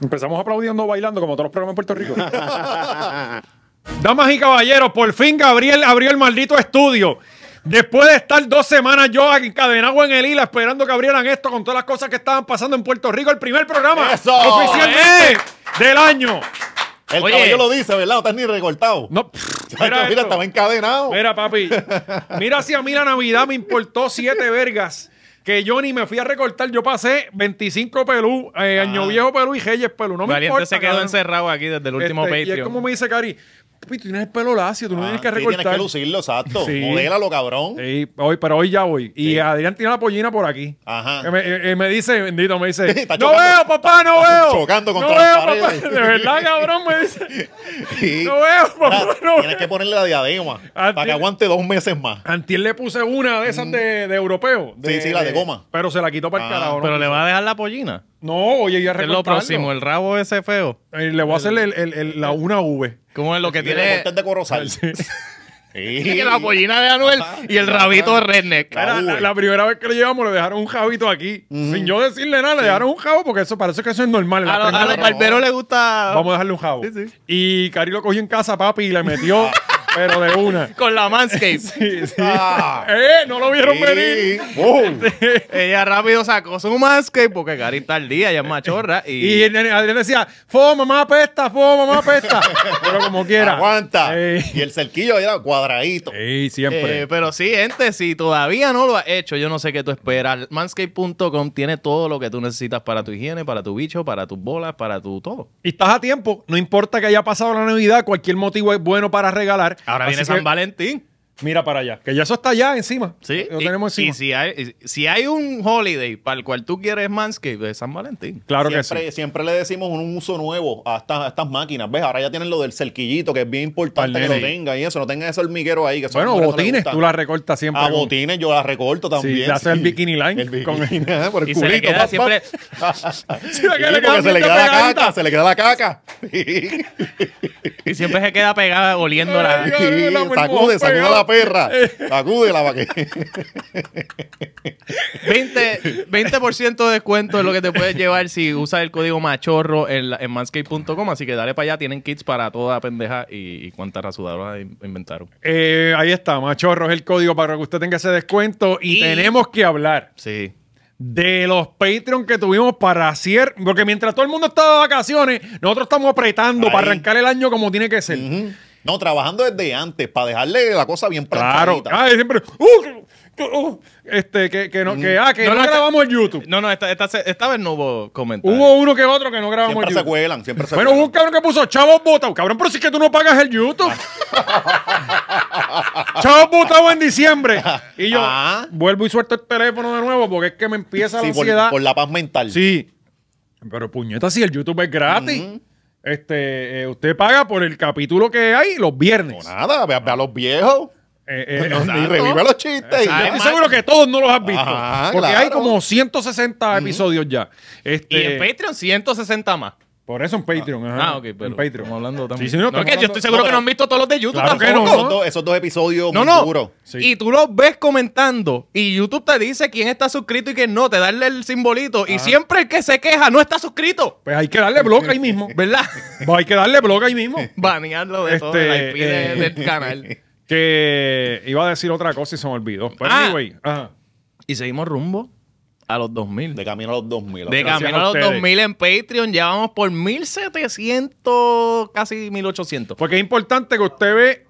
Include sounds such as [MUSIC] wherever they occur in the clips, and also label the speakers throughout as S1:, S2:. S1: Empezamos aplaudiendo bailando como todos los programas en Puerto Rico. [LAUGHS] Damas y caballeros, por fin Gabriel abrió el maldito estudio. Después de estar dos semanas yo encadenado en el hilo esperando que abrieran esto con todas las cosas que estaban pasando en Puerto Rico, el primer programa
S2: ¡Eso!
S1: oficialmente
S2: [LAUGHS]
S1: del año.
S2: El
S3: Oye.
S2: caballo lo dice, ¿verdad? No estás ni recortado.
S1: No,
S2: Chacho,
S1: mira,
S2: [LAUGHS] mira,
S1: esto.
S2: estaba encadenado.
S1: Mira, papi, mira si a mí la Navidad me importó siete vergas. Que yo ni me fui a recortar, yo pasé 25 pelú,
S2: Ah.
S1: eh, año viejo pelú y Reyes pelú. No me
S3: Valiente
S1: importa.
S3: se quedó
S1: cabrón.
S3: encerrado aquí desde el último
S1: Este, Y es
S3: Patreon.
S1: como me dice Cari, papi, tú tienes el pelo lacio, tú no
S2: Ah,
S1: tienes que
S2: sí, tienes
S1: recortar.
S2: que lucirlo, exacto.
S1: Sí.
S2: Modélalo, cabrón.
S1: Sí, hoy, pero hoy ya voy. Y Adrián tiene la pollina por aquí.
S2: Ajá.
S1: Que me, eh, eh, me dice, bendito, me dice,
S2: [LAUGHS] Está
S1: no
S2: chocando-
S1: veo, papá, no
S2: está
S1: veo.
S2: chocando
S1: no
S2: contra las
S1: veo, papá.
S2: paredes.
S1: De verdad, cabrón, me dice,
S2: [LAUGHS] Sí.
S1: no veo, papá,
S2: Mira,
S1: no
S2: tienes
S1: veo.
S2: que ponerle la diadema
S1: Ah,
S2: para que
S1: tiene-
S2: aguante dos meses más.
S1: Antier le puse una de esas de, de europeo.
S2: Mm. sí, la de goma.
S1: Pero se la quitó para el
S2: Ah,
S1: carajo. ¿no?
S3: Pero le va a dejar la pollina.
S1: No, oye, ya Eh,
S3: Es lo próximo, el rabo ese feo.
S1: Le voy a hacerle el- el- el- la una V.
S3: Como es lo que
S2: Y le
S3: tiene [LAUGHS]
S2: cortes de corozal. [LAUGHS] Sí.
S3: tiene la pollina de Anuel y el rabito de redneck.
S2: Claro.
S1: Era
S2: V.
S1: la, la primera vez que lo llevamos le dejaron un jabito aquí. Sin yo decirle nada, le dejaron un jabo porque eso parece que eso es normal. en
S3: A,
S1: las
S3: los- a los
S1: primeras-
S3: barberos les gusta
S1: Vamos a dejarle un jabo.
S3: Sí, sí.
S1: Y Cari lo cogió en casa, papi, y le metió, pero de una.
S3: con la manscape.
S1: Sí, sí.
S2: [LAUGHS] Ah.
S1: ¡Eh! No lo vieron
S2: Sí.
S1: venir.
S2: Boom.
S1: [LAUGHS]
S3: Ella rápido sacó su manscape porque Gary está al día, ella es machorra.
S1: [LAUGHS] Y
S3: Y,
S1: el nene- Adrián decía, ¡Fo, mamá apesta! ¡Fo, mamá apesta! Pero como quiera. Eh,
S2: Aguanta.
S1: Ey.
S2: Y el cerquillo era cuadradito.
S1: Ey, siempre.
S3: Eh, pero sí, gente, si todavía no lo has hecho, yo no sé qué tú esperas. Manscape.com tiene todo lo que tú necesitas para tu higiene, para tu bicho, para tus bolas, para tu todo.
S1: y estás a tiempo. No importa que haya pasado la Navidad, cualquier motivo es bueno para regalar.
S3: Ahora
S1: Así
S3: viene
S1: que
S3: San Valentín.
S1: Mira para allá. Que ya eso está allá encima.
S3: Sí,
S1: Lo
S3: y-
S1: tenemos
S3: y,
S1: encima.
S3: si hay, y- si hay un holiday para el cual tú quieres Manscape, es San Valentín.
S1: Claro que
S2: siempre,
S1: sí.
S2: siempre le decimos un uso nuevo a estas, a estas máquinas. ¿Ves? Ahora ya tienen lo del cerquillito, que es bien importante
S1: Al
S2: que lo
S1: nene.
S2: tenga y eso. No tengan ese hormiguero ahí. Que esos
S1: Bueno,
S2: hombres no les
S1: botines,
S2: gustan.
S1: tú las recortas siempre.
S2: A
S1: con-
S2: Ah, botines yo la recorto también.
S1: Sí, le hace el bikini line
S2: El [LAUGHS]
S1: con-
S2: bikini, ajá, por el
S3: Y se le
S2: culito,
S3: queda
S2: pa, pa.
S3: siempre-
S2: [LAUGHS] Sí,
S1: le queda- le queda
S2: porque se le
S1: bien
S2: queda la
S1: pegadita.
S2: caca, se le queda la caca.
S3: Y siempre se queda pegada oliendo
S1: Ay,
S3: la...
S1: Dios.
S2: Sí,
S1: la pulmón
S2: sacude, sacude a
S1: pegado.
S2: la perra.
S1: Eh.
S2: Sacúdela para que.
S3: 20%, 20 de descuento es lo que te puedes llevar si usas el código machorro en, la- en manscape.com. Así que dale para allá, tienen kits para toda pendeja y, y cuántas rasudadoras in- inventaron.
S1: Eh, ahí está, machorro, es el código para que usted tenga ese descuento. Y,
S3: Y-
S1: tenemos que hablar
S3: Sí.
S1: de los Patreon que tuvimos para hacer. Porque mientras todo el mundo estaba de vacaciones, nosotros estamos apretando
S2: Ahí.
S1: para arrancar el año como tiene que ser.
S2: No, trabajando desde antes, para dejarle la cosa bien
S1: Claro.
S2: planchadita.
S1: Ay, siempre. uh, que- que- uh, este, que, que no, que, ah, que no,
S3: No, no, esta-
S1: grabamos en YouTube.
S3: No, no, esta, esta, se- esta vez no hubo comentarios.
S1: Hubo uno que otro que no grabamos
S2: Siempre
S1: en
S2: se
S1: YouTube.
S2: cuelan, siempre se
S1: Bueno, hubo un
S2: cuelan.
S1: cabrón que puso chavos botados. Cabrón, pero si es que tú no pagas el
S2: [LAUGHS]
S1: YouTube. chavos botados en diciembre. Y yo
S2: Ah.
S1: vuelvo y suelto el teléfono de nuevo porque es que me empieza la
S2: Sí,
S1: ansiedad.
S2: por, por la paz mental.
S1: Sí. Pero puñeta, si el YouTube es gratis.
S2: Mm.
S1: Este, eh, usted paga por el capítulo que hay los viernes.
S2: Nada, ve, a- ve a los viejos.
S1: Eh, eh,
S2: No,
S1: exacto.
S2: y revive los chistes.
S1: Yo
S3: Exacto.
S1: estoy seguro que todos no los has visto.
S2: Ajá,
S1: porque hay
S2: claro.
S1: como 160 episodios ya.
S3: Y
S1: Este,
S3: en Patreon 160 más.
S1: por eso en Patreon. ajá,
S3: Ah, ok, pero
S1: en Patreon.
S3: estamos hablando también.
S1: Sí, sí, no,
S3: no,
S1: estamos
S3: que yo
S1: hablando-
S3: estoy seguro
S2: no,
S3: que
S2: pero-
S3: no han visto todos los de YouTube
S1: Claro que
S3: tampoco.
S1: no,
S2: Esos, dos, esos dos episodios
S3: No,
S2: muy
S3: no.
S2: duros.
S1: Sí.
S3: Y tú los ves comentando y YouTube te dice quién está suscrito y quién no, te da el- el simbolito y siempre el que se queja no está suscrito,
S1: Pues hay que darle bloque ahí
S3: [LAUGHS]
S1: mismo. [LAUGHS]
S3: ¿verdad?
S1: hay que darle blog ahí mismo.
S3: Banearlo de todo
S1: Este,
S3: el IP de-
S1: eh,
S3: del
S1: [LAUGHS]
S3: canal.
S1: Que iba a decir otra cosa y se me olvidó. Pero
S3: Ah.
S1: anyway, ajá.
S3: Y seguimos rumbo a los 2000.
S2: De
S3: De,
S2: camino a los 2000.
S1: gracias
S3: camino
S1: a
S3: a, los
S1: ustedes.
S3: 2000 en Patreon, ya vamos por 1700, casi 1800.
S1: Porque es importante que usted ve.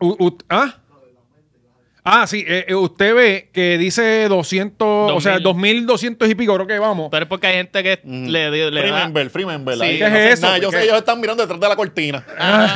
S1: u- u- ¿ah? Ah, sí, eh, eh, usted ve que dice 200, o sea, 2200 y pico, creo que vamos.
S3: Pero es porque hay gente que
S2: Mm.
S1: Mm.
S3: le, le, le
S2: Free
S3: da-
S2: member, free member.
S3: Sí.
S2: ahí
S3: ¿Qué
S2: no
S1: es
S2: hacen
S1: eso?
S2: nada. Yo
S1: ¿Qué? Ah.
S2: sé, ellos están mirando detrás de la cortina.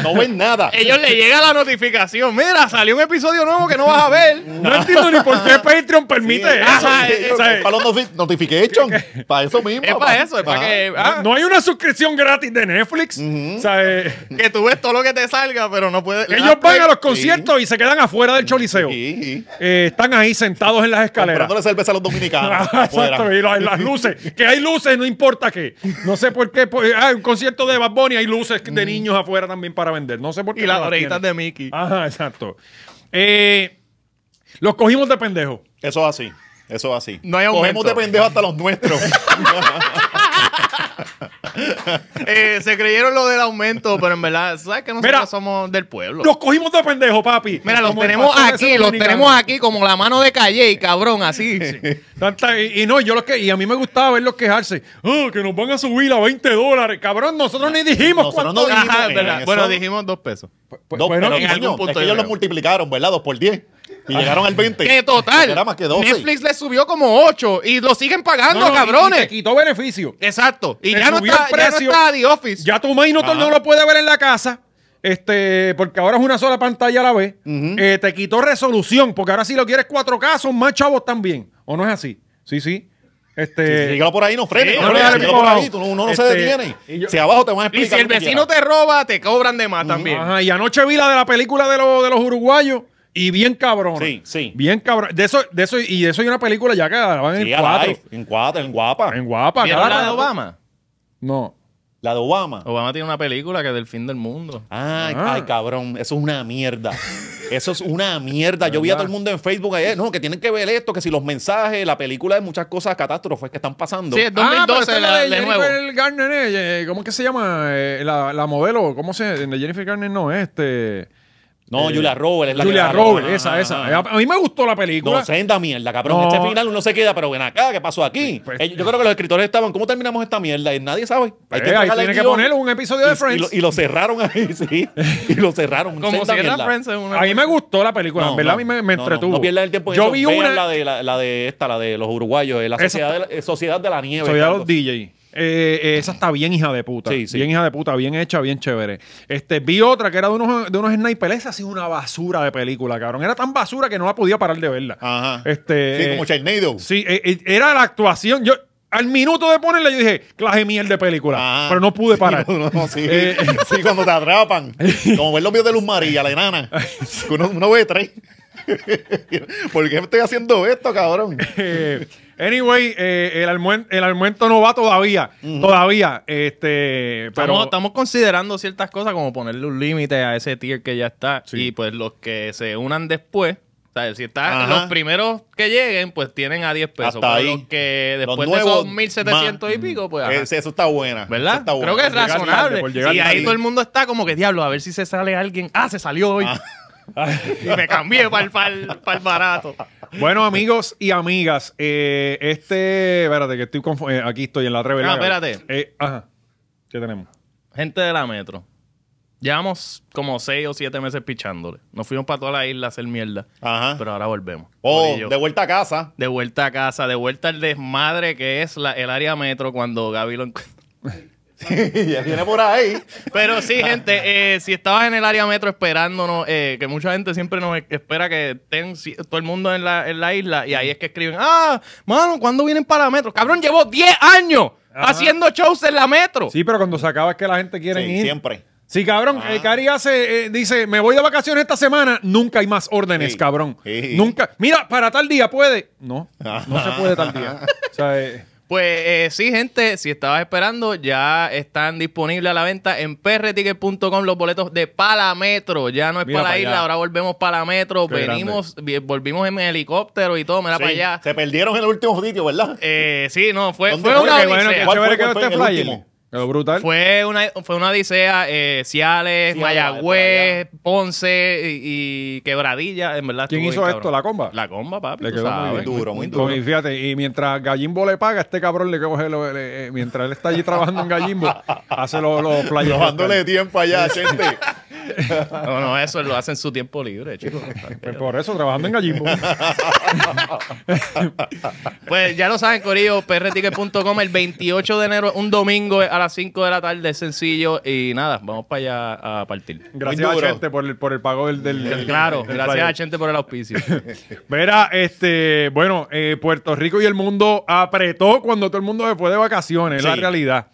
S2: No ven nada.
S3: ellos le llega la notificación, mira, salió un episodio nuevo que no vas
S1: [LAUGHS]
S3: a ver.
S1: No entiendo ni por qué Patreon permite
S2: Sí,
S1: eso.
S3: ajá,
S2: Ah, sí,
S1: O sea,
S2: es para los notifi- notification. para eso mismo.
S3: Es para eso, es para que, ah,
S1: no hay una suscripción gratis de Netflix. O sea, eh,
S3: que tú ves todo lo que te salga, pero no puedes. le das
S1: ellos van
S3: play.
S1: a los conciertos y se quedan afuera del choliseo.
S2: Sí, sí.
S1: Eh, están ahí sentados en las escaleras.
S2: Comprándole cerveza a
S1: [LAUGHS]
S2: los
S1: Ah,
S2: dominicanos.
S1: Exacto,
S2: Fuera.
S1: y las, las luces, que hay luces, no importa qué. No sé por qué. por- ah, un concierto de Bad Bunny, hay luces de niños afuera también para vender. No sé por qué.
S3: Mm. Y las
S1: no
S3: orejitas de
S1: tienen.
S3: Mickey.
S1: Ajá, exacto. Eh, los cogimos de pendejo.
S2: Eso es así. Eso es así.
S3: No hay aumento.
S1: [LAUGHS]
S2: Cogemos de pendejo hasta los nuestros.
S3: Eh, se creyeron lo del aumento, pero en verdad, ¿sabes que nosotros
S1: Mira.
S3: somos del pueblo?
S1: Los cogimos de pendejo, papi.
S3: Mira, los
S1: Como el
S3: tenemos
S1: pastor de
S3: aquí,
S1: ese
S3: los
S1: dominicano.
S3: tenemos aquí como la mano de Calle, cabrón, así.
S1: Tanta- y, y no, yo los que, y a mí me gustaba verlos quejarse. "Ah, que nos van a subir a 20 dólares. Cabrón, nosotros ni dijimos
S2: Nosotros
S1: cuánto.
S2: no dijimos.
S3: Ajá, es verdad.
S2: Eso-
S3: Bueno, dijimos dos pesos.
S1: Pues-
S2: Dos,
S1: pues no,
S2: pero
S1: en
S2: coño,
S1: algún
S3: punto
S2: es que
S3: yo
S2: ellos
S3: creo.
S2: lo multiplicaron, ¿verdad? Dos por diez. Y llegaron al 20.
S3: Que total.
S2: Era más que 12.
S3: Netflix le subió como 8 y lo siguen pagando,
S1: No, no, y- y
S3: cabrones.
S1: te quitó beneficio.
S3: Exacto. Y
S1: Te
S3: ya no,
S1: subió
S3: está,
S1: el
S3: ya no
S1: precio.
S3: está The Office.
S1: Ya tu main no
S2: Ajá.
S1: lo puede ver en la casa. Este, porque ahora es una sola pantalla a la vez. Eh, te quitó resolución, porque ahora si lo quieres 4K son más chavos también. ¿O no es así? Sí, sí. Este,
S2: Síguelo por ahí, no frenes.
S3: Sí,
S2: no
S3: no le
S2: frenes,
S3: dale
S2: síguelo
S1: pico
S2: por
S1: abajo.
S2: ahí, tú no- uno no se
S1: Este,
S2: detiene.
S1: y yo-
S2: Si abajo te van a explicar.
S3: Y si el
S2: lo que
S3: vecino
S2: quieras.
S3: te roba, te cobran de más también.
S1: Ajá, y anoche vi la de la película de, los- de los uruguayos y bien cabrón.
S2: Sí, sí.
S1: Bien cabrón. De eso, de eso, y de eso hay una película ya que la van en
S2: Sí, a la
S1: cuatro.
S2: live, en cuatro, en guapa.
S1: En guapa,
S3: ¿Vieron
S1: cara.
S3: la de Obama?
S1: No.
S2: La de Obama.
S3: Obama tiene una película que es del fin del mundo.
S2: Ay,
S1: Oh. Ah.
S2: ay, cabrón, eso es una mierda. Eso es una mierda. Yo vi a todo el mundo en Facebook ayer, no, que tienen que ver esto, que si los mensajes, la película de muchas cosas catástrofes que están pasando.
S3: Sí, es
S1: Ah,
S3: 2012
S1: pero esta es
S3: la- de,
S1: Jennifer
S3: nuevo.
S1: Garner, eh, eh, ¿cómo es que se llama? Eh, la, la modelo, ¿cómo se de Jennifer Garner no, este...
S2: No,
S1: eh,
S2: Julia Roberts es la que
S1: Julia
S2: la-
S1: Roberts,
S2: Ah,
S1: esa,
S2: ah,
S1: esa.
S2: ah.
S1: Eh, A mí me gustó la película.
S2: No, senda mierda, cabrón.
S1: No.
S2: Este final uno se queda, pero ven acá, ¿qué pasó aquí?
S1: Pues-
S2: Eh, yo creo que los escritores estaban, ¿cómo terminamos esta mierda? Y nadie sabe.
S1: Eh, ahí
S2: entregarle el
S1: tiene que
S2: guión.
S1: ponerle un episodio de
S2: Y-
S1: Friends.
S2: Y, lo, y lo cerraron ahí, sí. Y lo cerraron.
S3: Como si
S2: senda
S3: era
S2: mierda.
S3: Friends en una...
S1: a mí me gustó la película, en verdad a mí me, me
S2: no, no,
S1: entretuvo.
S2: No, pierdas el tiempo. en
S1: Yo
S2: eso.
S1: vi
S2: Vean
S1: una...
S2: La de, la, la de esta, la de los uruguayos, eh, la
S1: Esa
S2: sociedad, de la, eh, sociedad de la Nieve.
S1: Soy a los
S2: Carlos.
S1: DJ. Eh, eh, esa está bien hija de puta.
S2: Sí, sí.
S1: Bien hija de puta, bien hecha, bien chévere. Este, vi otra que era de unos, de unos snipers. Esa sí es una basura de película, cabrón. Era tan basura que no la podía parar de verla.
S2: Ajá.
S1: Este,
S2: Sí,
S1: eh,
S2: como Sharknado.
S1: Sí, eh, eh, era la actuación. Yo, al minuto de ponerla, yo dije, clase de mierda de película.
S2: Ajá.
S1: Pero no pude
S2: Ah. Sí,
S1: parar.
S2: [LAUGHS] no, no, sí.
S1: Eh,
S2: Sí, cuando
S1: [LAUGHS]
S2: te atrapan. Como ver los videos de Luz María, la enana. Que Uno, uno ve tres. [LAUGHS] ¿Por qué estoy haciendo esto, cabrón?
S1: Eh, anyway, eh, el, almuen- el almuerzo no va todavía. Todavía. Este, pero
S3: Estamos, estamos considerando ciertas cosas como ponerle un límite a ese tier que ya está
S1: Sí.
S3: y pues los que se unan después, o sea, si están
S2: Ajá.
S3: los primeros que lleguen, pues tienen a 10 pesos.
S2: Hasta
S3: pero
S2: ahí.
S3: los que
S2: Los
S3: después de
S2: nuevos,
S3: esos 1700 y pico, pues... ajá.
S2: Ese- eso está buena. Eso
S3: ¿Verdad?
S2: está buena.
S3: Creo que es
S1: llegar tarde,
S3: razonable.
S1: por
S3: Y
S1: llegar
S3: ahí
S1: tarde.
S3: todo el mundo está como que, diablo, a ver si se sale alguien. Ah, se salió hoy. [LAUGHS] y me cambié para el, barato.
S1: [LAUGHS] Bueno, amigos y amigas, eh, este. Espérate, que estoy confu- eh, aquí estoy en la trevela.
S3: Ah, espérate.
S1: Eh, ajá. ¿Qué tenemos?
S3: Gente de la metro. Llevamos como 6 o 7 meses pichándole. Nos fuimos para toda la isla a hacer mierda.
S2: Ajá.
S3: Pero ahora volvemos.
S2: Oh,
S3: Corillo.
S2: de vuelta a casa. [LAUGHS]
S3: De vuelta a casa, de vuelta al desmadre que es la- el área metro cuando Gaby lo encuentra. [LAUGHS]
S2: ya viene por ahí.
S3: Pero sí, gente, eh, si estabas en el área metro esperándonos, eh, que mucha gente siempre nos espera que estén si- todo el mundo en la, en la isla, y ahí es que escriben, ah, mano, ¿cuándo vienen para metro? Cabrón, llevo 10 años
S1: Ajá.
S3: haciendo shows en la metro.
S1: Sí, pero cuando se acaba es que la gente quiere
S2: Sí,
S1: ir.
S2: siempre. Ah.
S1: Sí, cabrón.
S2: Ajá.
S1: eh, Cari hace, eh, dice, me voy de vacaciones esta semana. Nunca hay más órdenes,
S2: Sí.
S1: cabrón.
S2: Sí.
S1: Nunca. Mira, para tal día puede. No, no se
S2: Ajá.
S1: puede tal
S2: [LAUGHS]
S1: día. O sea, eh,
S3: Pues eh, sí, gente, si estabas esperando, ya están disponibles a la venta en prticket.com los boletos de Palametro. Ya no es
S1: Mira
S3: para
S1: pa'
S3: la isla,
S1: allá.
S3: ahora volvemos para la metro.
S1: Qué
S3: Venimos, vi- volvimos en helicóptero y todo, mira para
S2: Sí,
S3: allá.
S2: Se perdieron en el último sitio, ¿verdad?
S3: Eh, sí, no, fue,
S2: ¿Dónde
S3: fue
S2: fue?
S3: una
S1: qué
S2: Qué
S1: bueno, qué
S3: odisea.
S2: ¿Cuál fue-
S1: chévere quedó
S2: cuál
S1: este
S2: fue el
S1: flyer.
S2: último?
S1: Quedó brutal.
S3: Fue una, fue una odisea, eh, Ciales,
S2: Sí,
S3: Mayagüez,
S2: allá,
S3: Ponce y, y Quebradilla, en verdad.
S1: ¿Quién
S3: estuvo
S1: hizo
S3: bien
S1: esto?
S3: cabrón.
S1: ¿La comba?
S3: La comba, papi.
S1: Le
S3: tú
S1: quedó muy
S3: sabes.
S1: bien.
S2: duro, muy
S1: Con- Y fíjate, y mientras Gallimbo le paga, este cabrón le coge lo- le- eh, mientras él está allí trabajando en Gallimbo, hace los,
S2: [LAUGHS]
S1: los flyers.
S2: Robándole tiempo allá, gente.
S3: No, no, eso lo hacen en su tiempo
S1: [LAUGHS]
S3: libre, chicos.
S1: Pues por eso, trabajando en
S2: [LAUGHS]
S1: Gallimbo.
S3: Pues ya lo saben, Corillo, prticket.com el 28 de enero, un domingo a las 5 de la tarde, es sencillo. Y nada, vamos para allá a partir.
S1: Gracias a
S2: duro.
S1: Chente por el, por el pago del... del- del-
S3: Claro,
S1: del
S3: gracias a
S1: flyer.
S3: Chente por
S1: [LAUGHS]
S3: el auspicio.
S1: Mira, este, bueno, eh, Puerto Rico y el mundo apretó cuando todo el mundo se fue de vacaciones, es la
S2: Sí.
S1: realidad.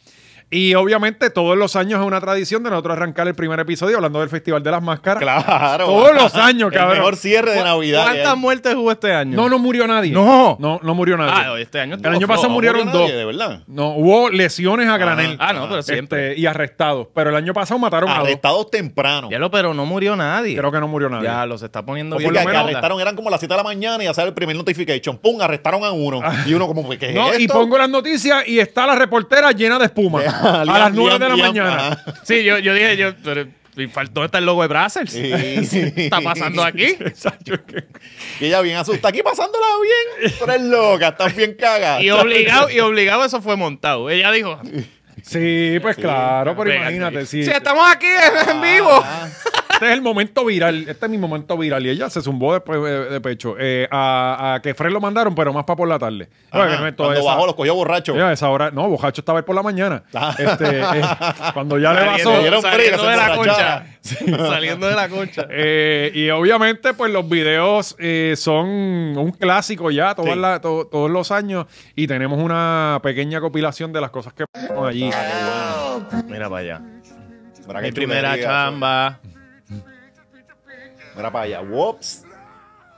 S1: Y obviamente todos los años es una tradición de nosotros arrancar el primer episodio hablando del Festival de las Máscaras.
S2: Claro.
S1: Todos los años, cabrón.
S2: [LAUGHS] El mejor cierre de Navidad. que
S3: ¿Cuántas
S2: hay.
S3: muertes hubo este año?
S1: No, no murió nadie.
S3: No.
S1: No, no murió nadie.
S3: Ah, este año
S1: El año
S3: estuvo
S1: pasado
S3: flojo.
S1: murieron
S2: murió nadie,
S1: dos.
S2: de verdad.
S1: No, hubo lesiones a granel.
S3: Ah, no, pero siempre.
S1: Este, y arrestados. Pero el año pasado mataron a dos.
S2: Arrestados temprano.
S3: Ya lo, pero no murió nadie.
S1: Creo que no murió nadie.
S3: Ya los está poniendo
S2: O
S3: bien.
S2: sea, que
S3: la mierda.
S2: arrestaron, eran como las 7 de la mañana y hacer el primer notification. ¡Pum! Arrestaron a uno. Y uno como, ¿qué es
S1: Ah. No, y
S2: esto? [LAUGHS]
S1: pongo las noticias y está la reportera llena de espuma.
S2: Ah,
S1: a las
S2: Liam,
S1: 9 de la
S2: Liam, Liam, Ah.
S1: mañana.
S3: Sí, yo, yo dije, yo, pero, y faltó hasta el logo de Brazzers.
S1: [LAUGHS]
S2: Sí, sí.
S3: ¿Qué está pasando aquí?
S1: Exacto, es que-
S2: Y ella bien asustada, aquí pasándola
S1: [LAUGHS]
S2: bien. Tú eres loca, estás bien cagada.
S3: Y obligado, y obligado eso fue montado. Ella dijo,
S1: Sí, pues claro, pero
S3: "Venga,
S1: imagínate.
S3: si
S1: Si este
S3: estamos aquí en en vivo.
S2: Ah,
S1: es el momento viral, este es mi momento viral. Y ella se zumbó de, pe- de pecho. Eh, a, a que Fred lo mandaron, pero más para por la tarde. Bueno, que no es toda
S2: cuando
S1: esa-
S2: bajó, los cogió borracho.
S1: Ya, a esa hora, no, Bojacho estaba ahí por la mañana.
S2: Ah.
S1: Este, eh,
S2: [LAUGHS]
S1: cuando ya le
S3: Saliendo,
S1: pasó.
S2: dieron
S3: saliendo
S2: briga,
S3: de
S2: se
S3: la
S2: emborrachara.
S3: concha. Sí, saliendo de la [LAUGHS] concha.
S1: Eh, y obviamente, pues los videos eh, son un clásico ya todas
S2: Sí.
S1: la- to- todos los años y tenemos una pequeña compilación de las cosas que pasaron allí.
S2: Ah,
S3: Mira para allá.
S2: Mira
S3: Mi
S2: qué
S3: primera
S2: chulería,
S3: chamba.
S2: eso. Mira para allá. Whoops.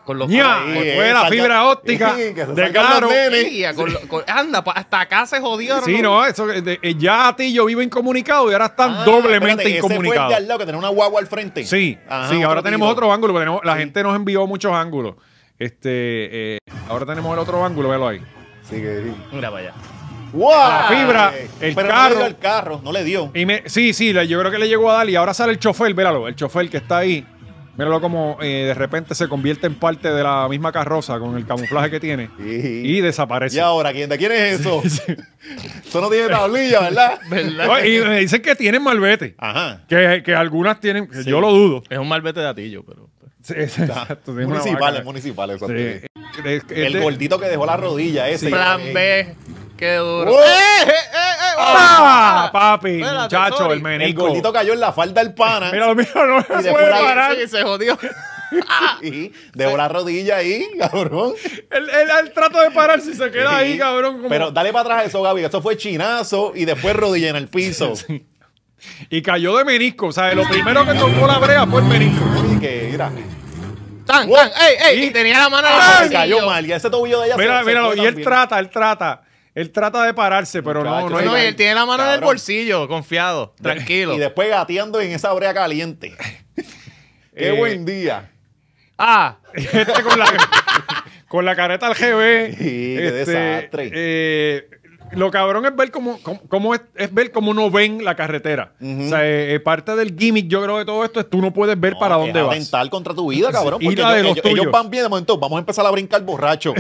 S3: Con los
S1: ¡Ña!
S3: Ay,
S1: Pues fue la
S2: eh, salga-
S1: fibra óptica
S2: Sí,
S1: de
S2: que se salgan
S1: Claro.
S2: los nenes.
S3: tía, con lo- con- anda, pa- hasta acá se jodió.
S1: Sí, no, eso que de- eh, ya a ti yo vivo incomunicado y ahora están
S2: Ah,
S1: doblemente
S2: espérate, Ese fue el de
S1: incomunicados.
S2: al lado que tenía una guagua al frente.
S1: Sí,
S2: Ajá,
S1: sí, ahora
S2: tiro.
S1: tenemos otro ángulo, porque tenemos- la gente nos envió muchos ángulos. Este, eh, ahora tenemos el otro ángulo, véalo ahí.
S2: Sí, que sí.
S3: Mira para allá.
S2: ¡Wow!
S1: La fibra, el
S2: Pero
S1: carro.
S2: No le dio el carro, no le dio.
S1: Y me- sí, sí, le- yo creo que le llegó a dar y ahora sale el chofer, véralo, el chofer que está ahí. Míralo como eh, de repente se convierte en parte de la misma carroza con el camuflaje que tiene y desaparece.
S2: Y ahora, ¿quién, ¿de quién es eso? Eso no tiene tablilla, ¿verdad?
S1: No, y me dicen que tienen malvete,
S2: Ajá.
S1: que, que algunas tienen, que
S2: Sí.
S1: yo lo dudo. [LAUGHS]
S3: Es un malvete de atillo, pero. pues.
S1: Sí, es- exacto, tiene una
S2: Municipales,
S1: vaca.
S2: municipales. eso
S1: Sí,
S2: tiene.
S1: es- es
S2: El
S1: de-
S2: gordito que dejó la rodilla ese.
S3: Plan B. Qué duro.
S2: ¡Oh!
S3: ¡Eh, eh, eh, eh!
S1: ¡Ah, papi!
S3: Espérate,
S1: muchacho,
S3: sorry.
S1: el
S2: El
S1: menico.
S2: gordito cayó en la falda del pana.
S1: Míralo, míralo, no se
S2: después
S1: puede
S2: la-
S1: parar.
S3: Sí, se jodió.
S1: [LAUGHS]
S2: Y dejó la rodilla ahí, [LAUGHS] cabrón.
S1: Él, él- él trata de parar si se queda ahí, cabrón. como-
S2: Pero dale para atrás eso, Gaby. que Eso fue chinazo y después rodilla en el piso.
S1: Y cayó de menisco. O sea, lo primero que tocó la brea fue el menisco.
S2: Oye, que mira.
S3: ¡Tan, tan! ¡Ey, ey!
S1: Y- ¡Ah!
S3: Y tenía la mano en el
S2: Se
S3: bolsillo.
S2: cayó mal. Y ese tobillo de ella se-
S1: Mira,
S2: se
S1: míralo.
S2: fue
S1: Y él
S2: también.
S1: trata, él trata. Él trata de pararse, pero no,
S2: Muchacho,
S1: no
S2: se
S1: hay-
S3: No, y él tiene la mano en el
S2: Cabrón.
S3: bolsillo, confiado, tranquilo.
S2: Y después gateando en esa brea
S1: [LAUGHS]
S2: caliente. Qué
S1: Eh,
S2: buen día.
S3: Ah,
S1: [LAUGHS] Este con la, con la careta al GB.
S2: Sí, qué desastre.
S1: eh, lo cabrón es ver cómo, cómo, cómo es, es ver cómo no ven la carretera. O sea, eh, eh, parte del gimmick, yo creo, de todo esto es tú no puedes ver para
S2: No,
S1: dónde
S2: es
S1: vas.
S2: atentar contra tu vida, cabrón.
S1: Y
S2: Porque
S1: la de
S2: ellos,
S1: los
S2: ellos- ellos
S1: tuyos.
S2: van bien de momento. Vamos a empezar a brincar
S1: [LAUGHS]
S2: borracho.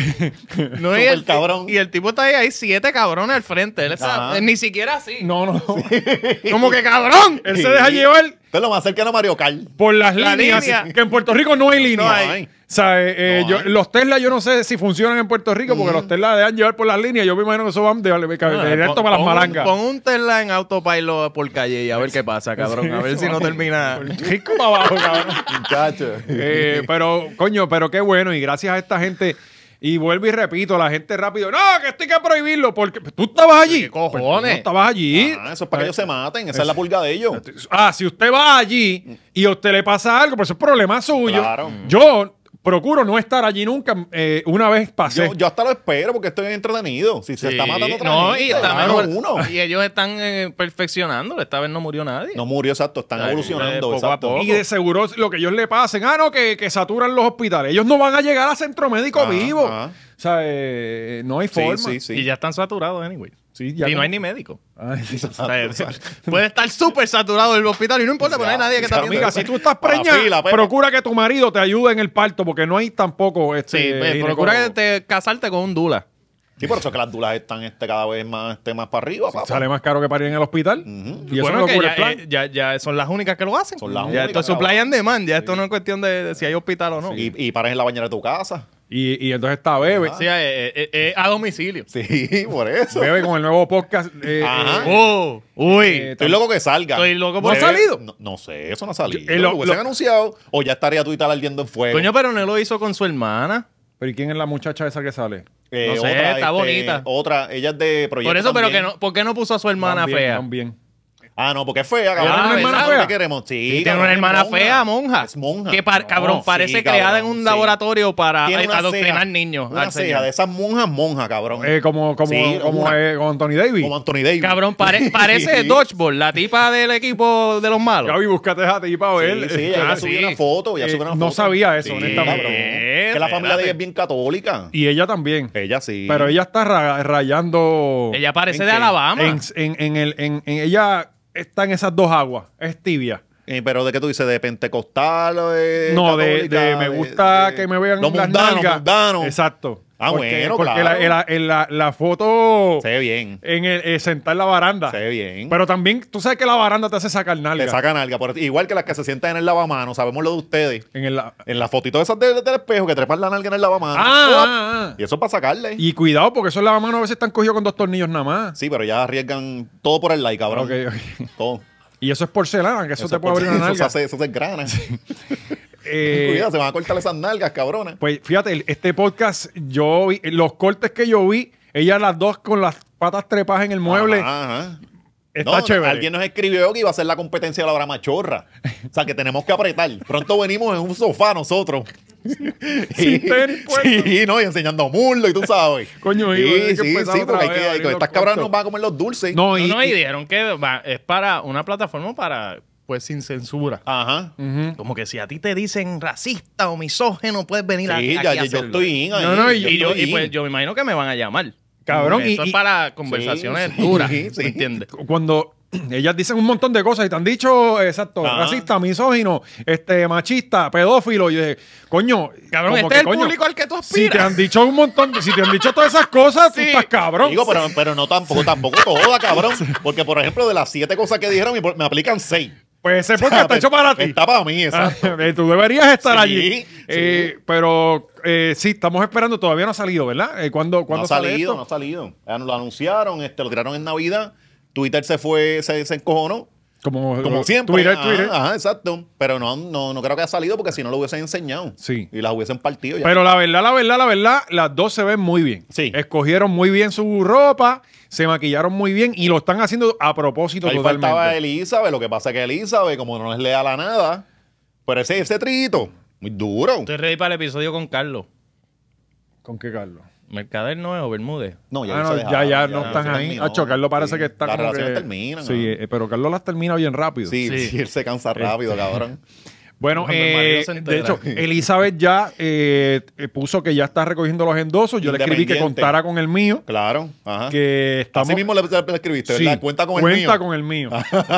S3: no
S2: Súper
S3: y el,
S2: cabrón.
S3: y el tipo está ahí, hay siete cabrones al frente. Él está-
S2: Ajá.
S3: él ni siquiera así.
S1: No, no. [LAUGHS]
S3: Como
S2: [LAUGHS]
S3: que cabrón.
S1: Él se deja llevar
S2: Esto es lo más cercano a Mario Kart.
S1: por las
S3: La
S1: líneas.
S3: línea.
S1: Que en Puerto Rico no hay líneas.
S2: hay.
S1: O sea, eh, eh,
S2: No
S1: yo-
S2: hay.
S1: los Tesla yo no sé si funcionan en Puerto Rico porque los Tesla dejan llevar por las líneas. Yo me imagino que eso van de, de- de- Eh, directo
S3: Ah, Pon-
S1: para las
S3: pon un-
S1: malangas.
S3: Pon un Tesla en autopilot por calle y a ver qué pasa, cabrón. A ver si no termina.
S1: Rico para abajo, cabrón. [LAUGHS]
S2: Muchacho.
S1: Eh, pero, coño, pero qué bueno. Y gracias a esta gente. Y vuelvo y repito, la gente rápido. No, que esto hay que prohibirlo porque tú estabas allí.
S3: ¿Qué cojones?
S1: Pues tú no estabas allí.
S2: Ajá, Ah, eso es para que ellos se maten. Esa es la pulga de ellos.
S1: Ah, si usted va allí y a usted le pasa algo, pues es problema suyo.
S2: Claro.
S1: Yo procuro no estar allí nunca. eh, una vez pasé.
S2: Yo, yo hasta lo espero porque estoy entretenido. Si se está
S3: Sí,
S2: matando otra
S3: no,
S2: gente,
S3: y está
S2: claro,
S3: mejor-
S2: uno.
S3: Y ellos están eh, perfeccionando. Esta vez no murió nadie.
S2: No murió, exacto. Están
S3: Ay, de
S2: evolucionando,
S3: poco a
S2: exacto.
S3: poco.
S1: y de seguro lo que ellos le pasen, ah, no, que, que saturan los hospitales. Ellos no van a llegar a centro médico
S2: Ajá,
S1: vivo.
S2: ajá.
S1: O sea, eh, no hay
S2: Sí,
S1: forma.
S2: sí, sí.
S3: Y ya están saturados, anyway.
S1: Sí, ya
S3: y
S1: como-
S3: no hay ni médico.
S1: Ay,
S3: O sea, [LAUGHS] puede estar súper saturado el hospital y no importa, pero no hay nadie que te atienda.
S1: Amiga, si tú estás
S2: Para la
S1: preñada,
S2: fila, Pepe.
S1: procura que tu marido te ayude en el parto, porque no hay tampoco este.
S3: Sí, pues,
S1: ginecólogo.
S3: procura que te, casarte con un dula.
S2: Sí, por eso es que las dulas están este, cada vez más, este, más para arriba, papá.
S1: Sale más caro que parir en el hospital. Y eso
S3: bueno,
S1: no
S3: que
S1: cubre
S3: ya,
S1: el plan.
S3: eh, ya, ya son las únicas que lo hacen.
S2: Son las
S3: ya
S2: únicas,
S3: esto es
S2: cabrón.
S3: supply and demand. Ya esto no es cuestión de, de si hay hospital o no. Sí,
S2: Y, y paras en la bañera de tu casa. [LAUGHS]
S1: Y, y entonces está Bebe.
S3: eh, eh, eh, a domicilio.
S2: Sí, por eso.
S1: Bebe con el nuevo podcast. eh,
S2: Ajá.
S1: eh,
S3: Oh, uy.
S1: Eh,
S2: Estoy loco que salga.
S3: Estoy loco
S1: ¿No
S3: por
S1: ha
S3: ver.
S1: salido?
S2: No, no sé, eso no ha salido.
S1: Yo- eh, lo-
S2: lo, hubiesen
S1: lo-
S2: anunciado o ya estaría tú y tal ardiendo en fuego.
S3: Coño, pero no lo hizo con su hermana.
S1: Pero ¿y quién es la muchacha esa que sale?
S2: Eh,
S3: no sé, está bonita.
S2: Otra, ella es de proyecto
S3: Por eso, pero que
S2: también.
S3: no, ¿por qué no puso a su hermana
S1: Van bien,
S3: fea?
S1: van bien.
S2: Ah, no, porque es fea, cabrón.
S1: tiene una
S2: ¿Sabes
S1: hermana
S2: lo que
S1: fea?
S2: queremos? Sí,
S3: Y tiene
S2: cabrón,
S3: una
S2: es
S3: hermana fea, monja.
S2: Es monja.
S3: Que, par-
S2: No,
S3: cabrón,
S2: sí,
S3: parece
S2: cabrón,
S3: creada en un
S2: sí.
S3: laboratorio para
S2: Tiene
S3: eh,
S2: una
S3: adoctrinar
S2: ceja,
S3: niños.
S2: Una
S3: al
S2: ceja
S3: señor.
S2: de esas monjas, monja, cabrón.
S1: Eh, como como,
S2: Sí,
S1: como,
S2: una-
S1: eh, con Anthony Davis.
S2: como Anthony Davis. [LAUGHS]
S3: Cabrón, pare- parece Dodgeball, la tipa del equipo de los malos.
S1: Gaby, búscate esa tipa para
S2: Sí,
S1: ver.
S2: sí,
S1: [LAUGHS]
S2: ella
S1: Ah,
S2: subió
S3: sí.
S2: una foto. Ella
S1: Eh,
S2: subió una
S1: no
S2: foto.
S1: sabía eso,
S2: Sí,
S1: honestamente.
S2: cabrón. Que la familia
S3: Espérate.
S2: de ella es bien católica.
S1: Y ella también.
S2: Ella sí.
S1: Pero ella está ra- rayando.
S3: Ella parece
S2: ¿En
S3: de
S2: qué?
S3: Alabama.
S1: en, en, en el, en, en- ella está en esas dos aguas. Es tibia.
S2: Eh, pero de qué tú dices, de pentecostal o de
S1: No, de,
S2: católica,
S1: de- me gusta
S2: de-
S1: que me vean
S2: los
S1: las
S2: mundanos,
S1: nalgas.
S2: mundanos.
S1: Exacto.
S2: Ah,
S1: porque,
S2: bueno,
S1: porque
S2: claro.
S1: la, el- el- la, la foto
S2: Se ve bien.
S1: en el, eh, sentar la baranda.
S2: Se ve bien.
S1: Pero también, tú sabes que la baranda te hace sacar nalga.
S2: Le sacan alga. por- igual que las que se sientan en el lavamanos, sabemos lo de ustedes.
S1: En el, ah,
S2: En las fotitos esas del, del espejo que trepan la nalga en el lavamanos.
S1: ah, ah.
S2: Y eso es para sacarle.
S1: Y cuidado, porque esos lavamanos a veces están cogidos con dos tornillos nada más.
S2: Sí, pero ya arriesgan todo por el like, cabrón.
S1: Ok, ok.
S2: [LAUGHS] Todo.
S1: Y eso es porcelana, que eso, te puede
S2: por-
S1: abrir una
S2: Eso se,
S1: nalga.
S2: hace, eso se engrana.
S1: Eh,
S2: [LAUGHS] Cuidado, se van a cortar esas nalgas, cabronas.
S1: Pues fíjate, el- este podcast, yo vi, los cortes que yo vi, ellas las dos con las patas trepadas en el mueble,
S2: Ajá, ajá.
S1: está
S2: No,
S1: chévere.
S2: Alguien nos escribió que iba a ser la competencia de la hora machorra. O sea, que tenemos que apretar. Pronto venimos en un sofá nosotros.
S1: [LAUGHS] Sin tenis puestos.
S2: [LAUGHS] Sí, no, y enseñando muslo y tú sabes.
S1: Coño,
S2: sí,
S1: iba a tener
S2: sí,
S1: que
S2: sí,
S1: empezar
S2: porque
S1: otra
S2: hay
S1: vez a
S2: que, hay
S1: abrir
S2: que-
S1: los
S2: estas cabronas
S1: cortos.
S2: nos van a comer los dulces.
S1: No,
S3: No,
S1: y,
S3: no,
S1: y-
S3: y dijeron que va- es para una plataforma para, pues, sin censura.
S2: Ajá.
S3: Como que si a ti te dicen racista o misógeno, puedes venir a-
S2: Sí,
S3: aquí
S2: ya,
S3: a
S2: yo- yo
S3: hacerlo.
S2: estoy in ahí.
S1: No, no, y-
S3: Y, yo,
S2: estoy
S3: y, pues
S2: in.
S3: yo me imagino que me van a llamar.
S1: Cabrón, y-
S3: Esto es
S1: y-
S3: para conversaciones
S2: Sí,
S3: duras.
S2: sí,
S3: ¿tú
S2: sí.
S3: entiendes?
S1: cuando [CLEARS THROAT] ellas dicen un montón de cosas y te han dicho, exacto,
S2: Ajá.
S1: racista, misógino, este, machista, pedófilo, y yo dije, coño,
S3: Cabrón,
S1: como
S3: este
S1: que,
S3: es el
S1: coño,
S3: público al que tú
S1: Si te
S3: aspiras.
S1: han dicho un montón, de- si te han dicho todas esas cosas, tú
S3: Sí.
S1: estás cabrón.
S2: Digo, pues, pero, pero no tampoco, tampoco toda, cabrón. Porque, por ejemplo, de las siete cosas que dijeron, me- me aplican seis.
S1: pues ese
S2: [LAUGHS]
S1: podcast está hecho para ti.
S2: Está para mí, exacto.
S1: [LAUGHS] Ah, Tú deberías estar
S2: Sí,
S1: allí.
S2: sí.
S1: Eh, pero eh, sí, estamos esperando. Todavía no ha salido, ¿verdad? Eh, ¿Cuándo,
S2: No
S1: cuándo
S2: ha
S1: sale
S2: salido, no ha
S1: esto?
S2: salido. Ya Lo anunciaron, este, lo tiraron en Navidad. Twitter se fue, se, se encojonó.
S1: Como,
S2: Como siempre. Ah,
S1: Twitter,
S2: ajá,
S1: Twitter.
S2: Ajá, exacto. Pero no, no, no creo que haya salido porque si no lo hubiesen enseñado.
S1: Sí.
S2: Y las hubiesen partido ya.
S1: Pero la verdad, la verdad, la verdad, las dos se ven muy bien.
S2: Sí.
S1: Escogieron muy bien su ropa, se maquillaron muy bien y lo están haciendo a propósito
S2: Ahí
S1: totalmente.
S2: faltaba Elizabeth. Lo que pasa es que Elizabeth, como no es leal a nada, pero ese, ese trito, muy duro.
S3: Estoy ready para el episodio con Carlos.
S1: ¿Con qué, Carlos?
S3: Mercader Nuevo, Bermúdez.
S2: No,
S1: Ah,
S2: no se
S1: no, ya,
S2: dejaron,
S1: ya, no
S2: se
S1: están ahí.
S2: terminó.
S1: Acho, Carlos parece
S2: Sí.
S1: que está
S2: Las
S1: como
S2: relaciones
S1: que-
S2: terminan.
S1: Sí,
S2: ajá.
S1: eh, Este, pero Carlos las termina bien rápido.
S2: Sí,
S3: Sí.
S2: sí, [LAUGHS] él se cansa rápido, cabrón.
S1: Bueno,
S3: Cuando el marido
S1: eh,
S3: se
S1: de
S3: entera.
S1: hecho, Elizabeth ya eh, eh, puso que ya está recogiendo los endosos. Yo le escribí que
S2: Independiente.
S1: contara con el mío.
S2: Claro, ajá.
S1: Que estamos.
S2: Así mismo le, le escribiste,
S1: Sí,
S2: ¿verdad? Cuenta con el mío.
S1: Cuenta con el
S2: [LAUGHS]
S1: mío.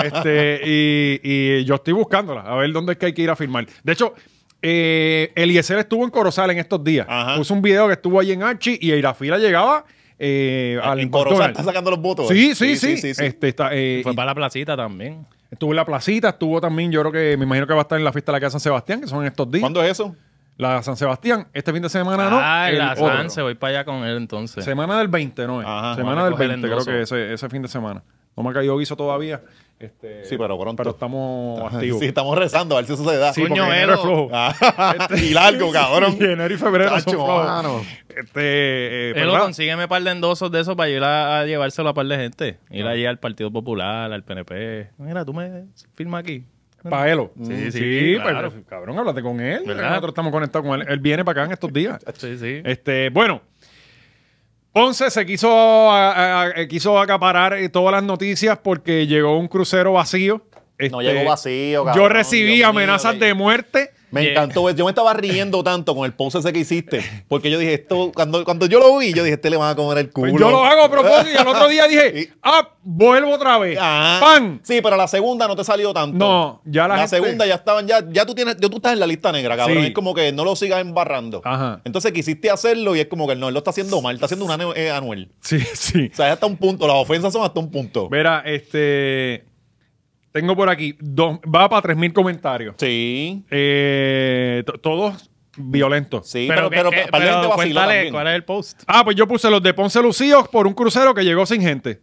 S1: Este, y, y yo estoy buscándola, a ver dónde es que hay que ir a firmar. De hecho, eh, Eliezer estuvo en Corozal en estos días.
S2: Ajá.
S1: Puso un video que estuvo allí en Archie y Irafila llegaba eh,
S2: [LAUGHS]
S1: al
S2: En Corozal
S1: McDonald's.
S2: está sacando los votos.
S1: Sí,
S2: ¿eh?
S1: sí, sí.
S2: sí.
S1: Este, está, eh,
S3: Fue para la placita también.
S1: estuvo en la placita, estuvo también, yo creo que me imagino que va a estar en la fiesta de la Casa San Sebastián, que son estos días.
S2: ¿Cuándo es eso?
S1: La de San Sebastián, este fin de semana no.
S3: Ah,
S1: el
S3: la
S1: otro.
S3: Sanse, voy para allá con él entonces.
S1: Semana del 20, ¿no es?
S2: Ajá.
S1: semana
S3: Vamos a
S1: del
S3: coger
S1: 20, creo
S3: endoso.
S1: que ese, ese fin de semana. No me ha caído guiso todavía. Este,
S2: Sí, pero pronto.
S1: Pero estamos activos.
S2: [LAUGHS] Sí, estamos rezando a ver si eso se da.
S1: Sí, porque
S3: Coño,
S1: enero es
S3: Edo.
S1: flojo. Este.
S2: Ah, [LAUGHS] y largo, cabrón.
S1: Y [LAUGHS] enero y febrero son
S2: Chacho,
S1: flojos.
S2: mano.
S1: Este, eh,
S3: Pero
S1: ¿verdad?
S3: consígueme un par de endosos de esos para ir a, a llevárselo a par de gente. Ir allí al Partido Popular, al PNP. Mira, tú me firmas aquí.
S1: Pa' Elo.
S3: Sí, sí, claro.
S1: Mm, pues, cabrón, háblate con él.
S3: ¿Verdad?
S1: Nosotros estamos conectados con él. Él viene para acá en estos días.
S3: Sí, sí.
S1: Este, bueno. Ponce se quiso, a- a- a- quiso acaparar eh, todas las noticias porque llegó un crucero vacío.
S2: No
S1: Este,
S2: llegó vacío, cabrón.
S1: Yo recibí
S2: Dios mío,
S1: amenazas
S2: que-
S1: de muerte.
S2: Me
S3: Yeah.
S2: encantó. ver- Yo me estaba riendo tanto con el post ese que hiciste. Porque yo dije, esto, cuando, cuando yo lo vi, yo dije, este le van a comer el culo.
S1: Pues Yo lo hago a propósito y al otro día
S2: [LAUGHS]
S1: dije, ah, vuelvo otra vez.
S2: Ajá.
S1: ¡Pan!
S2: Ah. Sí, pero la segunda no te salió tanto.
S1: No, ya la
S2: La
S1: gente-
S2: segunda ya estaban, ya, ya tú tienes, ya tú estás en la lista negra, cabrón.
S1: Sí.
S2: Es como que no lo sigas embarrando.
S1: Ajá.
S2: Entonces quisiste hacerlo y es como que no, él lo está haciendo mal, está haciendo un ane- eh, anuel.
S1: Sí, [LAUGHS] sí.
S2: O sea, es hasta un punto, las ofensas son hasta un punto.
S1: Mira, este. Tengo por aquí. dos- va para 3.000 comentarios.
S2: Sí.
S1: Eh, to- todos violentos.
S2: Sí, pero, pero,
S3: que-
S2: pa- para la gente vaciló
S3: cuéntale
S2: también.
S3: cuál es el post.
S1: Ah, pues yo puse los de Ponce Lucíos por un crucero que llegó sin gente.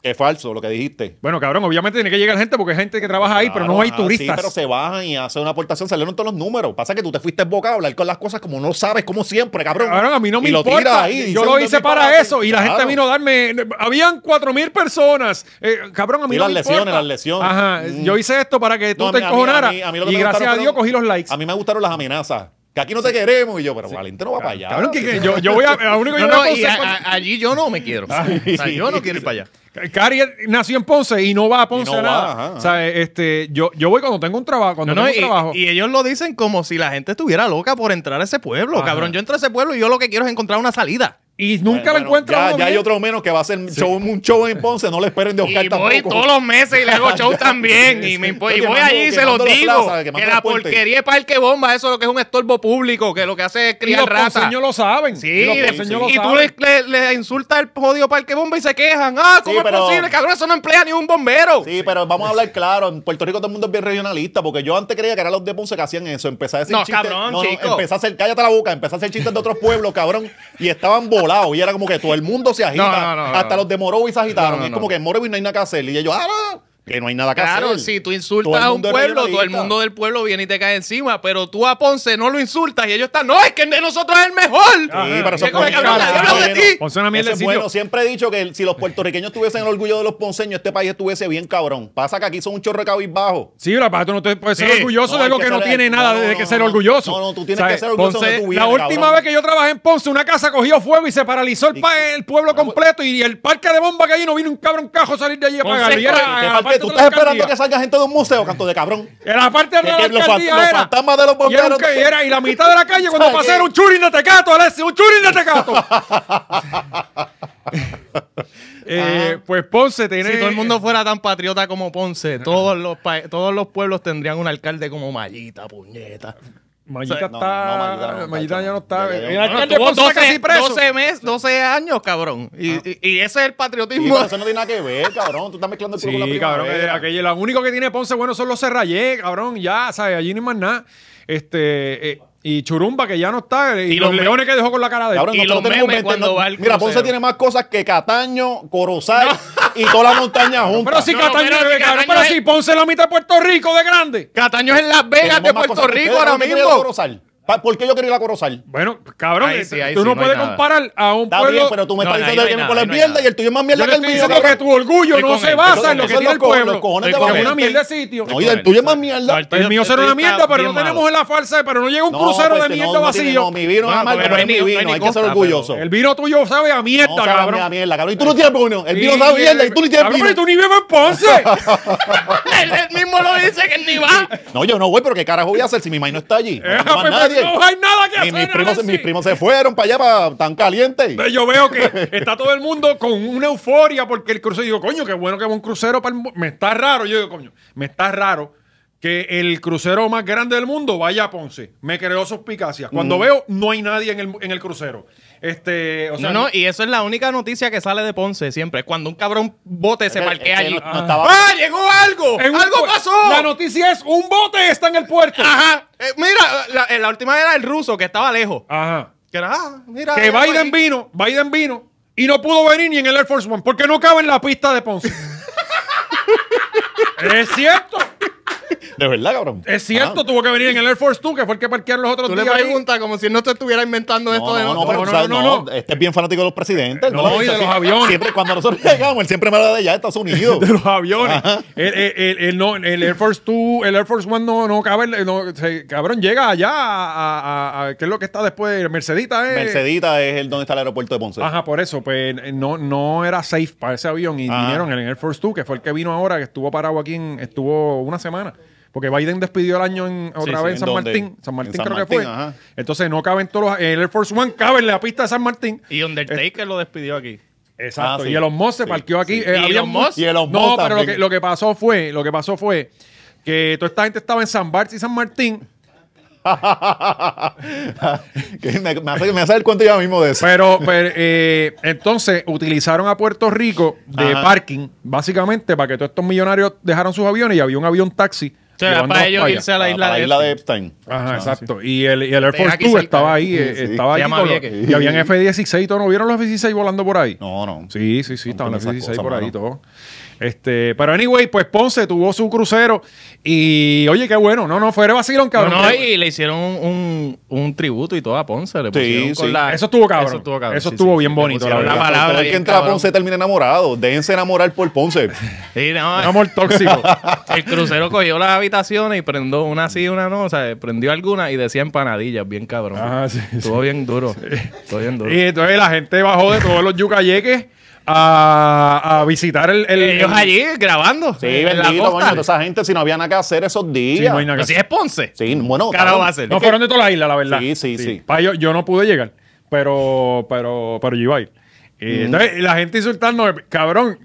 S2: Es falso lo que dijiste.
S1: Bueno, cabrón, obviamente tiene que llegar gente porque hay gente que trabaja ahí, pero no
S2: Claro,
S1: hay
S2: ah,
S1: turistas.
S2: Sí, pero se bajan y hacen una aportación, salieron todos los números. Pasa que tú te fuiste embocado a hablar con las cosas como no sabes, como siempre, cabrón.
S1: Cabrón, a mí no me
S2: Y lo tiras
S1: importa.
S2: ahí,
S1: yo
S2: dices
S1: lo
S2: un
S1: hice para
S2: disparate.
S1: eso y la
S2: Claro.
S1: gente vino a darme. Habían cuatro mil personas. Eh, cabrón, a mí
S2: Y
S1: no
S2: las
S1: me
S2: lesiones,
S1: importa.
S2: las lesiones.
S1: Ajá.
S2: Mm.
S1: Yo hice esto para que tú
S2: No, a
S1: te
S2: mí- a mí-
S1: encojonaras.
S2: a mí- a mí lo que
S1: Y
S2: me
S1: gracias a
S2: gustaron
S1: Dios cogí
S2: fueron-
S1: los likes.
S2: A mí me gustaron las amenazas. Que aquí no te queremos. Y yo, pero Valente no va para allá.
S1: Cabrón, que, que yo, yo voy a. Lo único que
S3: No,
S1: yo
S3: no,
S1: voy a
S3: y a-
S1: Ponce es
S3: a- allí yo no me quiero. O sea, yo no quiero ir para allá.
S1: cuando- Cari nació en Ponce y no va a Ponce
S2: no
S1: a nada.
S2: va, ajá.
S1: O sea, este, yo, yo voy cuando tengo un trabajo. Cuando
S3: No, no,
S1: tengo un trabajo.
S3: y, y ellos lo dicen como si la gente estuviera loca por entrar a ese pueblo.
S1: Ajá.
S3: Cabrón, yo entro a ese pueblo y yo lo que quiero es encontrar una salida.
S1: Y, nunca la
S2: Bueno,
S1: encuentro.
S2: Ya,
S1: uno
S2: ya hay
S1: bien.
S2: otro menos que va a hacer show- un show en Ponce. No le esperen de Oscar
S3: Y
S2: tampoco.
S3: voy todos los meses y le hago [LAUGHS] show también. Y, me impo- y
S2: Quemando-
S3: voy allí y se los
S2: quemando las
S3: digo.
S2: plazas, quemando
S3: que
S2: los
S3: la
S2: puentes.
S3: porquería es parque bomba. Eso es lo que es un estorbo público. Que lo que hace es
S1: Y
S3: criar
S1: los
S3: ratas.
S1: ponceños lo saben.
S3: Sí,
S1: y los
S3: de-
S1: ponceños lo
S3: y tú
S1: saben.
S3: le, le- le insultas el jodido parque bomba y se quejan. Ah, ¿cómo
S2: Sí,
S3: es
S2: pero-
S3: posible? Cabrón, eso no emplea ni un bombero.
S2: Sí, pero vamos a hablar claro. En Puerto Rico todo el mundo es bien regionalista, porque yo antes creía que eran los de Ponce que hacían eso. Empecé a decir
S3: No,
S2: chistes.
S3: cabrón, chico.
S2: empecé a hacer, cállate la boca, empecé a hacer chistes de otros pueblos, cabrón. Y estaban volados. Y era como que todo el mundo se agita.
S3: No, no, no,
S2: hasta
S3: no.
S2: los de Morovis se agitaron.
S3: No, no,
S2: y es como
S3: no.
S2: que en Morovis no hay nada que hacer. Y ellos, ah, no, que no hay nada que hacer.
S3: Claro, si tú insultas
S2: Todo el
S3: a un
S2: mundo es
S3: pueblo, todo el
S2: regionalista.
S3: mundo del pueblo viene y te cae encima, pero tú a Ponce no lo insultas y ellos están, no, es que el de nosotros es el mejor.
S1: Ajá.
S2: Sí, pero eso
S1: Qué
S2: es
S1: come,
S2: bueno,
S1: cabrón,
S2: eso
S1: nadie
S2: es
S1: habla de
S2: bueno.
S1: ti. Ponce es una mierda
S2: Eso
S1: de
S2: es
S1: sitio.
S2: bueno. Siempre he dicho que el- si los puertorriqueños tuviesen el orgullo de los ponceños, este país estuviese bien cabrón. Pasa que aquí son un chorro de cabizbajo.
S1: Sí, la paja, tú no te puedes ser
S3: Sí.
S1: orgulloso
S2: No,
S1: de
S2: hay
S1: algo que,
S2: que
S1: no
S2: ser-
S1: tiene
S2: no,
S1: nada
S2: no,
S1: de
S2: no,
S1: que
S2: no,
S1: ser
S2: no.
S1: orgulloso.
S2: No, no, tú tienes que ser orgulloso de tu vida,
S1: La última
S2: cabrón.
S1: vez que yo trabajé en Ponce, una casa cogió fuego y se paralizó el, pa- el pueblo completo y el parque de bomba que hay no vino un cabrón cajo a salir de allí a
S3: Ponce,
S1: pagar. Y
S3: ¿qué
S1: era,
S2: Aparte, tú estás esperando que salga gente de un museo, canto de cabrón.
S1: Era parte de la
S2: que- que los
S1: alcaldía
S2: fa- los
S1: era.
S2: fantasmas de los
S1: y era un
S2: bomberos-
S1: que- y, era- y la mitad de la calle
S2: [LAUGHS]
S1: cuando
S2: ¿Sabes
S1: pasé
S2: qué?
S1: era un churin de tecato, Alexis, un churin de
S2: [LAUGHS]
S1: tecato. Eh, Pues Ponce tiene...
S3: Si todo el mundo fuera tan patriota como
S2: Ah.
S3: Ponce, todos los, pa- todos los pueblos tendrían un alcalde como Mallita, puñeta.
S1: Mayita
S2: No, no,
S1: está...
S2: no, Mayita no,
S1: Mayita
S2: Mayita
S1: ya no
S2: no.
S1: está.
S2: Ya, ya, ya.
S1: El
S2: No,
S1: alcalde de
S3: Tuvo
S1: Ponce está
S3: 12,
S1: casi preso.
S3: 12 meses, 12 años, cabrón. Y, y- Ah. y ese es el
S2: Sí,
S3: patriotismo.
S2: pero eso no tiene nada que ver, cabrón. Tú estás mezclando el culo con la
S1: Sí, cabrón. eh,
S2: primavera.
S1: aquello- lo único que tiene Ponce bueno son los Serrayé, cabrón. Ya, ¿sabes? Allí ni más nada. Este, eh, y Churumba, que ya no está. eh, Y,
S3: Y
S1: los,
S3: los me-
S1: leones que dejó con la cara de él.
S2: Cabrón,
S3: Y
S2: nosotros
S3: los
S2: tenemos
S3: memes
S2: 20,
S3: cuando
S2: no-
S3: va el
S2: Mira,
S3: crucero.
S2: Ponce tiene más cosas que Cataño, Corozal y toda la montaña junta.
S1: Pero si
S3: No, no,
S1: Cataño,
S3: pero si
S1: cabrón,
S3: Cataño
S1: pero
S3: es-
S1: si Ponce es la mitad de Puerto Rico de grande.
S3: Cataño es en Las Vegas
S2: Tenemos
S3: de
S2: más
S3: Puerto
S2: cosas que
S3: Rico
S2: ustedes.
S3: ahora
S2: ¿Por qué yo quería la
S3: mismo.
S2: Corozal? Pa- ¿Por qué yo quería ir a Corozal?
S1: Bueno, cabrón, eh,
S3: Ahí sí, ahí
S1: tú
S3: sí,
S1: no,
S3: no hay
S1: puedes
S3: nada.
S1: comparar a un
S2: Está
S1: pueblo.
S2: bien, pero tú me
S3: No,
S2: estás
S3: ahí
S2: diciendo
S3: no hay
S2: que viene
S3: nada,
S2: por la
S3: ahí no hay
S2: mierda
S3: nada.
S2: y el tuyo es más
S1: yo
S2: mierda
S1: le
S2: que el
S1: estoy
S2: mío,
S1: diciendo que
S2: cabrón.
S1: tu orgullo
S3: Estoy
S1: no
S3: con
S1: se
S3: él,
S1: basa
S2: estoy
S1: en lo que
S2: con
S1: tiene
S2: él.
S1: el pueblo.
S2: Los cojones
S1: Es
S2: de
S1: como
S2: Bajamón.
S1: una mierda de sitio.
S2: No, y del tuyo es más mierda.
S3: No,
S1: El mío será una mierda, pero no tenemos en la falsa, pero no llega un crucero
S2: pues
S1: de
S2: que
S1: mierda
S2: no, no
S1: vacío.
S2: tiene- No, mi vino
S3: Bueno,
S2: es mal,
S3: pero
S2: pero
S3: no
S2: es
S3: hay
S2: mi
S3: ni-
S2: vino,
S3: no
S2: hay
S3: hay ni
S2: que ser
S3: costa,
S2: orgulloso.
S1: El vino tuyo sabe a mierda,
S2: No, cabrón,
S1: cabrón.
S2: mierda, mierda, cabrón. Y tú no tienes vino. El vino sabe mierda y tú ni tienes
S1: Cabrón,
S2: vino.
S1: pero tú ni vives en
S2: [LAUGHS]
S1: Ponce.
S3: [LAUGHS] él, él mismo lo dice que él ni va.
S2: No, yo no voy, pero ¿qué carajo voy a hacer si mi maíz no
S1: [LAUGHS]
S2: está allí?
S1: [LAUGHS]
S2: No
S1: Eh,
S2: tengo más
S1: pues,
S2: nadie.
S1: no hay nada que
S2: Ni mis
S1: hacer,
S2: primos,
S1: Alexis.
S2: mis primos se fueron para allá, para tan caliente.
S1: Pero Yo veo que está todo el mundo con una euforia porque el crucero. Digo, coño, qué bueno que va un crucero. Para el mu- Me está raro. Yo digo, coño, me está raro que el crucero más grande del mundo vaya a Ponce. Me creó suspicacia. Cuando
S2: Mm.
S1: veo, no hay nadie en el, en el crucero. Este, o sea,
S3: No, no, y eso es la única noticia que sale de Ponce siempre. Es cuando un cabrón bote se
S2: Es que- es que
S3: parquea allí.
S2: no- no estaba-
S3: ¡Ah, llegó algo!
S1: en un
S3: ¡Algo
S1: pu-
S3: pasó!
S1: La noticia es: un bote está en el puerto.
S3: Ajá. Eh, mira, la, eh, la última era el ruso que estaba lejos.
S1: Ajá.
S3: Que era, ah, mira.
S1: que
S3: llegó
S1: Biden
S3: aquí.
S1: vino, Biden vino y no pudo venir ni en el Air Force One porque no cabe en la pista de Ponce. [LAUGHS] es cierto,
S2: De verdad, cabrón. Ah.
S1: es cierto, tuvo que venir en el Air Force 2, que fue el que parquearon los otros
S3: Tú le
S1: días ahí.
S3: preguntas como si no te estuviera inventando
S2: No,
S3: esto de
S2: no, no, pero
S1: no,
S2: tú sabes,
S1: no,
S2: no,
S1: no.
S2: este es bien fanático de los presidentes.
S1: No,
S2: lo
S1: y de
S2: hizo
S1: los
S2: así.
S1: aviones.
S2: Siempre,
S1: [LAUGHS]
S2: cuando nosotros llegamos, él siempre me habla de allá, de Estados Unidos.
S1: de [LAUGHS] los aviones. El, el- el- el no- el Air Force 2, el Air Force One no, no cabe. no, se- cabrón, llega allá a, a- a- a- ¿Qué es lo que está después? Mercedita, ¿eh?
S2: [LAUGHS] Mercedita es el donde está el aeropuerto de Ponce.
S1: Ajá, por eso, pues no, no era safe para ese avión y
S2: Ajá.
S1: vinieron en el Air Force 2, que fue el que vino ahora, que estuvo parado aquí, en- estuvo una semana. Porque Biden despidió el año en, otra vez
S2: sí,
S1: en
S2: ¿en
S1: San
S2: dónde?
S1: Martín. San
S2: En
S1: Martín
S2: San
S1: creo que
S2: Martín,
S1: fue.
S2: ajá.
S1: Entonces no caben todos los... El Air Force One cabe en la pista de San Martín.
S3: Y Undertaker lo despidió aquí.
S1: Exacto.
S2: Ah, sí.
S1: Y Elon Musk se
S2: Sí,
S1: parqueó aquí.
S2: sí.
S1: Eh,
S3: ¿Y
S1: había
S3: Elon
S1: mu-
S3: Musk?
S2: Y Elon
S1: No,
S2: Musk
S1: pero lo
S2: también.
S1: que, lo que pasó fue, lo que pasó fue que toda esta gente estaba en San Bart y San Martín,
S2: Que [LAUGHS] me, me hace, me hace el cuento ya mismo de eso.
S1: pero, pero, eh, entonces utilizaron a Puerto Rico de
S2: Ajá.
S1: parking, básicamente, para que todos estos millonarios dejaran sus aviones y había un avión taxi
S3: sea,
S1: llevándonos
S3: para ellos
S1: allá.
S3: irse a la isla de
S2: Ah, isla de
S3: Epstein.
S2: Epstein. Ah,
S1: Ajá, exacto. Y el, y el Air
S3: Este,
S1: Force
S3: aquí
S1: 2
S3: cerca.
S1: estaba ahí. eh,
S2: sí.
S1: Estaba
S3: Se
S1: ahí
S3: llama
S1: con los-
S3: Vieques.
S1: y habían F-16 y todo. ¿No vieron los F-16 volando por ahí?
S2: No, no.
S1: Sí, sí, sí,
S2: Son
S1: estaban los
S2: esas
S1: F-16
S2: cosas,
S1: por ahí
S2: mano.
S1: todo. Este, pero anyway, pues Ponce tuvo su crucero y oye, qué bueno. No, no, fue de vacilón,
S3: No,
S1: cabrón.
S3: no,
S1: Qué-
S3: y le hicieron un, un- un tributo y todo a Ponce. Le
S2: Sí,
S3: pusieron con
S2: sí.
S3: la-
S1: Eso estuvo cabrón.
S3: Eso estuvo, cabrón,
S1: Eso
S3: sí,
S1: estuvo
S3: sí,
S1: bien
S3: sí.
S1: bonito,
S3: Le
S1: la
S2: Pero
S3: pusieron
S1: verdad.
S3: la
S2: todo
S3: palabra.
S2: el que
S3: bien
S2: entra a
S3: cabrón.
S2: Ponce termina enamorado. Déjense enamorar por Ponce.
S3: Sí, no, eh.
S1: Un amor
S2: [LAUGHS]
S1: tóxico.
S3: El crucero cogió las habitaciones y prendió una así y una no. O sea, prendió alguna y decía empanadillas, bien cabrón.
S1: Ajá, sí,
S3: [LAUGHS] Estuvo bien duro. Estuvo bien duro.
S1: y entonces la gente bajó de todos los yucayeques a, a visitar el, el-
S3: ellos
S1: el-
S3: allí grabando.
S2: Sí,
S3: Eh, en la
S2: bendito,
S3: costa.
S2: coño, toda esa gente, si no había nada que hacer esos días.
S1: Sí, no hay nada que
S3: Pero si es Ponce.
S2: Sí, bueno.
S3: Cara
S2: cabrón,
S3: va a ser.
S2: es
S1: No
S2: que-
S1: fueron de toda la isla, la verdad.
S2: Sí, sí, sí.
S1: Pa, yo, yo no pude llegar, pero, pero, pero yo iba a ir. Eh, Entonces, la gente insultándome, cabrón,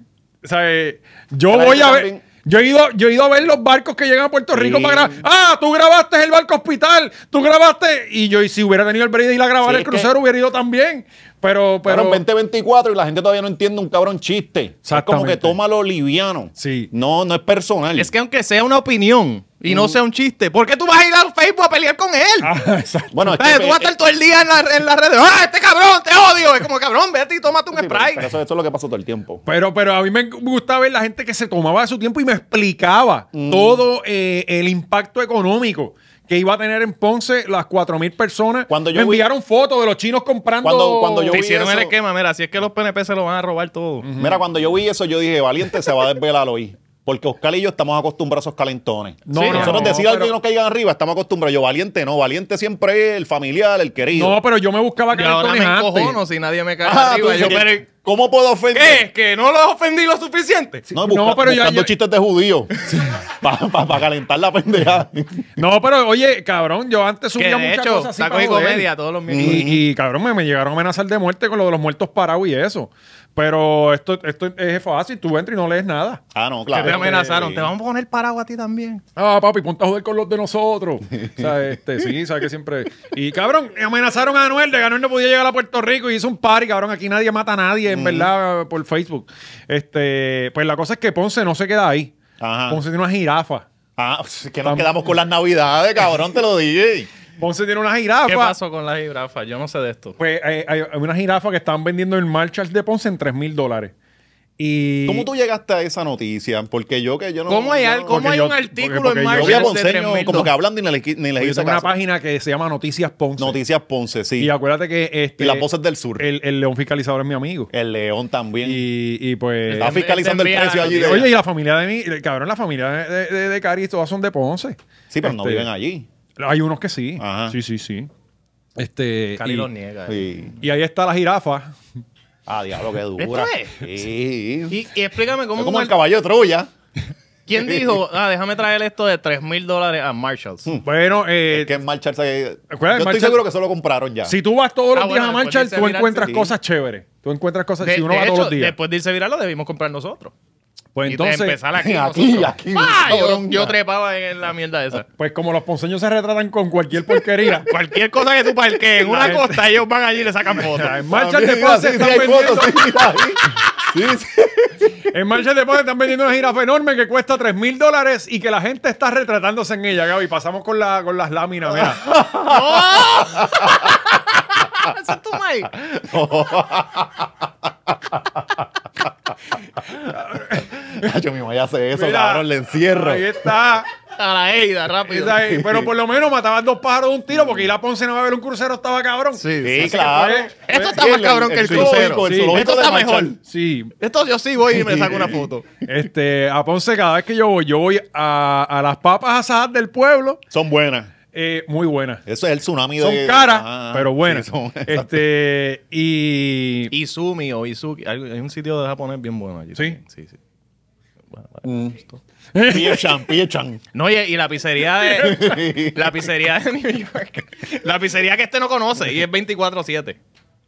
S1: o sea, eh, yo
S2: Pero
S1: voy
S2: es que
S1: a ver...
S2: también-
S1: Yo he, ido, yo he ido a ver los barcos que llegan a Puerto Rico
S2: Sí.
S1: para grabar. Ah, tú grabaste el barco hospital, tú grabaste. Y yo, y si hubiera tenido el break de ir a grabar
S2: Sí,
S1: el
S2: es que-
S1: crucero, hubiera ido también. Pero, pero.
S2: Pero en 2024 y la gente todavía no entiende un cabrón chiste. Es como
S1: Exactamente.
S2: que tómalo liviano.
S1: Sí.
S2: No, no es personal.
S3: Es que aunque sea una opinión y
S2: Mm.
S3: no sea un chiste, ¿por qué tú vas a ir al Facebook a pelear con él?
S1: [LAUGHS] Ah, exacto.
S2: bueno, es
S3: Ay,
S2: que
S3: [LAUGHS]
S2: eh,
S3: tú vas a estar todo el día en la, en la red. ¡Ah, este cabrón! ¡Te odio! Es como, cabrón, vete y tómate un
S2: Sí, pero-
S3: spray.
S2: pero eso, eso es lo que pasó todo el tiempo.
S1: Pero, pero a mí me gustaba ver la gente que se tomaba su tiempo y me explicaba
S2: Mm.
S1: todo eh, el impacto económico que iba a tener en Ponce las 4.000 personas.
S2: Cuando yo
S1: me
S2: vi-
S1: enviaron fotos de los chinos comprando...
S2: Cuando- cuando yo
S3: Te
S2: vi
S3: hicieron
S2: eso.
S3: el esquema, mira, si es que los PNP se lo van a robar todo.
S2: Mira, cuando yo vi eso, yo dije, valiente se va a desvelar hoy. Porque Oscar y yo estamos acostumbrados a esos calentones.
S1: No,
S3: Sí,
S1: no,
S2: Nosotros
S1: no,
S2: decir a alguien
S1: pero-
S2: que nos caigan arriba, estamos acostumbrados. Yo, valiente no, valiente siempre es el familiar, el querido.
S1: No, pero yo me buscaba
S3: Yo ahora me
S1: calentones antes.
S3: encojono si nadie me cae
S2: Ah, tú
S3: arriba.
S2: dices
S3: Yo,
S2: que-
S3: pero,
S2: ¿Cómo puedo ofender?
S3: ¿Qué? ¿Que no los ofendí lo suficiente?
S2: No,
S1: No,
S2: busca-
S1: pero ya-
S2: buscando
S1: ya-
S2: chistes de judío. [LAUGHS] Para calentar la pendeja.
S1: No, pero oye, cabrón, yo antes
S3: Que
S1: subía
S3: de
S1: muchas
S3: hecho,
S1: cosas así
S3: saco
S1: para
S3: y
S1: joder.
S3: comedia todos los miércoles.
S1: Y, y, cabrón, me, me llegaron a amenazar de muerte con lo de los muertos parados y eso. Pero esto, esto es fácil, tú entras y no lees nada.
S2: Ah, no,
S3: Que
S2: claro.
S3: te amenazaron.
S2: Sí.
S3: Te vamos a poner paraguas a ti también.
S1: Ah, papi, ponte a joder con los de nosotros. O sea, este, sí, sabes que siempre. Y cabrón, amenazaron a Anuel de que Anuel no podía llegar a Puerto Rico y hizo un party, cabrón. Aquí nadie mata a nadie, en verdad, por Facebook. Este, pues la cosa es que Ponce no se queda ahí.
S2: Ajá.
S1: Ponce tiene una jirafa.
S2: Ah, pues, que nos quedamos con las navidades, cabrón, te lo dije.
S1: Ponce tiene una jirafa.
S3: ¿Qué pasó con la jirafa? Yo no sé de esto.
S1: Pues hay, hay- hay una jirafa que están vendiendo en Marshall de Ponce en 3 mil dólares. Y.
S2: ¿Cómo tú llegaste a esa noticia? Porque yo que yo no.
S3: ¿Cómo hay,
S2: yo
S3: al-
S2: no-
S3: cómo
S1: porque
S3: hay
S1: yo-
S3: un artículo
S1: porque- porque yo-
S3: en
S2: Yo
S3: Marvel
S2: vi a
S3: de
S2: Ponceño
S3: 3.000
S2: como que hablando y ni le, qui- ni le
S1: pues, Yo
S2: hice
S1: tengo una
S2: caso.
S1: página que se llama Noticias Ponce.
S2: Noticias Ponce, sí.
S1: Y acuérdate que. Este,
S2: Y las voces del sur.
S1: El, el león fiscalizador es mi amigo.
S2: El León también.
S1: Y, y pues.
S2: eh, Está fiscalizando el
S3: Envía-
S2: precio allí. de-
S1: Oye, y la familia de mí, cabrón, la familia de, de, de Cari, todas son de Ponce.
S2: sí, pero no
S1: Este,
S2: viven allí.
S1: Hay unos que sí.
S2: Ajá.
S1: Sí, sí, sí. Este,
S3: Cali
S1: y,
S3: lo niega.
S2: Sí.
S3: eh.
S1: y ahí está la jirafa.
S2: Ah, diablo, qué dura.
S3: ¿Esto es?
S2: Sí.
S3: Y, y explícame
S2: Es
S3: cómo.
S2: como
S3: un
S2: el
S3: ar-
S2: caballo de Troya.
S3: ¿Quién dijo, ah, déjame traer esto de 3 mil dólares a Marshalls?
S2: Hmm.
S1: Bueno, eh,
S2: Es que en marcha se- Yo
S1: Acuérdate,
S2: estoy
S1: Marshall-
S2: seguro que eso lo compraron ya.
S1: si tú vas todos los
S3: Ah,
S1: días
S3: bueno,
S1: a
S3: después
S1: Manchar,
S3: dice
S1: tú
S3: viral,
S1: encuentras
S2: sí.
S1: cosas chéveres. Tú encuentras cosas.
S3: De-
S1: si uno
S3: de
S1: va todos
S3: hecho,
S1: los días.
S3: Después de irse viral, lo debimos comprar nosotros.
S1: pues
S3: Y de
S1: entonces.
S3: empezar
S2: [LAUGHS]
S3: aquí.
S2: Aquí,
S3: nosotros.
S2: aquí,
S3: ¡Ah! Yo,
S2: cabrón.
S3: yo trepaba en la
S2: [LAUGHS]
S3: mierda esa.
S1: Pues como los ponceños se retratan con cualquier porquería.
S3: [LAUGHS] Cualquier cosa que tú parques en una costa, ellos van allí y le [LAUGHS] sacan fotos.
S1: en
S2: Ah,
S1: Manchar de
S2: mira,
S1: Ponce
S2: sí, sí,
S1: están
S2: hay
S1: vendiendo.
S2: fotos, sí, mira, sí. Sí, [LAUGHS] sí.
S1: En Marshall de Ponce están vendiendo una jirafa enorme que cuesta 3 mil dólares y que la gente está retratándose en ella, Gaby. Pasamos con, la, con las láminas, mira.
S3: Eso es tu Mike.
S2: Ah, Yo mismo ya sé [LAUGHS] eso,
S1: Mira,
S2: cabrón, le encierro.
S1: Ahí está.
S3: A la Eida, rápido.
S1: Esa es. Pero por lo menos mataban dos pájaros de un tiro porque ir a Ponce no va a ver un crucero, estaba cabrón.
S2: Sí,
S3: sí.
S2: claro.
S1: fue-
S3: Esto está más cabrón que el
S2: zoológico,
S3: crucero.
S2: el
S1: Sí.
S2: zoológico
S3: Esto
S2: de
S3: está
S2: Marshall.
S3: mejor.
S1: Sí.
S3: Esto yo sí voy y
S2: [LAUGHS]
S3: me saco una foto.
S1: Este, a Ponce, cada vez que yo voy, yo voy a, a las papas asadas del pueblo,
S2: Son buenas.
S1: eh, muy buenas.
S2: Eso es el tsunami
S1: Son
S2: de...
S1: caras,
S2: Ah,
S1: pero buenas.
S2: sí, son- [LAUGHS]
S1: [LAUGHS] este, y.
S3: Izumi o Izuki. algo- Hay un sitio de japonés bien bueno allí.
S1: Sí.
S3: también. Sí, sí. Bueno, bueno.
S2: Piechan, piechan.
S3: No, y, y la
S2: [LAUGHS]
S3: pizzería de. la pizzería de New York. La pizzería que este no conoce y es 24-7.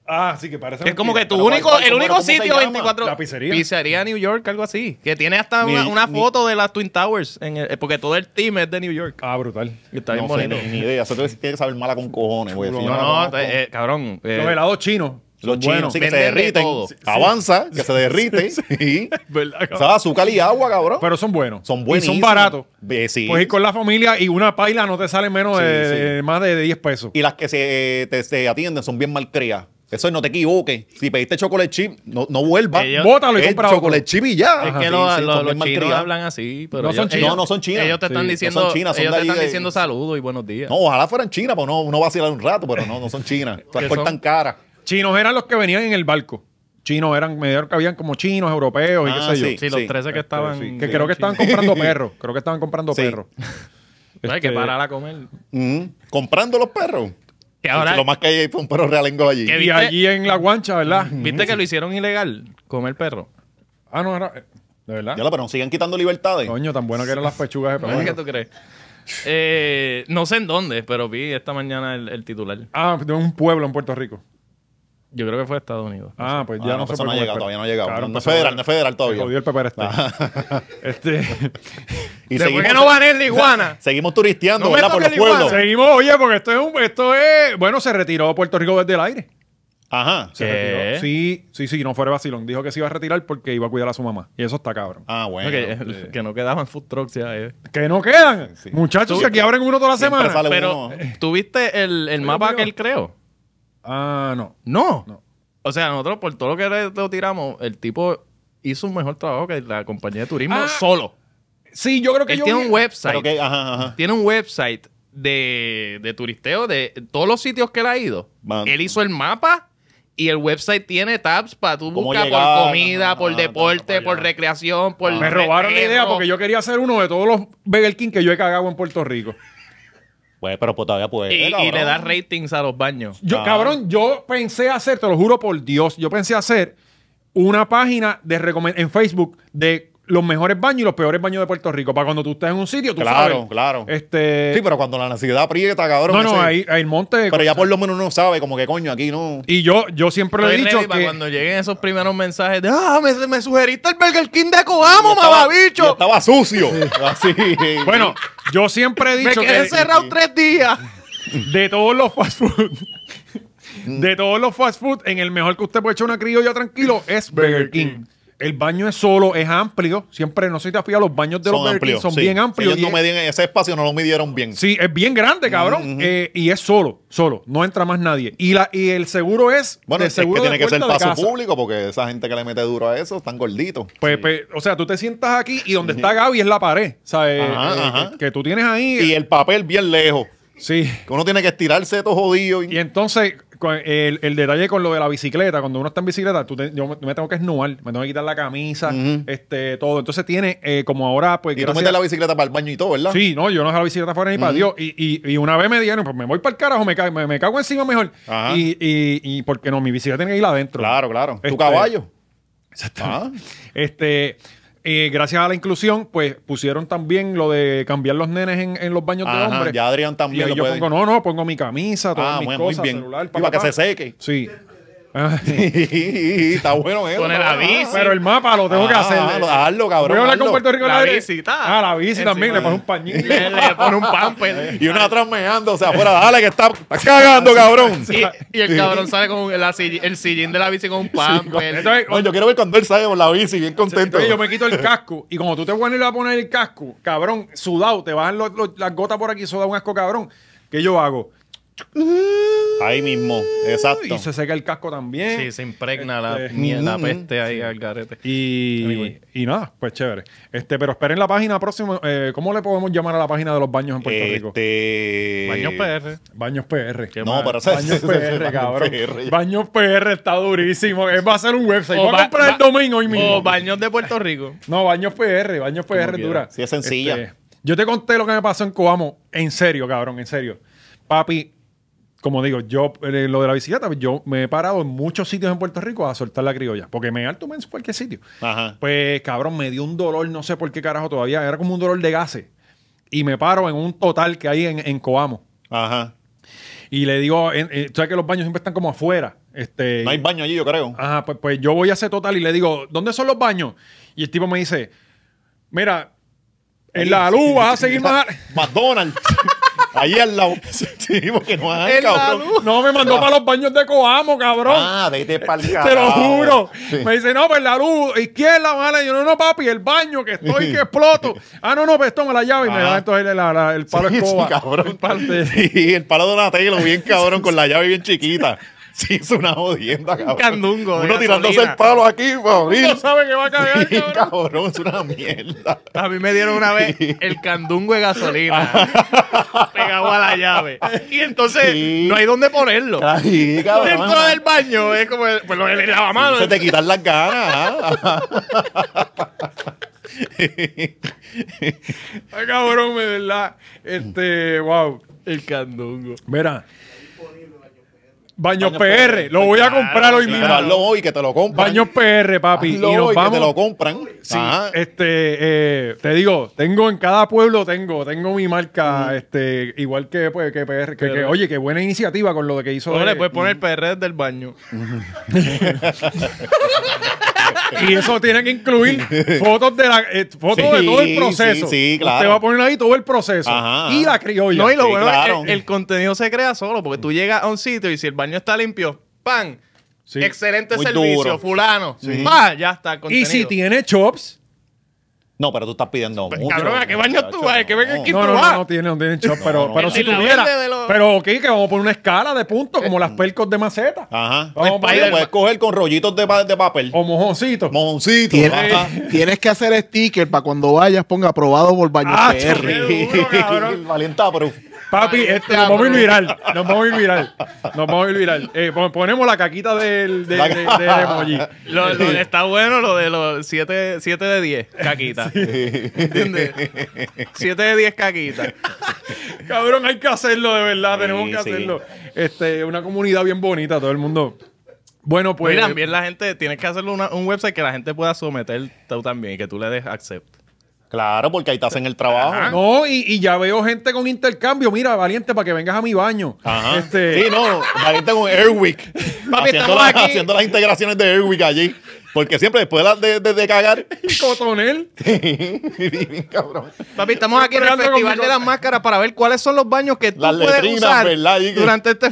S1: Ah, sí, que parece.
S3: Es como que
S1: mentira.
S3: tu
S2: Pero,
S3: único,
S2: ¿cuál-
S3: el
S2: cómo-
S3: único
S2: cómo se
S3: sitio
S2: llama?
S3: 24
S1: La pizzería.
S3: Pizzería New York, algo así. Que tiene hasta
S2: Ni-
S3: una, una
S2: ni-
S3: foto de las Twin Towers. en el- porque todo el team es de New York.
S1: Ah, brutal.
S3: Y está bien
S2: no sé,
S3: bonito.
S2: ni, ni idea. Eso tienes que saber mala con cojones, güey. Si
S3: no,
S2: la
S3: no,
S2: conozco.
S3: eh, eh, cabrón. eh,
S1: Los helados chinos.
S2: Los chinos,
S1: buenos.
S2: sí, que se
S3: Venden de
S2: derriten.
S3: todo. Sí,
S2: Avanza, que se derrite. Sí.
S1: ¿Verdad,
S2: O
S1: cabrón?
S2: sea, azúcar y agua, cabrón.
S1: Pero son buenos.
S2: son buenos.
S1: Y son baratos.
S2: sí.
S1: Puedes ir con la familia y una paila no te sale menos
S2: Sí,
S1: de,
S2: sí.
S1: de- más de 10 pesos.
S2: Y las que se, te, se atienden son bien mal creadas. Eso es, no te equivoques. Si pediste chocolate chip, no, no vuelvas.
S3: Ellos-
S1: Bótalo y
S2: Es
S1: compra otro.
S2: chocolate chip y ya.
S3: Es que
S2: Sí,
S3: los,
S2: sí, son
S3: los-
S2: bien
S3: los chinos
S2: malcriadas.
S3: hablan así, pero
S1: No
S3: ellos-
S1: son chinos.
S3: ellos-
S2: No, no son chinos.
S3: Ellos te están
S2: Sí, no
S3: diciendo,
S2: son chinos, son
S3: ellos
S2: de
S3: te
S2: ahí
S3: están
S2: de-
S3: diciendo saludos y buenos días.
S2: No, ojalá fueran chinas, pues no, uno vacilar un rato, pero no, no son
S3: [LAUGHS]
S2: chinas. Las
S3: ¿Qué
S2: cortan
S3: son?
S2: cara.
S1: Chinos eran los que venían en el barco. Chinos eran, me dijeron que habían como chinos, europeos y
S2: Ah,
S1: qué sé yo.
S2: sí.
S3: Sí, los 13 que
S2: [LAUGHS]
S3: estaban.
S2: sí,
S1: Que creo que estaban comprando perros. Creo que estaban comprando
S2: Sí.
S1: perros.
S3: [LAUGHS] No hay
S1: Este,
S3: que parar a comer.
S2: Mm, Comprando los perros.
S3: Y ahora,
S2: lo más que hay es un perro realengo allí.
S3: Qué
S1: Y
S3: ¿Viste?
S1: allí en la guancha, ¿verdad?
S3: ¿viste que lo hicieron ilegal? Comer perro.
S1: Ah, no, era. eh, De verdad.
S2: Ya lo, pero nos siguen quitando libertades.
S1: Coño, tan bueno que eran las pechugas de
S3: ¿Qué
S1: perro.
S3: tú crees? Eh, no sé en dónde, pero vi esta mañana el, el titular.
S1: Ah, de un pueblo en Puerto Rico.
S3: Yo creo que fue Estados Unidos.
S1: Ah, pues
S2: Ah,
S1: ya
S2: no,
S1: no,
S2: pues
S1: se
S2: eso no ha
S1: puede
S2: llegado,
S1: comer
S2: todavía no ha
S1: perro.
S2: llegado.
S1: Claro,
S2: No es
S1: pues,
S2: federal, no es federal
S1: se
S2: todavía.
S1: jodió el pepper este.
S2: [LAUGHS]
S1: este.
S2: Y
S3: Después que no gané la iguana.
S2: seguimos turisteando,
S3: No me
S2: ¿verdad? Por los
S3: toques la iguana.
S2: pueblos.
S1: Seguimos, oye, porque esto es un, esto es. Bueno, se retiró Puerto Rico desde el aire.
S2: Ajá.
S1: Se
S3: ¿Qué?
S1: retiró. Sí, sí, sí, no fuera vacilón. Dijo que se iba a retirar porque iba a cuidar a su mamá. Y eso está cabrón.
S2: Ah, [LAUGHS] bueno.
S3: Ok, eh, el- que no quedaban food trucks ya. eh.
S1: Que no quedan.
S2: Sí.
S1: Muchachos,
S2: Tú-
S1: que aquí abren uno toda la
S2: Siempre
S1: semana.
S2: sale
S3: Pero,
S2: uno.
S3: ¿tuviste el, el mapa
S1: pero-
S3: que él creó?
S1: Ah, no.
S3: No.
S1: No.
S3: O sea, nosotros por todo lo que le, lo tiramos, el tipo hizo un mejor trabajo que la compañía de turismo
S1: Ah,
S3: solo.
S1: Sí, yo creo que
S3: Él
S1: yo
S3: tiene
S1: vi-
S3: un website.
S2: Pero que, ajá, ajá.
S3: Tiene un website de, de turisteo de todos los sitios que él ha ido.
S2: Man.
S3: Él hizo el mapa y el website tiene tabs para tú
S2: ¿Cómo
S3: buscar
S2: llegar?
S3: por comida,
S2: Ah,
S3: por
S2: ah,
S3: deporte,
S2: tanto para
S3: por
S2: allá.
S3: recreación, por.
S1: Me robaron la idea porque yo quería hacer uno de todos los Burger King que yo he cagado en Puerto Rico.
S2: Pues, pero pues, todavía puede.
S3: Y, y
S2: cabrón.
S3: le das ratings a los baños.
S1: Yo,
S2: Ah.
S1: cabrón, yo pensé hacer, te lo juro por Dios, yo pensé hacer una página de recomen- en Facebook de los mejores baños y los peores baños de Puerto Rico. Para cuando tú estés en un sitio, tú
S2: Claro,
S1: sabes.
S2: claro.
S1: Este,
S2: Sí, pero cuando la necesidad aprieta, cabrón.
S1: no, no,
S2: ese-
S1: ahí, ahí el monte.
S2: Pero ya por lo menos uno sabe, como que coño, aquí no.
S1: Y yo, yo siempre lo he
S3: Estoy
S1: dicho
S3: ready para
S1: que
S3: cuando lleguen esos primeros mensajes de ¡Ah, me, me sugeriste el Burger King de
S2: Yo
S3: Coamo,
S2: estaba- yo
S3: mamabicho!
S2: Estaba sucio. [LAUGHS] Así.
S1: bueno, yo siempre he
S3: Me
S1: dicho
S3: quedé
S1: que
S3: encerrado
S2: [LAUGHS]
S3: tres días.
S1: de todos los fast food [LAUGHS] de todos los fast food en el mejor que usted puede echar una criolla tranquilo es Burger King. El baño es solo, es amplio. Siempre, no sé si te has fijado, los baños de los
S2: son
S1: Burger King
S2: amplios.
S1: son
S2: sí.
S1: bien amplios.
S2: Ellos
S1: y
S2: no
S1: es-
S2: medían ese espacio, no lo midieron bien.
S1: Sí, es bien grande, cabrón. Eh, y es solo, solo. No entra más nadie. Y, la, y el seguro es.
S2: Bueno,
S1: de
S2: es que
S1: seguro de
S2: tiene que ser
S1: puerta de
S2: paso
S1: casa.
S2: público porque esa gente que le mete duro a eso están gorditos.
S1: Pues, pues, o sea, tú te sientas aquí y donde está Gaby es la pared. O sea, eh,
S2: Ajá,
S1: eh,
S2: ajá.
S1: Que, que tú tienes ahí.
S2: Y el papel bien lejos.
S1: sí.
S2: Que uno tiene que estirarse todo jodido. y-
S1: Y entonces, con el, el detalle con lo de la bicicleta, cuando uno está en bicicleta, tú te- yo me, me tengo que esnuar, me tengo que quitar la camisa, este, todo. Entonces tiene, eh, como ahora, pues.
S2: Y tú
S1: gracias-
S2: metes la bicicleta para el baño y todo, ¿verdad?
S1: Sí, no, yo no dejo la bicicleta fuera ni para Dios. Y, y- y una vez me dijeron, pues me voy para el carajo, me, ca- me, me cago encima mejor.
S2: Ajá.
S1: Y, y, y porque no, mi bicicleta tiene que ir adentro.
S2: Claro, claro.
S1: Este- [LAUGHS]
S2: Tu caballo. Ah.
S1: Exactamente. Este, eh, gracias a la inclusión, pues pusieron también lo de cambiar los nenes en, en los baños de
S2: Ajá,
S1: hombres.
S2: ya Adrián
S1: Y
S2: también
S1: ahí
S2: lo
S1: yo
S2: puede.
S1: pongo, no, no, pongo mi camisa, todas
S2: ah,
S1: mis
S2: bueno, muy
S1: cosas,
S2: bien.
S1: celular,
S2: y para que
S1: papá.
S2: se seque. [LAUGHS]
S1: Sí. [LAUGHS] Ah,
S2: Está bueno eso.
S3: Con el
S2: papá.
S3: aviso.
S1: Pero el mapa lo tengo que
S2: Ah,
S1: hacer.
S2: hazlo, hazlo, cabrón,
S1: Voy a hablar
S2: hazlo.
S1: con Puerto Rico. en
S3: La
S1: aire.
S3: visita.
S1: Ah, la bici
S3: Encima
S1: también. Le
S3: de-
S1: pongo un pañito.
S3: le, le [LAUGHS] pone un pamper.
S2: Y una atrás meándose afuera. Dale, que está, está cagando, cabrón.
S3: Y, y el cabrón sale con la sill- el sillín de la bici con un pamper.
S1: Entonces,
S2: No, yo quiero ver cuando él sale por la bici, bien contento.
S1: Entonces yo me quito el casco y como tú te pones a poner el casco, cabrón, sudado, te bajan los- los- las gotas por aquí, eso da un asco, cabrón. ¿Qué yo hago?
S2: Ahí mismo, exacto.
S1: Y se seca el casco también.
S3: sí, se impregna la,
S1: Este,
S3: mie- la
S2: mm,
S3: peste ahí al garete.
S1: Y, y nada, pues chévere. Este, pero esperen la página próxima. eh, ¿Cómo le podemos llamar a la página de los baños en Puerto Rico?
S2: Este...
S3: Baño PR.
S1: Baños PR.
S3: Qué
S2: No,
S3: mal.
S2: pero ese-
S1: Baños
S2: ese- ese-
S1: PR,
S2: [LAUGHS] Baños
S1: cabrón.
S2: [LAUGHS] PR.
S1: Baños PR está durísimo. Él va a ser un website. Voy a
S3: ba-
S1: comprar el
S3: ba-
S1: domain hoy mismo.
S3: O Oh, baños de Puerto Rico.
S1: No, baños PR, baños PR
S3: quiera.
S1: dura. Este,
S2: Sí, es sencilla.
S1: yo te conté lo que me pasó en Coamo. En serio, cabrón, en serio. Papi, como digo, yo eh, lo de la bicicleta, yo me he parado en muchos sitios en Puerto Rico a soltar la criolla. Porque me alto en cualquier sitio.
S2: Ajá.
S1: Pues, cabrón, me dio un dolor, no sé por qué carajo todavía. Era como un dolor de gases. Y me paro en un total que hay en, en Coamo.
S2: Ajá.
S1: Y le digo, en- eh, tú sabes que los baños siempre están como afuera. Este,
S2: No hay baño allí, yo creo.
S1: Ajá, pues, pues yo voy a ese total y le digo, ¿dónde son los baños? Y el tipo me dice, mira, en la luz vas a seguir más... [LAUGHS] a-".
S2: McDonald's. [LAUGHS] Ahí al lado. [LAUGHS] Sí, porque no hay,
S3: En la
S2: cabrón.
S3: luz.
S1: No, me mandó para los baños de Coamo, cabrón.
S2: Ah, vete pa'l
S1: Te lo
S2: carajo.
S1: juro.
S2: Sí.
S1: Me dice, no, pues la luz izquierda, mala. Y yo, no, no, papi, el baño que estoy
S2: [LAUGHS]
S1: que exploto. Ah, no, no, pues toma la llave y me
S2: Ajá.
S1: da entonces la- la- el palo
S2: Ah. Sí, sí,
S1: escoba.
S2: cabrón.
S1: El palo de- [LAUGHS]
S2: Sí, el palo de una tela bien cabrón, con la llave bien chiquita. Sí, es una jodienda, cabrón.
S3: candungo de
S2: Uno tirándose
S3: gasolina.
S2: el palo aquí para abrir.
S1: No sabe que va a cagar,
S2: Sí,
S1: cabrón.
S2: cabrón, es una
S3: [LAUGHS]
S2: mierda.
S3: A mí me dieron una vez el candungo
S2: [LAUGHS]
S3: de gasolina pegado a la llave. Y entonces
S2: Sí.
S3: no hay dónde ponerlo.
S2: Ahí, cabrón.
S3: Dentro del baño es como el, pues, lo del lavamanos.
S2: Se te quitan las ganas. ah.
S1: Ay, cabrón, de verdad. Este, wow.
S3: El candungo.
S1: Mira. Baño
S2: Baño
S1: PR.
S2: PR.
S1: Lo voy a
S3: Claro,
S1: comprar hoy
S2: Pero
S1: mismo.
S2: hazlo hoy que te lo compran.
S1: Baño PR, papi.
S2: Hazlo
S1: Y nos
S2: hoy que te lo ¿ah?
S1: vamos.
S2: compran.
S1: Sí,
S2: Ajá.
S1: este, eh, te digo, tengo en cada pueblo, tengo, tengo mi
S2: Mm.
S1: marca, este, igual que, pues, que PR, que, que, oye, qué buena iniciativa con lo que hizo.
S3: Luego le
S1: de-
S3: puedes poner PR del baño.
S1: Y eso tiene que
S2: [LAUGHS]
S1: incluir fotos de la eh, fotos de
S2: Sí,
S1: todo el proceso.
S2: sí, sí, claro.
S1: Te va a poner ahí todo el proceso.
S2: Ajá,
S1: Y
S2: ajá.
S1: la criolla.
S3: No, y lo
S2: Sí,
S3: bueno es que
S2: claro.
S3: el, contenido se crea solo, porque tú llegas a un sitio y si el baño está limpio, ¡pam!
S1: Sí.
S3: Excelente
S2: Muy
S3: servicio,
S2: duro.
S3: fulano.
S2: Sí.
S3: ¡Pam! Ya está el
S1: Y
S3: contenido.
S1: si tiene chops.
S2: No, pero tú estás pidiendo mucho.
S3: Pues, cabrón, ¿a qué baño tú vas? ¿A qué ven aquí?
S2: No.
S1: No, no, no,
S3: vas?
S1: no tiene, no tiene chops, pero,
S2: no.
S1: pero si
S3: En la
S1: tuviera.
S3: verde de los-
S1: Pero ok, que vamos a poner una escala de puntos, como las percos de maceta.
S2: Ajá.
S1: Vamos a
S2: Lo
S1: poner,
S2: puedes coger con rollitos de, pa- de papel.
S1: o mojoncitos.
S2: Mojoncito.
S4: [LAUGHS]
S2: ajá.
S4: Tienes, tienes que hacer sticker para cuando vayas ponga aprobado por baño
S1: Ah,
S4: PR.
S1: qué duro, cabrón.
S2: Valienta proof.
S1: Papi,
S3: Ay,
S1: este, nos vamos a ir viral. Nos vamos a ir viral. Nos vamos a ir viral. Eh, pon- ponemos la caquita del, de,
S2: La-
S1: de- del emoji.
S3: Lo- lo- está bueno lo de los 7 de 10 caquitas. ¿Entiendes? 7 de 10 caquitas.
S1: Cabrón, hay que hacerlo, de verdad.
S2: Sí,
S1: Tenemos que
S2: sí.
S1: hacerlo. Este, una comunidad bien bonita, todo el mundo. Bueno, pues.
S3: Pues también la gente, tienes que hacerle una- un website que la gente pueda someter tú también y que tú le des accept.
S2: Claro, porque ahí te hacen el trabajo.
S1: No, y, y ya veo gente con intercambio. Mira, valiente, para que vengas a mi baño.
S2: Ajá.
S1: Este,
S2: Sí, no, Valienta con Airwick.
S3: Papi,
S2: haciendo,
S3: estamos
S2: las-
S3: aquí.
S2: haciendo las integraciones de Airwick allí. Porque siempre después de, la- de- de- de cagar. [LAUGHS]
S1: Cotonel.
S2: cabrón.
S3: Papi, estamos aquí en el
S1: Estoy peleando
S3: Festival
S1: con mi
S3: de las Máscaras para ver cuáles son los baños que tú
S2: Las
S3: puedes
S2: letrinas,
S3: usar
S2: ¿verdad? Y que-
S3: durante
S2: [LAUGHS]
S3: este...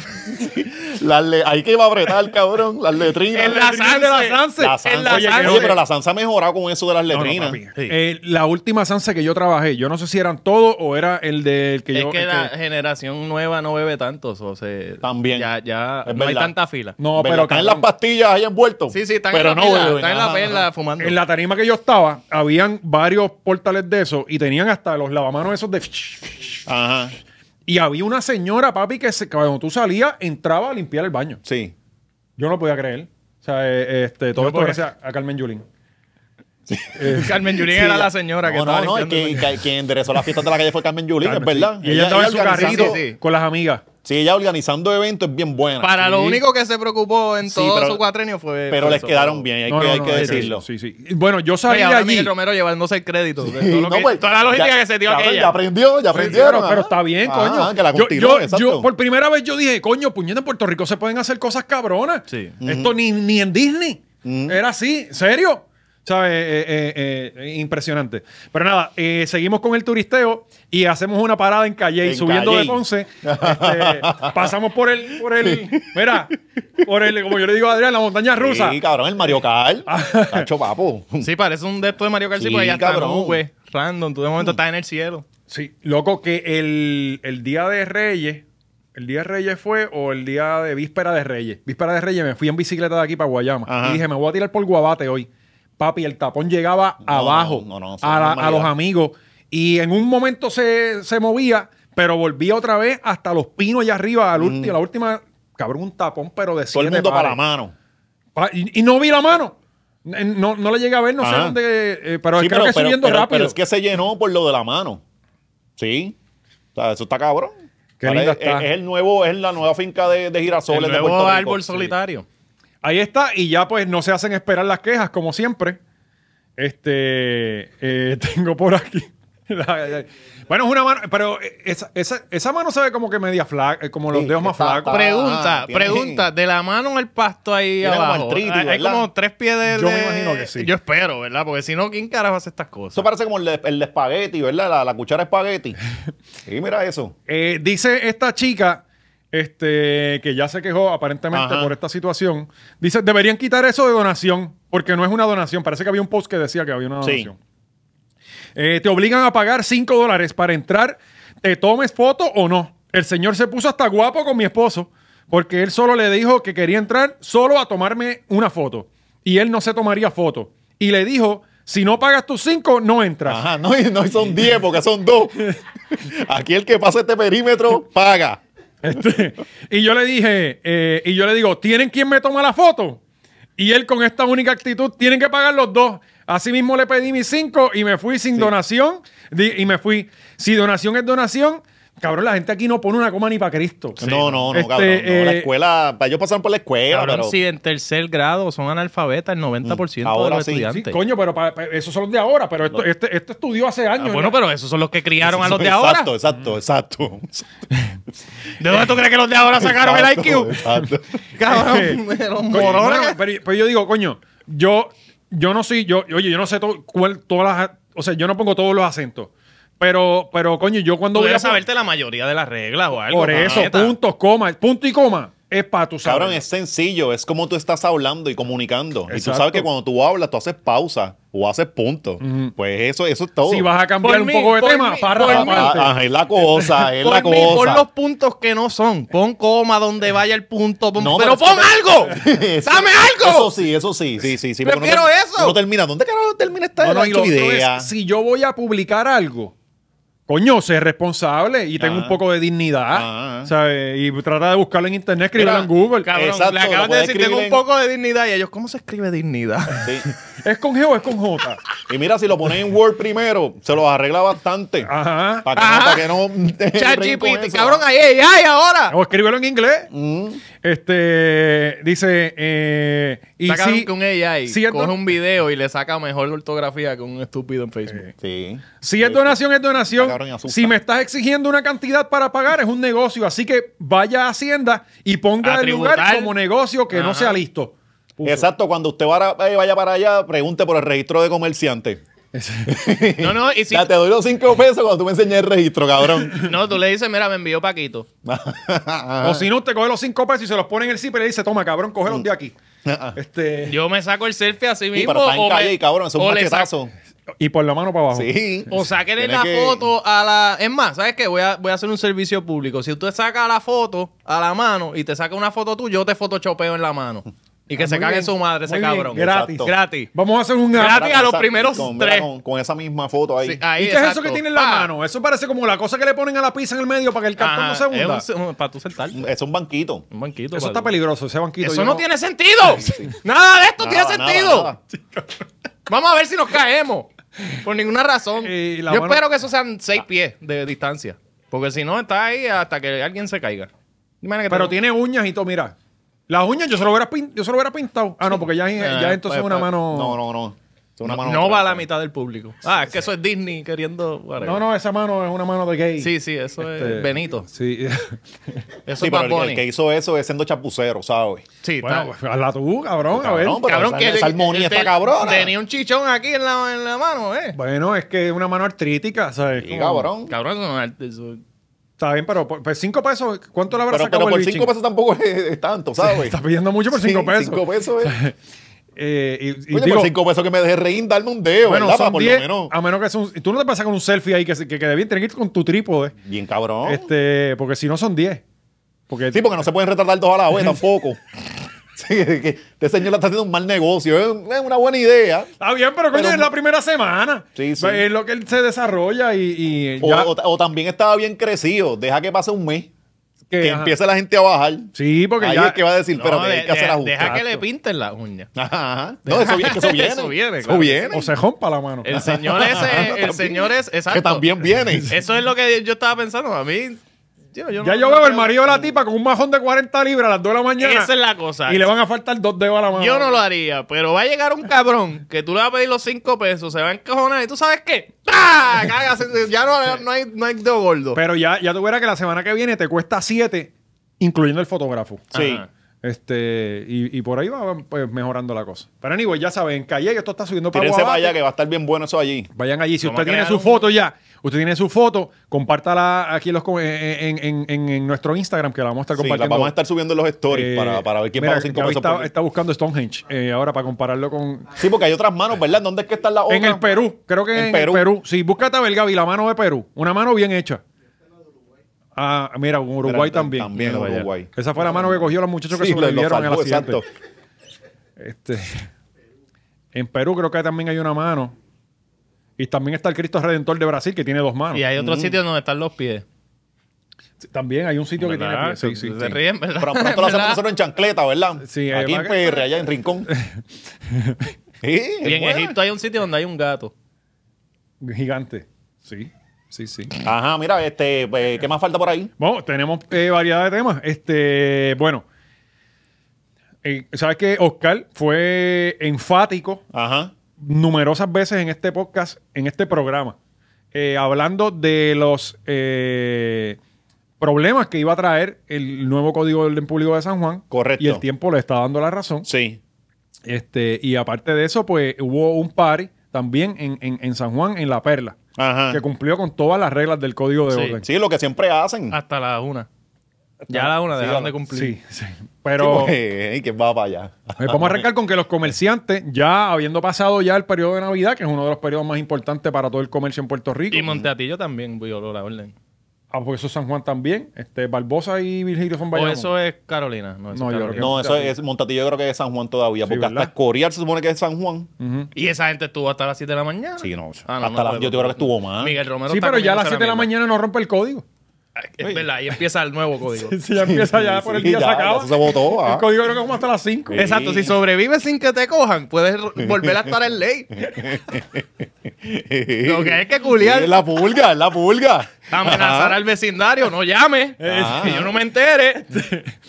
S2: Las le- ahí que iba a apretar, cabrón. Las letrinas.
S3: En la
S1: Letrinas de
S3: Sanse.
S1: la Sanse.
S2: La
S1: En la
S2: Sansa. Oye,
S1: Sanse.
S2: oye, pero la Sansa ha mejorado con eso de las
S1: No, no,
S2: letrinas.
S1: papi.
S2: Sí.
S1: Eh, la última Sansa que yo trabajé, yo no sé si eran todos o era el del que
S3: Es
S1: yo.
S3: que
S1: el
S3: la
S1: que-
S3: generación nueva no bebe tanto, o sea,
S2: También.
S3: ya, ya
S2: Es
S3: no hay
S2: verdad.
S3: tanta fila.
S1: No,
S2: ¿Verdad?
S1: pero
S2: Están en las
S1: cabrón,
S2: pastillas ahí envueltos.
S3: Sí, sí, están
S2: pero
S3: en la
S2: no
S3: perla,
S2: beben,
S3: están en la
S2: ajá,
S3: perla
S2: ajá.
S3: fumando.
S2: [LAUGHS]
S1: en la tarima que yo estaba, habían varios portales de esos y tenían hasta los lavamanos esos de.
S2: Ajá.
S1: Y había una señora, papi, que se- cuando tú salías, entraba a limpiar el baño.
S2: Sí.
S1: Yo no podía creer. O sea, eh, este, todo esto
S3: podía.
S1: gracias a Carmen Yulín.
S3: Carmen Yulín
S2: Sí,
S3: era la señora que
S2: no,
S3: estaba
S2: no, no,
S3: limpiando el
S2: quien, que- quien enderezó las fiestas de la calle fue Carmen Yulín, es
S1: Carmen,
S2: verdad.
S1: sí. Y ella estaba en su
S2: organizando-
S1: carrito
S3: sí, sí.
S1: con las amigas.
S2: Sí, ella organizando eventos es bien buena.
S3: Para lo único que se preocupó en
S2: Ah, Sí,
S3: todo
S2: pero-
S3: su cuatrenio fue.
S2: pero
S3: fue
S2: les
S3: eso.
S2: quedaron bien, hay
S1: No,
S2: que,
S1: no,
S2: hay
S1: no,
S2: que
S1: hay que-
S2: decirlo.
S1: Sí, sí. Y Bueno, yo
S3: Oye,
S1: salí de
S3: ahora
S1: allí.
S3: Miguel Romero llevándose el crédito. de todo
S2: Sí,
S3: lo
S2: [LAUGHS] no,
S3: que-
S2: pues,
S3: toda la lógica
S2: ya-
S3: que se dio
S2: cabrón,
S3: aquella.
S2: Ya aprendió, ya
S1: Sí,
S2: aprendió.
S1: claro, pero está bien, coño.
S2: Ah, Que la
S1: Yo-
S2: continuó,
S1: yo, yo, por primera vez yo dije, coño, puñeta, en Puerto Rico se pueden hacer cosas cabronas.
S3: Sí.
S1: Esto ni, ni en Disney.
S2: Mm.
S1: Era así, serio. ¿Sabes? Eh, eh, eh, impresionante. Pero nada, eh, seguimos con el turisteo y hacemos una parada en Calle y
S2: En
S1: subiendo de
S2: Calley.
S1: Ponce. este, [LAUGHS] pasamos por el, por el, mira, por el, como yo le digo a Adrián, la montaña rusa. Ah.
S2: Sí, cabrón, el Mario
S1: [LAUGHS]
S2: Kart. Cacho, papo.
S3: Sí, parece un depto de Mario Kart, sí,
S2: Sí,
S3: porque ya está
S2: cabrón.
S3: nube, random. Tú de momento estás en el cielo.
S1: Sí, loco, que el, el día de Reyes, el día de Reyes fue, o el día de víspera de Reyes. Víspera de Reyes me fui en bicicleta de aquí para Guayama.
S2: Ajá.
S1: Y dije, me voy a tirar por Guabate hoy. Papi, el tapón llegaba abajo
S2: no, no, eso
S1: a, la-
S2: es una
S1: a los
S2: barbaridad.
S1: amigos. Y en un momento se, se movía, pero volvía otra vez hasta los pinos allá arriba, al último, la última, cabrón, un tapón, pero de
S2: Mm. Todo el
S1: siete
S2: mundo para
S1: pares.
S2: la mano.
S1: Pa- Y, y no vi la mano. N- No, no le llegué a ver, no sé
S2: Ajá.
S1: dónde, eh, pero
S2: Sí,
S1: creo que subiendo
S2: pero-
S1: rápido.
S2: pero es que se llenó por lo de la mano. Sí. O sea, eso está cabrón.
S1: Qué
S2: Ahora
S1: linda
S2: es,
S1: está.
S2: es el nuevo, es la nueva finca de, de girasoles de
S3: El nuevo
S2: Puerto Rico.
S3: árbol
S2: Sí.
S3: solitario.
S1: Ahí está, y ya pues no se hacen esperar las quejas, como siempre. Este, eh, [LAUGHS] tengo por aquí. bueno, es una mano, pero esa, esa, esa mano se ve como que media flaca, eh, como los
S2: Sí,
S1: dedos más
S2: está-
S1: flacos.
S2: está-
S3: Pregunta,
S2: Ah, tiene-
S3: pregunta, de la mano al pasto ahí
S2: Tiene como
S3: abajo.
S2: artritis,
S3: hay hay
S2: ¿verdad?
S3: como tres pies de,
S5: Yo me
S3: de-
S5: imagino que sí.
S3: Yo espero, ¿verdad? Porque si no, ¿quién carajo hace estas cosas?
S2: Eso parece como el, de- el de espagueti, ¿verdad? La, la cuchara de espagueti. Y mira eso.
S1: Eh, dice esta chica, este, que ya se quejó aparentemente
S2: Ajá.
S1: por esta situación, dice, deberían quitar eso de donación, porque no es una donación. Parece que había un post que decía que había una
S2: Sí.
S1: donación. Eh, te obligan a pagar 5 dólares para entrar, te tomes foto o no. El señor se puso hasta guapo con mi esposo, porque él solo le dijo que quería entrar solo a tomarme una foto. Y él no se tomaría foto. Y le dijo, si no pagas tus 5, no entras.
S2: Ajá, no, y- no y son 10 porque son dos. Aquí el que pasa este perímetro paga.
S1: Este, y yo le dije, eh, y yo le digo, ¿tienen quien me toma la foto? Y él con esta única actitud, tienen que pagar los dos. Así mismo le pedí mis cinco y me fui sin donación. Di- y me fui. Si donación es donación, cabrón, la gente aquí no pone una coma ni para Cristo.
S2: no, no, no,
S1: Este,
S2: cabrón. no, la
S1: eh,
S2: escuela, ellos pasaron por la escuela,
S3: Cabrón,
S2: pero.
S3: si en tercer grado son analfabetas el 90% de
S2: ahora
S3: los
S2: sí.
S1: Sí,
S3: estudiantes.
S1: coño, pero pa- pa- esos son los de ahora, pero esto, este, este estudió hace
S3: Ah,
S1: años.
S3: bueno,
S1: ya.
S3: pero esos son los que criaron a los de
S2: exacto,
S3: ahora.
S2: Exacto, exacto,
S3: ¿De dónde tú crees que los de ahora sacaron el
S2: Exacto,
S3: IQ?
S2: exacto.
S3: [LAUGHS] Cabrón,
S1: Este, [LAUGHS]
S3: los
S1: coño,
S3: morones.
S1: bueno, pero, pero yo digo, coño, yo, yo no soy, yo, oye, yo no sé to- cuál, todas las, o sea, yo no pongo todos los acentos. Pero, pero, coño, yo cuando
S3: Tú
S1: voy a
S3: debes
S1: pon-
S3: saberte la mayoría de las reglas o algo.
S1: Por eso,
S3: puñeta.
S1: puntos, comas, punto y coma. Es para tu saber.
S2: Cabrón, es sencillo, es como tú estás hablando y comunicando. Y tú
S1: Exacto.
S2: sabes que cuando tú hablas, tú haces pausa o haces punto. Pues eso, eso es todo.
S1: Si vas a cambiar
S3: Por
S1: un
S3: mí,
S1: poco de
S3: por
S1: tema,
S3: mí,
S1: para
S3: por
S2: Ah,
S3: mí.
S1: aparte.
S2: ah, ah, es
S3: [LAUGHS]
S2: la cosa, es la
S3: Pon, mi- pon
S2: cosa. Eh.
S3: los puntos que no son. Pon coma donde vaya el punto. pon-
S2: No,
S3: pero,
S2: pero
S3: pon
S2: es que- [LAUGHS]
S3: algo.
S2: Eso-
S3: Dame algo.
S2: Eso sí, eso sí, sí, sí, sí.
S3: Prefiero
S2: porque uno,
S3: eso.
S2: No termina, ¿dónde carajo termina esta
S1: No, no, y
S2: tu
S1: lo otro
S2: idea?
S1: es, si yo voy a publicar algo, coño, sé responsable y tengo
S2: Ajá.
S1: un poco de
S2: Ah,
S1: dignidad.
S2: Ajá.
S1: ¿sabes? Y trata de buscarlo en internet, escribirlo
S3: Mira,
S1: en Google.
S3: Cabrón,
S2: Exacto,
S3: le
S2: lo
S3: acabas de
S2: puedes
S3: decir, tengo
S2: escribir
S3: un
S2: en-
S3: poco de dignidad. Y ellos, ¿cómo se
S2: [LAUGHS]
S3: escribe dignidad?
S2: Sí.
S1: ¿Es con G o es con J?
S2: Y mira, si lo pones en Word primero, se los arregla bastante.
S1: Ajá.
S2: Para que,
S3: Ajá. [LAUGHS]
S2: no- pa' que no. breguen con
S3: ChatGPT,
S2: eso. Mm,
S3: cabrón, ahí, ahí, ahí, ahora.
S1: O escríbelo en inglés. Este dice. eh, y
S3: Está cabrón
S1: si,
S3: que un e- AI
S1: si es
S3: coge
S1: don-
S3: un video y le saca mejor ortografía que un estúpido en Facebook.
S2: Sí.
S1: Si es donación, es donación.
S2: Está cabrón y asusta.
S1: Si me estás exigiendo una cantidad para pagar, es un negocio. Así que vaya a Hacienda y ponga
S3: A
S1: el lugar
S3: tributar.
S1: como negocio que no
S3: Ajá.
S1: sea listo. Puso.
S2: Exacto, cuando usted vara- eh, vaya para allá, pregunte por el registro de comerciante.
S3: [LAUGHS] No, no, y si
S2: Ya te doy los cinco pesos cuando tú me enseñes el registro, cabrón. [LAUGHS]
S3: no, tú le dices, mira, me envió Paquito.
S1: O si no, te coge los cinco pesos y se los pone en el zipper y le dice, toma, cabrón, coge
S2: Mm.
S1: los de aquí. Este,
S3: Yo me saco el selfie así mismo.
S2: pero está en
S3: o me-
S2: calle, cabrón, eso es un
S3: o le saco-
S2: machetazo.
S1: Y por la mano para abajo.
S2: Sí.
S3: O sáquenle
S2: Tiene
S3: la
S2: que-
S3: foto a la. Es más, ¿sabes qué? Voy a, voy a hacer un servicio público. Si usted saca la foto a la mano y te saca una foto tú, yo te photoshopeo en la mano. Y que
S1: Ah,
S3: se
S1: muy
S3: cague
S1: bien,
S3: su madre ese
S1: muy bien,
S3: cabrón.
S1: Gratis.
S2: Exacto.
S3: Gratis.
S1: Vamos a hacer un
S3: Gratis.
S1: app.
S3: Mira, los
S2: Exacto,
S3: primeros
S2: con, mira,
S3: tres.
S2: Con, con esa misma foto ahí.
S3: Sí,
S1: ¿Y
S3: ahí,
S1: qué es eso
S3: exacto.
S1: que tiene en la
S3: Pa.
S1: mano? Eso parece como la cosa que le ponen a la pizza en el medio para que el cartón no
S3: Ajá,
S1: se hunda.
S3: es un- para tú sentarte.
S2: Es un banquito.
S3: Un banquito.
S1: Eso
S3: para
S1: está
S3: tú.
S1: peligroso, ese banquito.
S3: Eso
S1: yo
S3: no,
S1: [LAUGHS]
S3: tiene sentido. Nada de esto tiene
S2: Nada, nada,
S3: sentido.
S2: nada.
S3: Vamos a ver si nos caemos. Por ninguna razón.
S1: Y
S3: Yo
S1: la mano- Ah.
S3: espero que eso sean seis pies de distancia. Porque si no, está ahí hasta que alguien se caiga. Imagina que
S1: Pero
S3: tengo-
S1: tiene uñas y todo, mira. Las uñas yo se lo hubiera, pin- yo se lo hubiera pintado. Ah, no, porque ya, ya
S2: Eh,
S1: entonces
S2: pues,
S1: una
S2: pues,
S1: mano...
S2: No, no, no. Es una mano
S3: no va a
S2: otra.
S3: la mitad del público. Ah, es que eso es Disney queriendo. whatever.
S1: No, no, esa mano es una mano de gay.
S3: Sí, sí, eso
S1: Este,
S3: es Benito.
S1: Sí.
S3: Eso
S2: Sí, pero
S3: es Bad
S2: el que- el,
S3: Bunny.
S2: que hizo eso es siendo chapucero, ¿sabes?
S1: [LAUGHS]
S3: Sí,
S1: bueno,
S3: está-
S1: pues, hazla tú, cabrón, a ver.
S2: Cabrón, pero
S3: Cabrón,
S2: esa-
S3: que
S2: esa armonía
S3: te-
S2: está cabrona.
S3: Tenía un chichón aquí en la, en la mano, ¿eh?
S1: Bueno, es que es una mano artrítica, ¿sabes?
S2: pues. Sí,
S1: Como-
S2: cabrón.
S3: Cabrón, eso no es arte, eso-
S1: Está bien, pero por- pues cinco pesos, ¿cuánto le habrá
S2: Pero,
S1: sacado
S2: pero
S1: el
S2: por
S1: bichín?
S2: cinco pesos tampoco es, es tanto, ¿sabes?
S1: Está pidiendo mucho por cinco
S2: Sí,
S1: pesos.
S2: Cinco pesos es.
S1: Eh, y, y
S2: Coño, por
S1: digo,
S2: cinco pesos que me deje reír, darme un dedo,
S1: bueno,
S2: ¿verdad?
S1: son ah.
S2: Pa, por
S1: 10,
S2: lo menos.
S1: a menos que sea un- tú no te pasas con un selfie ahí que, se- que quede bien, tienes que ir con tu trípode.
S2: Bien cabrón.
S1: Este, porque si no son 10. Porque
S2: Sí, porque no se pueden retratar dos a la vez tampoco. sí, es que este señor la está haciendo un mal negocio. Es, es una buena idea.
S1: Está bien, pero coño,
S2: Pero-
S1: es la primera semana.
S2: Sí, sí.
S1: Es lo que él se desarrolla y, y
S2: O,
S1: ya-
S2: o ta- o también estaba bien crecido. Deja que pase un mes.
S1: que-
S2: Que
S1: ajá.
S2: empiece la gente a bajar.
S1: Sí, porque
S2: Ahí
S1: ya.
S2: es que va a decir,
S3: No,
S2: pero
S3: de-
S2: hay que hacer
S3: deja-
S2: ajustes.
S3: Deja que le pinten las uñas.
S2: Ajá, ajá. No, eso viene, que
S1: [LAUGHS]
S2: eso viene.
S3: Eso viene,
S2: Eso
S3: claro.
S2: viene.
S1: O se rompa la mano.
S3: El señor
S2: [LAUGHS]
S3: ese, el señor es, exacto.
S2: que también
S1: [LAUGHS]
S2: viene.
S3: Eso es lo que yo estaba pensando. A mí, yo, yo
S1: Ya
S3: no-
S1: yo
S3: no
S1: veo el
S3: creo-
S1: marido de la tipa con un majón de 40 libras a las 2 de la mañana.
S3: Esa es la cosa.
S1: Y le van a faltar dos dedos a la mano.
S3: Yo no lo haría, pero va a llegar un cabrón que tú le vas a pedir los cinco pesos, se va a encajonar y tú sabes qué. ¡Ah! ¡Tra! Cágase, ya no, no hay, no hay dedo gordo.
S1: Pero ya, ya tú verás que la semana que viene te cuesta 7, incluyendo el fotógrafo.
S2: Sí.
S3: Ajá.
S1: Este, y, y por ahí va pues, mejorando la cosa. Pero anyway, ya saben, Calle, que esto está subiendo para
S2: Tírense para
S1: Guabate.
S2: allá que va a estar bien bueno eso allí.
S1: Vayan allí. Si
S3: Vamos
S1: usted
S3: a
S1: tiene
S3: crear
S1: su
S3: un-
S1: foto ya, usted tiene su foto, compártala aquí en, los, com- en, en- en- en nuestro Instagram, que la vamos a estar
S2: Sí, la
S1: compartiendo.
S2: vamos a estar subiendo en los stories
S1: Eh,
S2: para, para ver quién
S1: mira,
S2: paga 5
S1: Gaby
S2: pesos.
S1: Está,
S2: por-
S1: está buscando Stonehenge eh, ahora para compararlo con.
S2: Sí, porque hay otras manos, ¿verdad? ¿Dónde es que están las otras?
S1: En el Perú, creo que en,
S2: En
S1: el Perú.
S2: Perú.
S1: Sí, búscate a ver, Gaby, la mano de Perú. Una mano bien hecha. Ah, mira, un Uruguay
S2: Mira,
S1: también.
S2: también
S1: Mira, vaya.
S2: Uruguay.
S1: Esa fue la mano que cogió los muchachos que
S2: Sí, lo- lo
S1: sobrevivieron al
S2: salvó,
S1: accidente.
S2: exacto.
S1: Este, en Perú creo que también hay una mano. Y también está el Cristo Redentor de Brasil, que tiene dos manos.
S3: Y hay
S2: mm.
S3: otro sitio donde están los pies.
S1: También hay un sitio que tiene
S3: ¿Verdad?
S1: pies. Sí, sí,
S3: se
S1: sí.
S3: ríen, ¿verdad?
S2: Pero
S3: [LAUGHS]
S2: pronto lo hacemos
S3: ¿Verdad?
S2: nosotros en chancleta, ¿verdad?
S1: Sí, eh,
S2: Aquí
S1: va
S2: en
S1: que-
S2: PR, allá en
S1: [LAUGHS]
S2: Rincón. Sí,
S3: Y en
S2: bueno.
S3: Egipto hay un sitio donde hay un gato.
S1: Gigante. Sí, sí, sí.
S2: Ajá, mira, este, pues, ¿qué más falta por ahí?
S1: Bueno, tenemos eh, variedad de temas. Este, bueno. eh, Sabes que Oscar fue enfático
S2: Ajá.
S1: numerosas veces en este podcast, en este programa, eh, hablando de los eh, problemas que iba a traer el nuevo Código de Orden Público de San Juan.
S2: Correcto.
S1: Y el tiempo le está dando la razón.
S2: Sí.
S1: Este, y aparte de eso, pues hubo un party también en, en- en San Juan, en La Perla,
S2: Ajá.
S1: que cumplió con todas las reglas del Código de
S3: Ah. Sí,
S1: Orden.
S2: Sí, lo que siempre hacen.
S1: Ah,
S3: Hasta la una. Ya a la una
S2: Sí,
S3: dejaron
S2: a la-
S3: de cumplir.
S1: Sí, sí. Pero
S2: Ey, que va para allá.
S3: [LAUGHS]
S1: eh, vamos a arrancar con que los comerciantes, ya habiendo pasado ya el periodo de Navidad, que es uno de los periodos más importantes para todo el comercio en Puerto Rico.
S3: Y Monteatillo también violó la orden.
S1: Ah, porque eso es San Juan también. Este, Barbosa y Virgilio son
S3: O
S1: Bayamón.
S3: eso es Carolina.
S1: No,
S3: No, eso es
S1: yo
S3: Carolina.
S1: creo
S2: No, eso es Montatillo, yo creo que es San Juan todavía,
S1: Sí,
S2: porque
S1: ¿verdad?
S2: hasta Corial se supone que es San Juan.
S1: Ujú.
S3: Y esa gente estuvo hasta las 7 de la mañana.
S2: Sí, no.
S3: Ah, no,
S2: hasta
S3: no
S2: la-
S3: puede,
S2: yo
S3: no.
S2: creo que estuvo mal.
S3: Miguel Romero
S1: Sí,
S3: está
S1: pero ya a
S3: comiéndose
S1: las 7 de la
S3: mierda.
S1: mañana no rompe el código. [LAUGHS]
S3: Es verdad, ahí empieza el nuevo código.
S1: Si ya empieza ya por el
S2: Sí,
S1: día
S2: ya,
S1: se acaba.
S2: ya eso se
S1: [LAUGHS]
S2: votó, ah.
S1: El código creo que como hasta las 5.
S2: Sí.
S3: Exacto, si sobrevives sin que te cojan, puedes r- volver a estar en ley. Lo que hay que culiar.
S2: Sí, es la pulga, es la pulga.
S3: Amenazar
S2: Ajá.
S3: al vecindario, no llame,
S2: Ajá.
S3: [LAUGHS] que yo no me entere.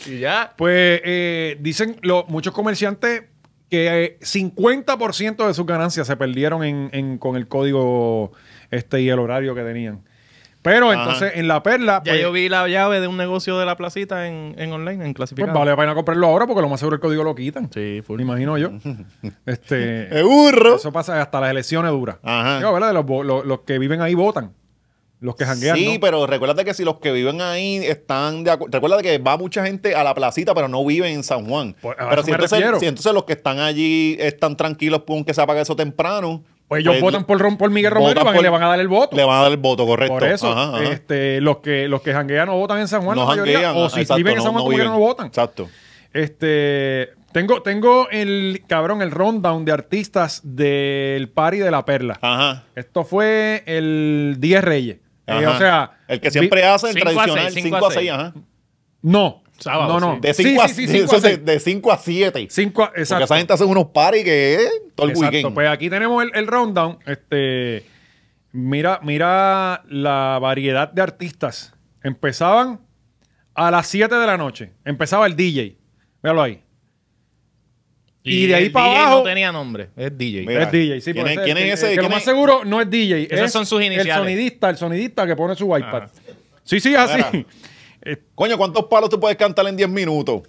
S3: y ya.
S1: Pues eh, dicen los muchos comerciantes que eh, 50% de sus ganancias se perdieron en, en- con el código este y el horario que tenían. Pero
S2: Ajá.
S1: entonces en la perla,
S3: Ya
S1: pues,
S3: yo vi la llave de un negocio de la placita en, en online, en
S1: pues
S3: clasificado.
S1: vale la pena comprarlo ahora porque lo más seguro el código lo quitan.
S3: Sí, full.
S1: Me imagino
S2: [LAUGHS]
S1: yo. Este,
S2: ¡Eh, burro!
S1: eso pasa hasta las elecciones duras.
S2: Ajá.
S1: Digo, ¿verdad? Los, vo- los- los que viven ahí votan. Los que janguean.
S2: Sí,
S1: ¿no?
S2: pero recuérdate que si los que viven ahí están de acuerdo. Recuérdate que va mucha gente a la placita, pero no vive en San Juan.
S1: Pues, a
S2: pero
S1: eso
S2: si
S1: me
S2: entonces,
S1: refiero.
S2: si entonces los que están allí están tranquilos con que se apague eso temprano.
S1: Pues ellos votan por, Ron- por Miguel Romero y
S2: votan
S1: van-
S2: por-
S1: le van a dar el voto.
S2: Le van a dar el voto, correcto.
S1: Por eso,
S2: Ajá, ajá.
S1: Este, los que los que janguean no votan en San Juan,
S2: No
S1: la mayoría,
S2: janguean,
S1: o si
S2: exacto,
S1: viven en San Juan como quiera,
S2: viven.
S1: no votan.
S2: Exacto.
S1: Este, tengo, tengo el cabrón, el rundown de artistas del Party de la Perla.
S2: Ajá.
S1: Esto fue el 10 Reyes. Eh, o
S2: ajá.
S1: sea,
S2: el que
S1: vi-
S2: siempre hace el
S3: cinco a seis,
S2: tradicional 5
S3: cinco
S2: a
S3: a
S2: 6,
S3: seis.
S2: ajá.
S1: no,
S3: Sábado,
S1: no, no.
S3: sí.
S2: De
S1: Sí,
S2: 5
S1: sí, sí, cinco a
S2: a
S1: seis.
S2: 7. De 5 a 7.
S1: Cinco a-
S2: Porque
S1: exacto.
S2: esa gente hace unos paris que es todo el
S1: Exacto,
S2: weekend.
S1: pues aquí tenemos el, el rundown. Este, mira, mira la variedad de artistas. Empezaban a las 7 de la noche. Empezaba el DJ. Míralo ahí. Y de ahí
S3: el
S1: para
S3: DJ
S1: abajo-
S3: No tenía nombre, es DJ.
S2: Mira,
S1: es DJ, sí.
S2: ¿quién
S1: puede
S2: es-
S1: ser,
S2: quién es
S1: que-
S2: ese?
S1: que lo
S2: ¿Quién
S1: más
S2: es?
S1: seguro no es DJ.
S3: Esos
S1: es
S3: son sus iniciales.
S1: El sonidista, el sonidista que pone su iPad.
S3: Ajá.
S1: Sí, sí, así.
S2: Mira. Coño, ¿cuántos palos tú puedes cantar en 10 minutos?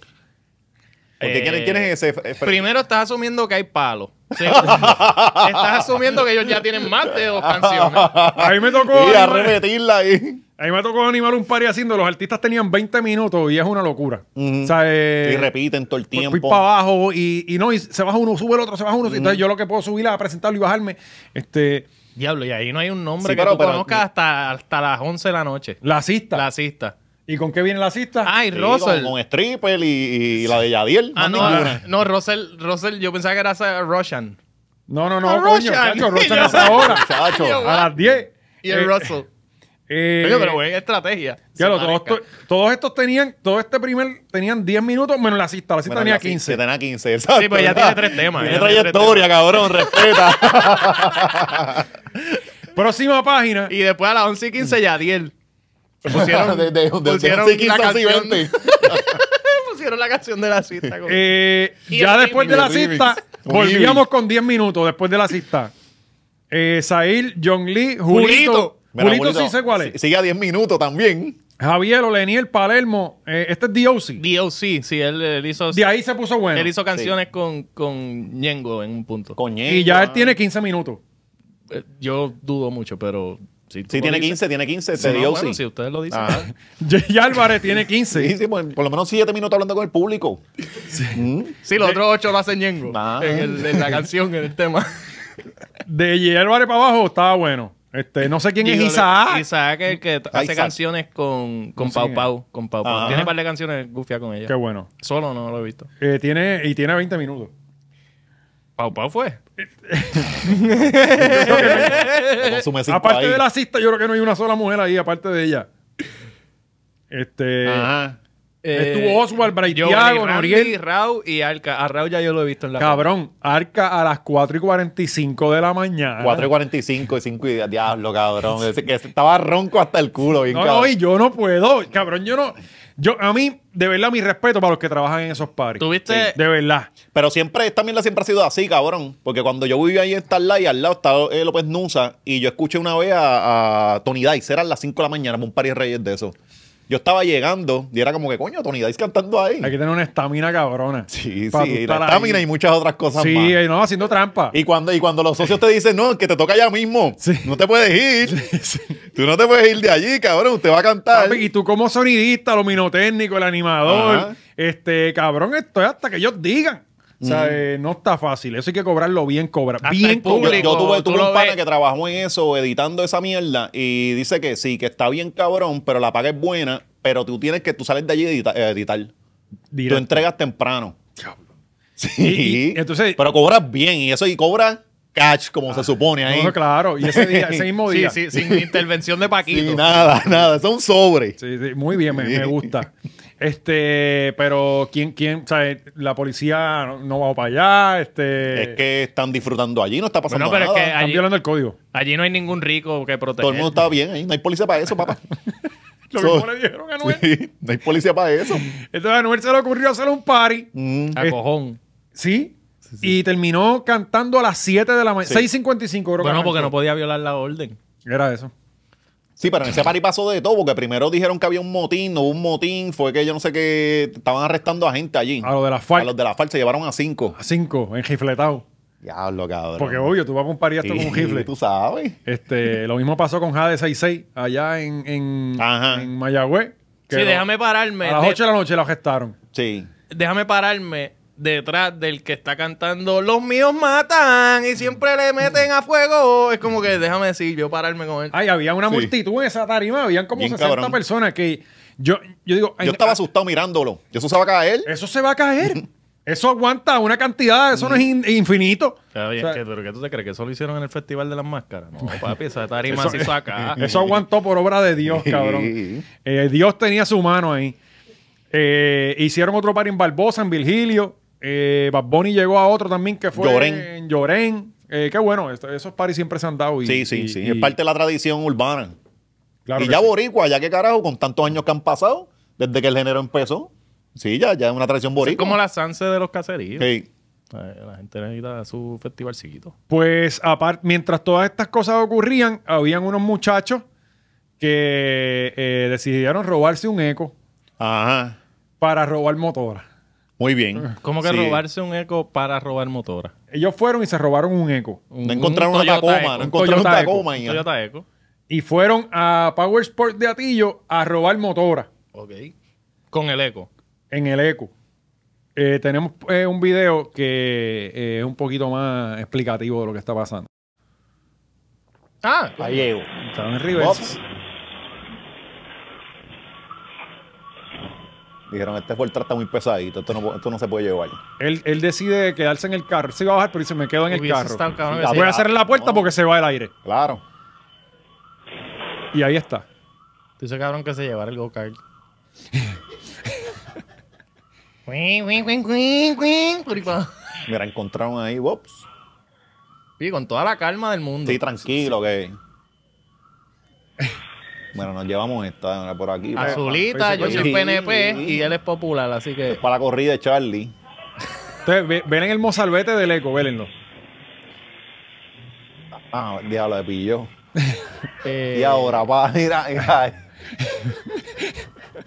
S2: Porque
S3: Eh,
S2: ¿quién, es- quién es ese? Eh, Fre-
S3: Primero estás asumiendo que hay palos. Sí. estás asumiendo que ellos ya tienen más de dos canciones.
S1: [LAUGHS] Ahí me tocó.
S2: [LAUGHS] Y a
S1: animar-
S2: repetirla ahí.
S1: ahí me tocó animar un party haciendo. Los artistas tenían 20 minutos y es una locura.
S2: Ujú.
S1: O sea, eh,
S2: y repiten todo el
S1: Fui-
S2: tiempo.
S1: Fui para abajo y, y no, y se baja uno, sube el otro, se baja uno. Entonces yo lo que puedo subir a presentarlo y bajarme. Este,
S3: Diablo, y ahí no hay un nombre
S2: Sí,
S3: que
S2: pero-
S3: tú
S2: pero-
S3: conozcas hasta, hasta las 11 de la noche.
S1: la cista.
S3: La cista.
S1: ¿Y con qué viene la cista?
S3: Ay,
S2: Sí,
S3: Russell.
S2: Con, con stripper y, y la de Yadiel.
S3: Ah,
S2: más
S3: no,
S2: ninguna.
S3: no, Russell, Russell, yo pensaba que era esa Russian.
S1: no, no, no,
S3: Ah,
S1: coño.
S3: Roshan.
S1: chacho, Roshan
S3: [LAUGHS] Ya
S1: es ahora.
S2: [LAUGHS] Chacho.
S1: A las 10.
S3: Y el
S1: Eh,
S3: [LAUGHS] Russell.
S1: eh,
S3: Oye, pero buena estrategia.
S1: ya lo,
S3: Se
S1: todos,
S3: parezca.
S1: to- todos estos tenían, todo este primer tenían 10 minutos menos la cista. La cista
S2: Bueno,
S1: tenía
S2: la sí,
S1: 15.
S2: que Tenía 15, exacto.
S3: Sí, pues ya tiene tres temas,
S2: Tiene
S3: ya tiene tres
S2: trayectoria, cabrón, respeta.
S1: Próxima página.
S3: Y después a las 11 y 15 ya Diel. [LAUGHS] [LAUGHS] Pusieron,
S2: [LAUGHS] de, de, de,
S3: pusieron,
S2: de 15
S3: la
S2: a
S3: canción,
S2: [LAUGHS] 20.
S3: pusieron la canción de la cita. con-
S1: eh,
S3: Y
S1: ya
S3: el
S1: después de la
S2: remix.
S3: [LAUGHS]
S1: cista,
S2: Un
S1: volvíamos con 10 minutos después de la cista. eh, Sail, John Lee,
S3: Julito.
S1: Julito.
S2: Mira,
S1: Julito
S2: Julito,
S1: sí sé cuál
S2: si-
S1: es.
S2: Sigue a 10 minutos también.
S1: Javier Oleniel Palermo. eh, este es DOC.
S3: DOC, sí, él, él hizo,
S1: De ahí se puso bueno.
S3: él hizo canciones con, con Ñengo en un punto.
S2: Coño.
S1: Y ya él tiene 15 minutos. [LAUGHS]
S3: Eh, Yo dudo mucho, pero si tú
S2: Sí,
S3: lo
S2: tiene
S3: dices-
S2: 15, tiene 15.
S3: Sí,
S2: Te
S3: no,
S2: dio
S3: bueno,
S2: sí.
S3: si ustedes lo dicen.
S2: Ajá.
S1: Jay Álvarez tiene 15.
S2: Sí, sí, por, por lo menos 7 minutos hablando con el
S3: [LAUGHS]
S2: público.
S3: Sí,
S1: Eh.
S3: los otros ocho lo hacen Ñengo
S2: Ah.
S3: en, el- en la canción, en el tema.
S1: De Jay Álvarez para abajo estaba bueno. Este, no sé quién es
S3: Digo,
S1: Isaac.
S3: Isaac el que t- hace
S2: Isaac.
S3: canciones con, con
S1: No sé
S3: Pau
S1: quién es.
S3: Pau. Con Pau Pau.
S2: Ajá.
S3: Tiene un par de canciones gufia con ella.
S1: Qué bueno.
S3: Solo no lo he visto.
S1: Eh, tiene, y tiene 20 minutos.
S3: Pau Pau fue.
S2: Te Consume cinco
S1: aparte
S2: ahí.
S1: de la cista, yo creo que no hay una sola mujer ahí, aparte de ella. Este.
S2: Ajá. Eh,
S1: Estuvo Oswald, Braithiago,
S3: Eh, Giovanni, Randy,
S1: Noriel.
S3: Rau y Arca. A Rau ya yo lo he visto en la.
S1: Cabrón, arca a las 4 y 45 de la mañana.
S2: 4 y 45, 5 y diablo, cabrón.
S3: [LAUGHS]
S2: Ese que estaba ronco hasta el culo, bien
S1: No,
S2: cabrón.
S1: no, y yo no puedo. Cabrón, yo no. Yo, a mí, de verdad, mi respeto para los que trabajan en esos parties.
S3: Tuviste-
S1: De verdad.
S2: Pero siempre, esta mierda siempre ha sido así, cabrón. Porque cuando yo vivía ahí en Starlight, al lado estaba eh, López Nusa, y yo escuché una vez a, a Tony Dice, eran las 5 de la mañana, un par de reyes de eso. Yo estaba llegando y era como que, coño, Tony Dice cantando ahí.
S1: Hay que tener una estamina cabrona.
S2: Sí,
S1: Para
S2: sí,
S1: tú
S2: y
S1: estar
S2: la
S1: ahí.
S2: estamina y muchas otras cosas
S1: Sí,
S2: más.
S1: eh, no, haciendo trampa.
S2: Y cuando, y cuando los socios te dicen, no, que te toca ya mismo,
S1: Sí.
S2: no te
S1: [LAUGHS]
S2: puedes ir. Tú no te puedes ir de allí, cabrón, usted va a cantar.
S1: Papi, y tú como sonidista, lo minotécnico, el animador,
S2: Ajá.
S1: este cabrón, esto es hasta que ellos digan. O sea, eh, no está fácil. Eso hay que cobrarlo bien, cobrar.
S3: Hasta
S1: Bien
S3: el
S1: cobrado.
S2: Yo-
S3: público,
S2: Yo, tuve,
S3: tú
S2: tuve
S3: lo
S2: un pana
S3: ves.
S2: que trabajó en eso, editando esa mierda, y dice que sí, que está bien cabrón, pero la paga es buena, pero tú tienes que, tú sales de allí a edita- a editar. Tú
S1: Directo.
S2: entregas temprano.
S1: Y-
S2: Sí.
S1: y- entonces-
S2: pero cobras bien, y eso, y cobras cash, como
S3: Ah,
S2: se supone ahí.
S1: No, claro. Y ese día, ese mismo
S3: [LAUGHS] Sí,
S1: día.
S3: sí, sin intervención de
S2: Sí,
S3: Paquito.
S2: nada, nada, son sobres.
S1: Sí, sí, muy bien, me, me gusta. Este, pero quién, quién, o sea, la policía no, no va para allá, este.
S2: Es que están disfrutando allí, no está pasando
S3: Bueno, pero es
S2: nada.
S3: que
S1: están
S3: allí-
S1: violando el código.
S3: Allí no hay ningún rico que proteger.
S2: Todo el mundo está bien ahí, no hay policía para eso,
S3: [LAUGHS]
S2: papá.
S1: Lo
S2: So-
S1: mismo le dijeron a Noel.
S2: Sí, no hay policía para
S3: [LAUGHS]
S2: eso.
S1: Entonces a Noel se le ocurrió hacer un party.
S2: Mm.
S3: A cojón.
S1: ¿Sí? Y terminó cantando a las 7 de la mañana.
S2: Sí.
S1: 6.55 creo que
S3: Bueno, porque no
S1: arrancó.
S3: podía violar la orden.
S1: Era eso.
S2: Sí, pero en ese party pasó de todo, porque primero dijeron que había un motín, no hubo un motín, fue que yo no sé qué, estaban arrestando a gente allí.
S1: A los de la FARC.
S2: A los de la FARC se llevaron a cinco.
S1: A 5, en gifletado.
S2: Diablo, cabrón.
S1: Porque obvio, tú vas a un party hasta con un
S2: Sí,
S1: gifle.
S2: Tú sabes.
S1: Este, lo mismo pasó con Jade 66 allá en, en,
S2: Ajá.
S1: en Mayagüez.
S3: Sí, déjame pararme.
S1: A las
S3: de-
S1: 8 de la noche la arrestaron.
S2: Sí.
S3: déjame pararme detrás del que está cantando Los míos matan y siempre le meten a fuego. Es como que déjame decir, yo pararme con él.
S1: Ay, había una
S2: Sí.
S1: multitud en esa tarima, habían como
S2: Bien
S1: 60
S2: cabrón.
S1: personas que yo, yo digo, ay,
S2: Yo estaba
S1: ah, Eh,
S2: asustado mirándolo. Yo eso se va a caer.
S1: eso se va a
S2: [LAUGHS]
S1: caer. Eso aguanta una cantidad, eso no es in- infinito.
S3: Está bien,
S1: O sea,
S3: ¿qué- ¿Pero qué tú te crees? ¿Que eso lo hicieron en el Festival de las Máscaras? No, papi, esa tarima
S1: Eso-
S3: se hizo [LAUGHS] acá.
S1: Eso aguantó por obra de Dios, cabrón.
S2: Sí.
S1: Eh, Dios tenía su mano ahí. Eh, hicieron otro par en Barbosa, en Virgilio. Eh, Bad Bunny llegó a otro también que fue
S2: Llorén.
S1: en Llorén. Eh, qué bueno, esto- esos paris siempre se han dado. y-
S2: sí, sí,
S1: y-
S2: sí.
S1: y-
S2: es parte de la tradición urbana.
S1: claro
S2: y
S1: que
S2: ya
S1: sí.
S2: boricua, ya que carajo, con tantos años que han pasado, desde que el género empezó. Sí, ya, ya es una tradición
S3: Es
S2: boricua.
S3: como la Sanse de los caseríos.
S2: Sí.
S3: Ay, La gente necesita su festivalcito.
S1: Pues aparte, mientras todas estas cosas ocurrían, habían unos muchachos que eh, decidieron robarse un eco
S2: Ajá.
S1: para robar motora.
S2: Muy bien.
S3: Como que
S2: Sí.
S3: robarse un eco para robar motora.
S1: Ellos fueron y se robaron un eco.
S2: No encontraron una
S3: Toyota
S2: Tacoma,
S3: Eco,
S2: no
S1: un
S2: encontraron
S1: Toyota
S2: una
S1: Eco,
S2: Tacoma.
S3: un
S2: ya.
S3: Toyota Eco.
S1: Y fueron a Power Sport de Atillo a robar motora
S3: Ok. Con el eco.
S1: en el eco. Eh, tenemos eh, un video que eh, es un poquito más explicativo de lo que está pasando.
S3: Ah,
S2: Gallego.
S1: Estaban en reversa.
S2: Ups. Dijeron, este Fortra está muy pesadito, esto no, esto no se puede llevar.
S1: Él, él decide quedarse en el carro. Se iba a bajar, pero dice, me quedo en el
S3: hubiese
S1: carro.
S3: estado cabrón
S2: Sí,
S3: que
S1: Voy
S3: sí.
S1: a cerrar la puerta
S2: No.
S1: porque se va el aire.
S2: Claro.
S1: Y ahí está.
S3: Tú dices, cabrón, que se llevara el go-kart. Cuin, cuin, cuin, cuin, cuin, puripa.
S2: Mira, encontraron ahí, ups.
S3: Oye, con toda la calma del mundo.
S2: Sí, tranquilo, que. Bueno, nos llevamos esta mira, por aquí. Para,
S3: Azulita, yo soy
S2: pues, Sí.
S3: PNP y él es popular, así que.
S2: para la corrida de Charlie.
S1: Ustedes ve- ven en el mozalbete del eco, vélenlo.
S2: Ah, diablo, de pillo.
S3: Eh,
S2: Y ahora, va, mira, mira.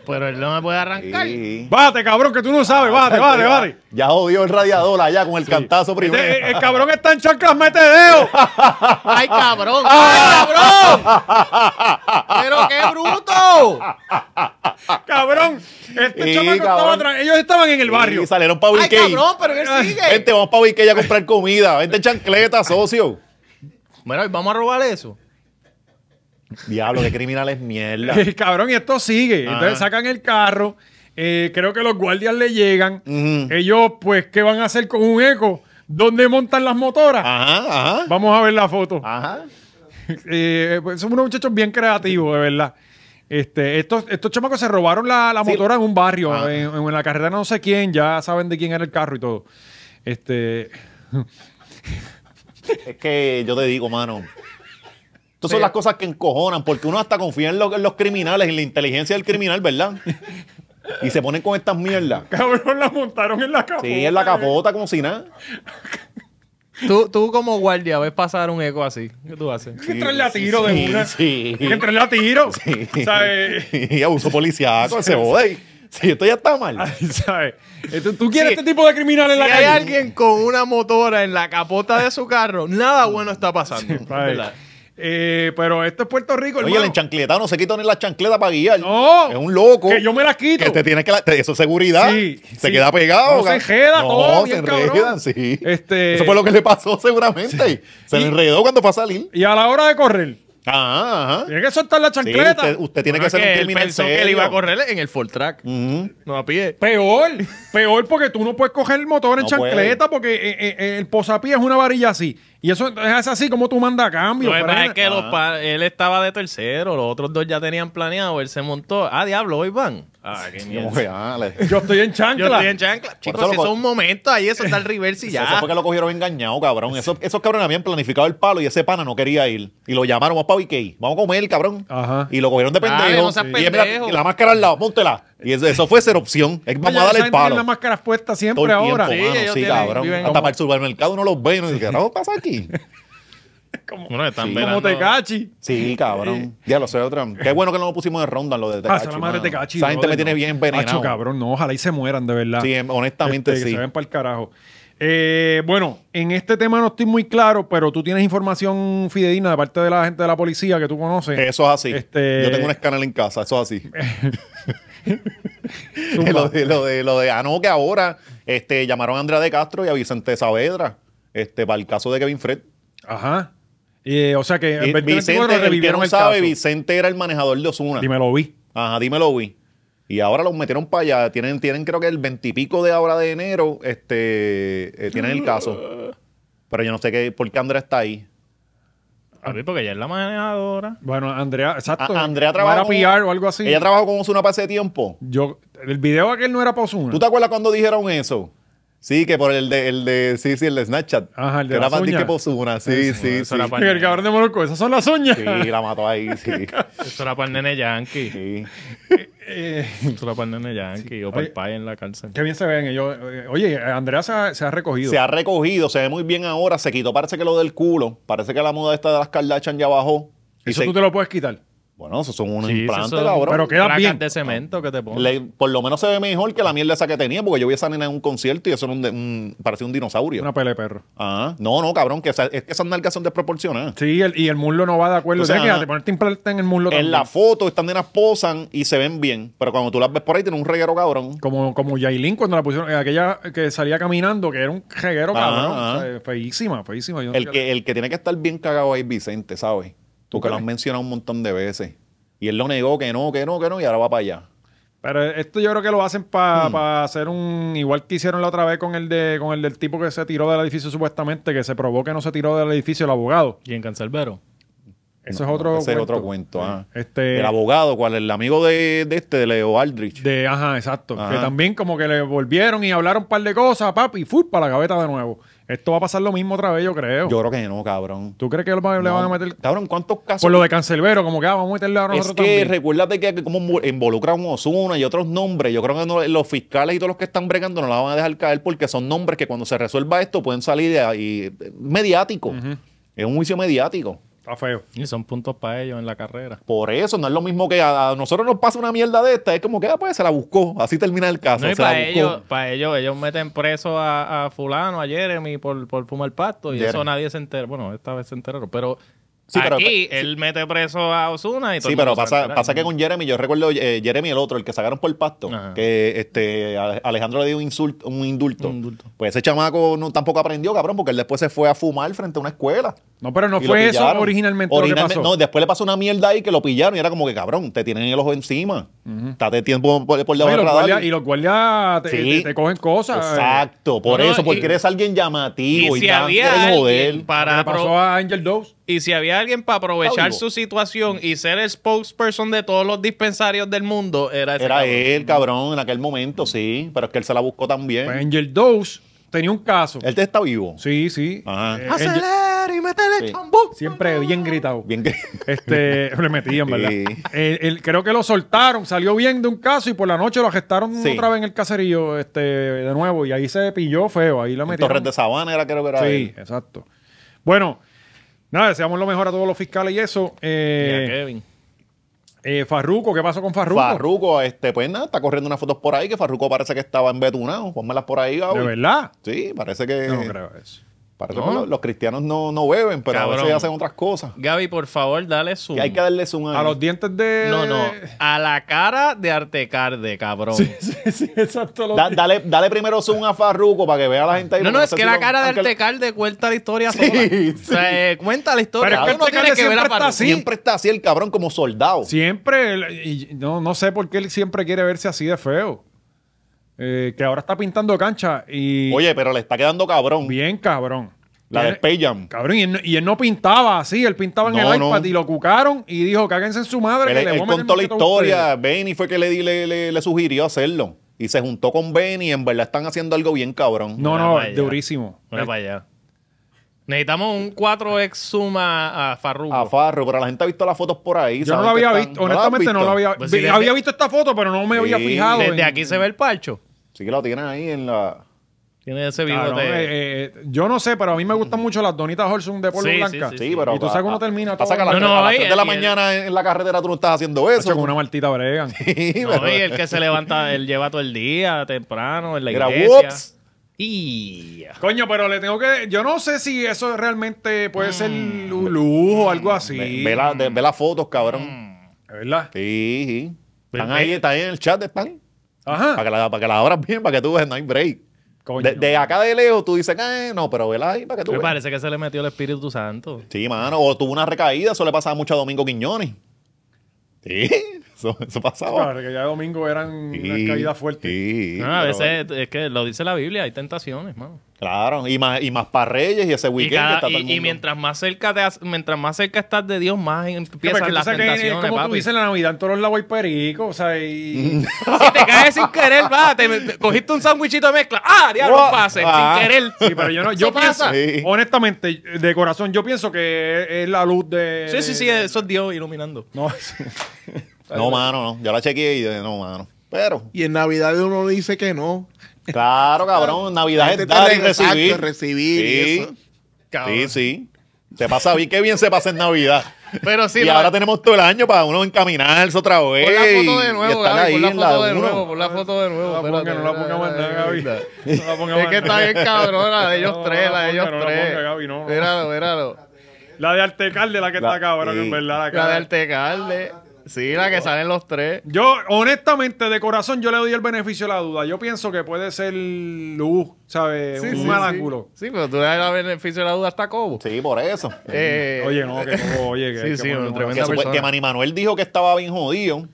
S3: Pero él no me puede arrancar.
S2: Sí.
S1: Bájate, cabrón, que tú no sabes. Bájate, bájate, bájate.
S2: Ah, Ya jodió el radiador allá con el cantazo primero.
S1: Este- el, el cabrón está en chanclas, mete
S2: [LAUGHS]
S1: dedo.
S3: ¡Ay, cabrón! ¡Ay, cabrón! ¡Pero qué bruto!
S1: Cabrón, este
S2: Sí,
S1: chamaco estaba
S2: cabrón.
S1: atrás. Ellos estaban en el barrio.
S2: Y salieron para
S3: ¡Ay,
S2: Vilkey.
S3: cabrón! ¡Pero él sigue!
S2: Vente, vamos para Vilkey a comprar comida. Vente en chancleta, socio.
S3: Mira, vamos a robar eso.
S2: Diablo, qué criminal es mierda.
S1: Eh, [LAUGHS] cabrón, y esto sigue. Entonces sacan el carro. eh, creo que los guardias le llegan.
S2: Ujú.
S1: Ellos, pues, ¿qué van a hacer con un eco? ¿Dónde montan las motoras?
S2: Ah. Ajá, ajá.
S1: Vamos a ver la foto.
S2: Ajá.
S1: [LAUGHS] Eh, pues, son unos muchachos bien creativos, de verdad. Este, estos, estos chamacos se robaron la, la
S2: Sí.
S1: motora en un barrio,
S2: Ah.
S1: en, en la carrera no sé quién, ya saben de quién era el carro y todo. Este,
S2: Es que yo te digo, mano. Estas son las cosas que encojonan, porque uno hasta confía en, lo- en los criminales, en la inteligencia del criminal, ¿verdad? Y se ponen con estas mierdas.
S1: cabrón, la montaron en la capota.
S2: Sí, en la capota como si nada.
S3: Tú, tú como guardia ves pasar un eco así. ¿Qué tú haces?
S1: Entra en la tiro de una.
S2: Sí.
S1: Entra en la tiro.
S2: sí.
S1: ¿Sabes? [LAUGHS]
S2: Y abuso policíaco, se jode. Sí, esto ya está mal.
S1: ¿Sabes? Entonces, ¿Tú quieres
S3: Sí.
S1: este tipo de criminal en la
S3: Si hay
S1: calle?
S3: alguien con una motora en la capota de su carro, nada bueno está pasando.
S1: ¿Sabes?
S3: ¿Verdad?
S1: Eh, pero esto es Puerto Rico,
S2: Oye,
S1: hermano.
S2: el enchancletado no se quita ni la chancleta para guiar.
S1: No.
S2: Es un loco.
S1: Que yo me las quito.
S2: Que este te tienes que. la- te- eso es seguridad.
S1: Sí,
S2: se
S1: sí.
S2: queda pegado.
S1: No, se
S2: ca-
S1: enjeda todo,
S2: No, se
S1: bien cabrón.
S2: enredan, sí.
S1: Este-
S2: Eso fue lo que le pasó seguramente. Se
S1: Y-
S2: le enredó cuando fue a salir. Ah,
S1: Y a la hora de correr,
S2: Ajá, ajá.
S1: tiene que soltar la
S2: Sí,
S1: chancleta.
S2: usted, usted tiene
S3: Bueno,
S2: que ser un
S3: él
S2: criminal
S3: pensó
S2: serio.
S3: que él iba a correr en el full track.
S2: Ujú.
S3: No a pie.
S1: Peor, peor porque tú no puedes coger el motor en
S2: No
S1: chancleta porque eh, eh, eh, el posapié es una varilla así. Y eso es así como tú mandas a cambio.
S3: Lo que pasa
S1: frena.
S3: es que los pa- él estaba de tercero, los otros dos ya tenían planeado, él se montó. Ah, diablo, hoy van. Ah, qué
S2: Como
S3: mierda.
S2: que, ah,
S1: [LAUGHS]
S2: le-
S1: Yo estoy en chancla.
S3: Yo estoy en chancla. Chicos,
S2: eso lo
S3: si eso es
S2: co-
S3: un momento, ahí eso está el reverse y
S2: Eso
S3: ya.
S2: fue que lo cogieron engañado, cabrón. Esos, esos cabrones habían planificado el palo y ese pana no quería ir. Y lo llamaron, vamos para BK, vamos a comer, cabrón.
S1: Ajá.
S2: Y lo cogieron de
S3: Dale,
S2: pendejo.
S3: no seas
S2: Y él, mira,
S3: pendejo.
S2: y la máscara al lado, póntela. Y eso, eso fue ser opción. Es, vamos
S1: Oye,
S2: a
S1: esa
S2: darle el
S1: gente tiene
S2: palo.
S1: las máscaras puestas
S2: Todo el
S1: siempre
S2: tiempo,
S1: ahora.
S3: Sí,
S2: mano,
S3: ellos
S2: sí,
S3: tienen-
S2: cabrón.
S3: viven
S2: Hasta
S3: como-
S2: para el supermercado uno los ve y uno dice, ¿qué pasa aquí?
S3: Bueno, están
S2: Sí.
S1: Como
S3: velando-
S1: Tecachi.
S2: [LAUGHS] Sí, cabrón. Ya lo sé, otra. Qué bueno que no lo pusimos en ronda en lo de
S1: Ah, esa
S2: Tecachi.
S1: es la madre
S2: mano.
S1: de Tecachi.
S2: Esa gente
S1: brother,
S2: me
S1: no.
S2: tiene bien envenenado.
S1: Macho, cabrón, no, ojalá y se mueran, de verdad.
S2: Sí, em, honestamente
S1: Este, Que
S2: sí.
S1: se vayan para el carajo. Eh, bueno, en este tema no estoy muy claro, pero tú tienes información fidedigna de parte de la gente de la policía que tú conoces.
S2: Eso es así.
S1: Este-
S2: Yo tengo un escáner en casa, eso es [LAUGHS] así.
S1: Zumba.
S2: [LAUGHS] lo, de, lo, de, lo de ah, no, que ahora este, llamaron a Andrea de Castro y a Vicente Saavedra este, para el caso de Kevin Fred.
S1: Ajá. Eh, o sea que
S2: Y-
S1: en 24
S2: Vicente, el que
S1: revivieron
S2: no
S1: el
S2: sabe,
S1: caso.
S2: Vicente era el manejador de Osuna.
S1: Dime, lo vi.
S2: Ajá, dímelo, vi. Y ahora los metieron para allá. Tienen, tienen creo que el veintipico de ahora de enero, este, eh, tienen el caso. Pero yo no sé qué, por qué Andrea está ahí.
S3: A ver, Ah, porque ella es la manejadora.
S1: Bueno, Andrea, exacto.
S2: A- Andrea
S1: No
S2: trabaja
S1: Era
S2: como-
S1: PR o algo así.
S2: Ella trabajó con Osuna para ese tiempo.
S1: Yo, el video aquel no era para
S2: ¿Tú
S1: Ozuna.
S2: te acuerdas cuando dijeron eso? Sí, que por el de, el de, sí, sí, el de Snapchat.
S1: Ajá, el de
S2: que
S1: las
S2: era para ti
S1: uñas.
S2: que posuna, sí, sí, sí.
S3: eso era pa-
S1: El cabrón de Morocco, esas son las uñas.
S2: Sí, la mató ahí, sí.
S3: Eso era para el nene Yankee.
S2: sí.
S1: [LAUGHS] Eh,
S3: Eso era para el nene Yankee. O para el pai en la cárcel.
S1: qué bien se ven ellos. Eh, Oye, Andrea se ha, se ha recogido.
S2: Se ha recogido, se ve muy bien ahora, se quitó, parece que lo del culo, parece que la moda esta de las Kardashian ya bajó. Y
S1: Eso
S2: se-
S1: tú te lo puedes quitar.
S2: Bueno, eso son unos
S3: Sí,
S2: implantes,
S3: eso son
S2: cabrón.
S1: Pero queda
S3: placas
S1: bien.
S3: de cemento que te ponen.
S2: Le- por lo menos se ve mejor que la mierda esa que tenía, porque yo vi a esa nena en un concierto y eso era un, de- un- parecía un dinosaurio.
S1: Una pelea de perro.
S2: Ajá. No, no, cabrón, que esa- es que esas nalgas son desproporcionadas.
S1: Sí, el- y el muslo no va de acuerdo.
S2: O sea,
S1: Tienes que
S2: ajá.
S1: ponerte implante en el muslo
S2: En
S1: también.
S2: la foto estas nenas posan y se ven bien, pero cuando tú las ves por ahí tienen un reguero cabrón.
S1: Como, como Yailin cuando la pusieron, eh, aquella que salía caminando, que era un jeguero
S2: Ajá,
S1: cabrón.
S2: ajá.
S1: o sea, feísima, feísima. Yo no
S2: El
S1: sé-
S2: que, el que tiene que estar bien cagado ahí es Vicente, ¿sabes? Tú que lo has mencionado un montón de veces. Y él lo negó que no, que no, que no, y ahora va para allá.
S1: Pero esto yo creo que lo hacen
S2: Hmm.
S1: para hacer un. Igual que hicieron la otra vez con el de con el del tipo que se tiró del edificio, supuestamente, que se probó que no se tiró del edificio el abogado.
S3: Y en Cancelbero.
S1: Eso
S2: No,
S1: es otro
S2: ese
S1: cuento.
S2: es otro cuento. ajá.
S1: Este,
S2: El abogado, ¿cuál? El amigo de, de este, de Leo Aldrich.
S1: de, ajá, exacto.
S2: Ajá.
S1: Que también como que le volvieron y hablaron un par de cosas, papi, y fui para la gaveta de nuevo. Esto va a pasar lo mismo otra vez, yo creo.
S2: Yo creo que no, cabrón.
S1: ¿Tú crees que lo- le van a
S2: No,
S1: meter
S2: Cabrón, ¿cuántos casos?
S1: por lo de cancelbero? Como que ah, vamos a meterle a
S2: es
S1: nosotros
S2: que
S1: también.
S2: recuérdate que como mu- involucra a un Osuna y otros nombres, yo creo que no- los fiscales y todos los que están bregando no la van a dejar caer porque son nombres que cuando se resuelva esto pueden salir de ahí, eh, mediáticos. Es un juicio mediático.
S1: Está feo.
S3: Y son puntos para ellos en la carrera.
S2: Por eso no es lo mismo que a, a nosotros nos pasa una mierda de esta. Es como que, ah, pues se la buscó. Así termina el caso.
S3: No, y
S2: se la
S3: para
S2: buscó.
S3: ellos, para ellos, ellos meten preso a, a fulano, a Jeremy por, por fumar pasto y
S2: Jeremy.
S3: eso nadie se entera. Bueno, esta vez se enteraron, pero
S2: Sí, pero-
S3: aquí él mete preso a Osuna y todo
S2: Sí,
S3: el
S2: pero
S3: mundo se va a
S2: pasa,
S3: enterar,
S2: pasa
S3: ¿no?
S2: que con Jeremy, yo recuerdo eh, Jeremy el otro, el que sacaron por el pacto,
S3: Ajá.
S2: que este Ale- Alejandro le dio un, insulto, un indulto.
S3: Un indulto.
S2: Pues ese chamaco no, tampoco aprendió, cabrón, porque él después se fue a fumar frente a una escuela.
S1: No, pero no
S2: Y lo
S1: fue eso
S2: pillaron.
S1: originalmente
S2: Originalme-
S1: lo que pasó.
S2: No, después le pasó una mierda ahí que lo pillaron y era como que, cabrón, te tienen el ojo encima. Estate tiempo por,
S1: No, y,
S2: por debajo del
S1: los
S2: radar.
S1: guardias, y los guardias te,
S2: Sí.
S1: te- te cogen cosas. eh.
S2: Exacto, por
S3: No, no,
S2: eso, porque
S3: y-
S2: eres alguien llamativo y,
S3: y si
S2: tan-
S3: había
S2: quieres joder.
S3: alguien
S1: Lo
S3: para
S1: que pasó
S3: apro-
S1: a Angel Dose.
S3: y si había alguien para aprovechar
S2: vivo.
S3: su situación y ser el spokesperson de todos los dispensarios del mundo era ese
S2: Era
S3: cabrón.
S2: él, cabrón, en aquel momento, sí, pero es que él se la buscó también.
S1: Pues Angel Dose tenía un caso.
S2: Él está vivo.
S1: Sí, sí.
S2: Ajá.
S3: Ah,
S1: Eh, Angel-
S3: Acelera y métele
S2: Sí.
S3: chambú.
S1: siempre bien gritado.
S2: Bien
S1: [LAUGHS]
S2: que. [LAUGHS]
S1: Este, le metían, ¿verdad?
S2: Sí.
S1: Eh, él- creo que lo soltaron, salió bien de un caso y por la noche lo arrestaron
S2: Sí.
S1: otra vez en el caserío este, de nuevo y ahí se pilló feo, ahí lo
S2: En
S1: metieron.
S2: Torres de Sabana era, creo que era.
S1: Sí,
S2: él.
S1: exacto. Bueno, nada, deseamos lo mejor a todos los fiscales y eso.
S3: Y a
S1: Eh,
S3: Kevin.
S1: eh, Farruco, ¿qué pasó con Farruco?
S2: Farruko, este, pues nada, está corriendo unas fotos por ahí que Farruko parece que estaba embetunado. Pónmelas por ahí, Gaby.
S1: ¿De verdad?
S2: Sí, parece que.
S1: Yo no creo eso.
S2: Parece
S3: No.
S2: que los, los cristianos no, no beben, pero a veces
S3: Cabrón.
S2: hacen otras cosas.
S3: Gaby, por favor, dale su.
S2: Que hay que darles un
S1: A los dientes de...
S3: No, no. A la cara de Artecarde,
S1: [LAUGHS]
S3: cabrón.
S1: sí, sí, exacto. los
S2: Da-
S1: dientes.
S2: dale, dale primero zoom a Farruko para que vea a la gente ahí.
S3: No,
S2: porque
S3: no, es
S2: sé
S3: que
S2: si
S3: la
S2: lo-
S3: cara de
S2: aunque-
S3: Artecarde cuenta la historia
S2: Sí,
S3: sola.
S2: sí.
S3: O sea, eh, cuenta la historia.
S1: Pero es que
S3: Uno tiene
S1: Artecarde
S3: que ver
S1: siempre
S3: a
S1: está
S3: Farruko.
S1: así.
S2: Siempre está así el cabrón como soldado.
S1: Siempre, el- y no, no sé por qué él siempre quiere verse así de feo. Eh, que ahora está pintando cancha y...
S2: Oye, pero le está quedando cabrón.
S1: Bien cabrón.
S2: La de
S1: Tiene-
S2: Space Jam.
S1: Cabrón, y él, no- y él no pintaba así, él pintaba en
S2: No,
S1: el iPad
S2: no.
S1: y lo cucaron y dijo, cáguense en su madre.
S2: Él,
S1: que le voy
S2: él
S1: a meter
S2: contó la
S1: machete a ustedes".
S2: historia. Benny fue que le, di- le, le- le sugirió hacerlo. Y se juntó con Benny. En verdad están haciendo algo bien cabrón.
S1: No,
S3: Mira
S1: no,
S3: para allá.
S1: durísimo.
S3: Mira para allá. Necesitamos un 4X suma a Farruko.
S2: A Farro, pero la gente ha visto las fotos por ahí.
S1: Yo no
S2: saben
S1: lo
S2: que
S1: había
S2: están-
S1: visto, honestamente no
S2: las
S1: lo
S2: has
S1: había
S3: Pues
S1: vi-
S3: si desde-
S1: había visto esta foto, pero no me había
S2: Sí,
S1: fijado.
S3: Desde
S1: en-
S3: aquí se ve el parcho.
S2: Sí que lo tienen ahí en la.
S3: Tiene ese
S1: Cabrón,
S3: bigote.
S1: eh, eh, yo no sé, pero a mí me gustan mucho las donitas Holson de polvo
S3: Sí, sí,
S1: blanca.
S3: sí,
S2: Sí, pero.
S1: Y tú sabes que uno termina todo.
S2: Pasa que a las
S3: No, eh,
S2: tres-
S3: no,
S2: a las
S3: y-
S2: tres de la
S3: y el-
S2: mañana en la carretera tú no estás haciendo
S1: Hacho,
S2: eso. [LAUGHS]
S1: con una martita bregan.
S2: Sí,
S3: No,
S2: eh, pero-
S3: y el que se levanta, él lleva todo el día temprano en la
S2: Era,
S3: iglesia.
S2: "Whoops".
S3: Y...
S1: Coño, pero le tengo que. Yo no sé si eso realmente puede ser
S2: Mm,
S1: un lujo o algo así.
S2: Ve, ve la- de- ve las fotos,
S4: Mm.
S2: cabrón.
S1: Es ¿Verdad?
S2: Sí, sí. Están
S3: Ve-
S2: ahí,
S3: ve-
S2: están ahí en el chat, están. Para
S1: Ajá.
S2: que, la, para que la abras bien, para que tú veas, no hay break.
S1: Coño.
S2: De, de acá de lejos tú dices, "Eh, no, pero vela ahí para que tú
S3: Me
S2: veas.
S3: parece que se le metió el Espíritu Santo.
S2: Sí, mano, o tuvo una recaída, eso le pasaba mucho a Domingo Quiñones. Sí, [LAUGHS] eso, eso pasaba.
S1: Claro, que ya domingo eran
S2: oh. Sí,
S1: unas caídas fuertes.
S2: sí,
S3: No, Ah, a
S2: pero-
S3: veces es que lo dice la Biblia, hay tentaciones, mano.
S2: Claro, y más, y más para Reyes y ese
S3: Y,
S2: weekend
S3: cada-
S2: que está todo
S3: y-
S2: el
S3: y
S2: mundo.
S3: mientras más cerca te has- mientras más cerca estás de Dios, más em-,
S1: Sí, porque
S3: empiezan
S1: tú
S3: las
S1: sabes que
S3: tentaciones,
S1: es como tú
S3: papi.
S1: dices, la Navidad en todos los lados hay perico, o sea,
S2: Mm.
S1: y...
S3: Si te caes sin querer, va, te, te- cogiste un sándwichito de mezcla. ¡Ah, diablo,
S2: Wow.
S3: pase!
S2: Ah.
S3: Sin querer.
S1: Sí, pero yo no, yo
S3: Eso pasa.
S1: pienso,
S2: [LAUGHS] Sí.
S1: honestamente, de corazón, yo pienso que es- es la luz de...
S3: Sí, sí, sí, eso es Dios iluminando.
S1: No, [LAUGHS]
S2: No, mano, no. Yo la chequeé y dije, no, mano. Pero,
S4: Y en Navidad uno dice que no.
S2: claro, cabrón, Navidad
S4: Este
S2: es
S4: está
S2: dar y
S4: re- exacto,
S2: recibir.
S4: recibir y eso.
S2: Sí, sí. Se pasa bien, qué bien se pasa en Navidad.
S3: Pero sí,
S2: y
S3: la-
S2: ahora tenemos todo el año para uno encaminarse otra vez.
S3: Pon la foto de
S2: y-
S3: nuevo,
S2: y estar
S3: Gaby,
S2: ahí
S3: pon la
S2: en la
S3: foto de
S2: uno.
S3: nuevo, pon la foto de nuevo.
S1: la ponga,
S3: espérate,
S1: no la ponga más nada, Gaby. No la ponga
S3: Es
S1: más
S3: que está
S1: nada.
S3: bien cabrona, la de ellos
S1: No,
S3: tres,
S1: no
S3: la de ellos
S1: ponga, no la
S3: tres.
S1: ponga, Gaby, no, no.
S3: Míralo, míralo.
S1: La de Artecalde, la que
S2: La-
S1: está cabrón,
S2: sí.
S1: en verdad, la
S3: La
S1: cara.
S3: de Artecalde. Sí, la que salen los tres.
S1: Yo, honestamente, de corazón, yo le doy el beneficio de la duda. Yo pienso que puede ser luz, ¿sabes? Un mal ángulo.
S3: Sí, pero tú le das el beneficio de la duda hasta Cobo.
S2: Sí, por eso.
S3: Eh,
S1: Oye, no,
S3: [LAUGHS]
S1: que no, oye, que...
S3: Sí,
S1: que
S3: sí,
S1: bueno,
S3: un
S1: no,
S3: tremendo-
S2: Que,
S3: Una
S2: supo-
S3: persona.
S2: que Manny Manuel dijo que estaba bien jodido.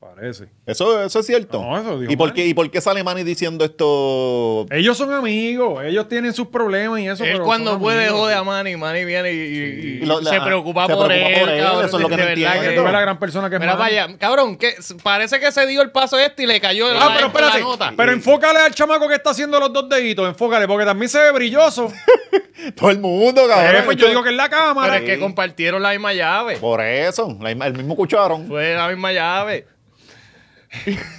S1: Parece.
S2: Eso, eso es cierto.
S1: No, eso dijo
S2: ¿Y, por
S1: Manny.
S2: qué, ¿Y por qué sale Manny diciendo esto?
S1: Ellos son amigos, ellos tienen sus problemas y eso.
S3: Él
S1: pero
S3: cuando
S1: son
S3: puede
S1: amigos.
S3: jode a Manny, Manny viene y, y- y
S2: Y lo-
S3: se
S2: ajá,
S3: preocupa
S2: se
S3: por
S2: preocupa
S3: él,
S2: por él,
S3: cabrón,
S2: eso es lo que
S3: de
S2: no
S3: verdad
S2: entiendo.
S1: Tú ves la gran persona que es
S3: Mira
S1: Manny.
S3: para allá, cabrón, que s- parece que se dio el paso este y le cayó la,
S1: Ah, pero
S3: la
S1: espérate.
S3: nota.
S1: Pero enfócale al chamaco que está haciendo los dos deditos. Enfócale, porque también se ve
S3: [LAUGHS]
S1: brilloso.
S2: Todo el mundo, cabrón.
S1: Eh, pues yo digo que es la
S3: Pero
S1: cámara.
S3: es que compartieron la misma llave.
S2: Por eso. la misma- el mismo cucharon.
S3: Fue la misma llave.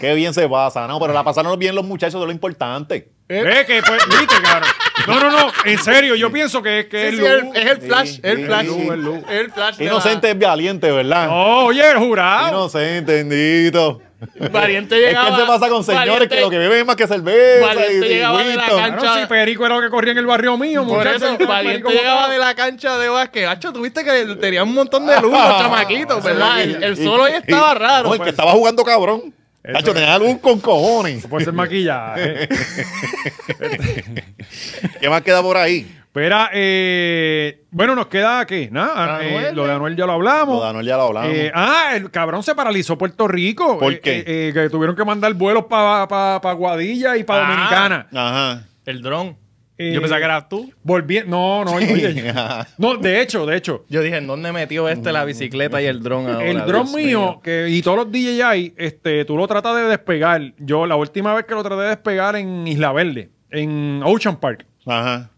S2: Qué bien se pasa, ¿no? Pero la pasaron bien los muchachos, eso es lo importante.
S1: Eh, que pues, viste, cabrón. No, no, no, en serio, yo pienso que, es- que es
S5: Sí, sí,
S1: Lu.
S5: el- es el flash,
S2: Sí,
S5: el
S2: sí,
S5: flash.
S2: sí.
S5: el Lu. El flash. de la-
S2: Inocente es valiente, ¿verdad?
S1: No, oye, el jurado.
S2: Inocente, bendito.
S5: Valiente
S2: Es que
S5: llegaba.
S2: él se pasa con señores
S5: Valiente-
S2: que lo que beben es más que cerveza
S5: Valiente
S2: y
S5: llegaba de la
S2: whiston.
S5: cancha.
S1: Claro, si Perico era lo que corría en el barrio mío,
S5: Por
S1: muchachos,
S5: eso,
S1: el
S5: Valiente
S1: Perico
S5: llegaba
S1: botaba.
S5: de la cancha de básquet.
S3: Hacho, tuviste que tenía un montón de luz
S2: [LAUGHS] Ah.
S3: los chamaquitos,
S5: ¿verdad?
S3: ¿verdad?
S5: El, el solo ahí estaba raro.
S2: No, el que
S5: pues.
S2: estaba jugando cabrón.
S1: Eso
S2: Tacho,
S1: es.
S2: tenía algún con cojones.
S1: Puede ser maquillaje.
S2: ¿Qué más queda por ahí?
S1: [LAUGHS] Espera, eh, bueno, nos queda ¿qué? Nada, eh,
S3: Anuel.
S1: lo de Anuel ya lo hablamos.
S2: Lo de Anuel ya lo hablamos.
S1: Eh, ah, el cabrón se paralizó Puerto Rico.
S2: ¿Por
S1: Eh,
S2: qué?
S1: eh, eh, que tuvieron que mandar vuelos para pa, pa Guadilla y para
S3: Ah.
S1: Dominicana.
S2: Ajá.
S3: El dron.
S1: Eh,
S3: Yo pensaba que eras tú.
S1: Volviendo. No, no,
S2: [LAUGHS]
S1: oye, no, de hecho, de hecho.
S3: Yo dije, ¿en dónde metió este la bicicleta y el dron ahora?
S1: El dron
S3: Dios
S1: mío, que, y todos los DJI, este, tú lo tratas de despegar. Yo la última vez que lo traté de despegar en Isla Verde, en Ocean Park, [LAUGHS]
S2: Ajá.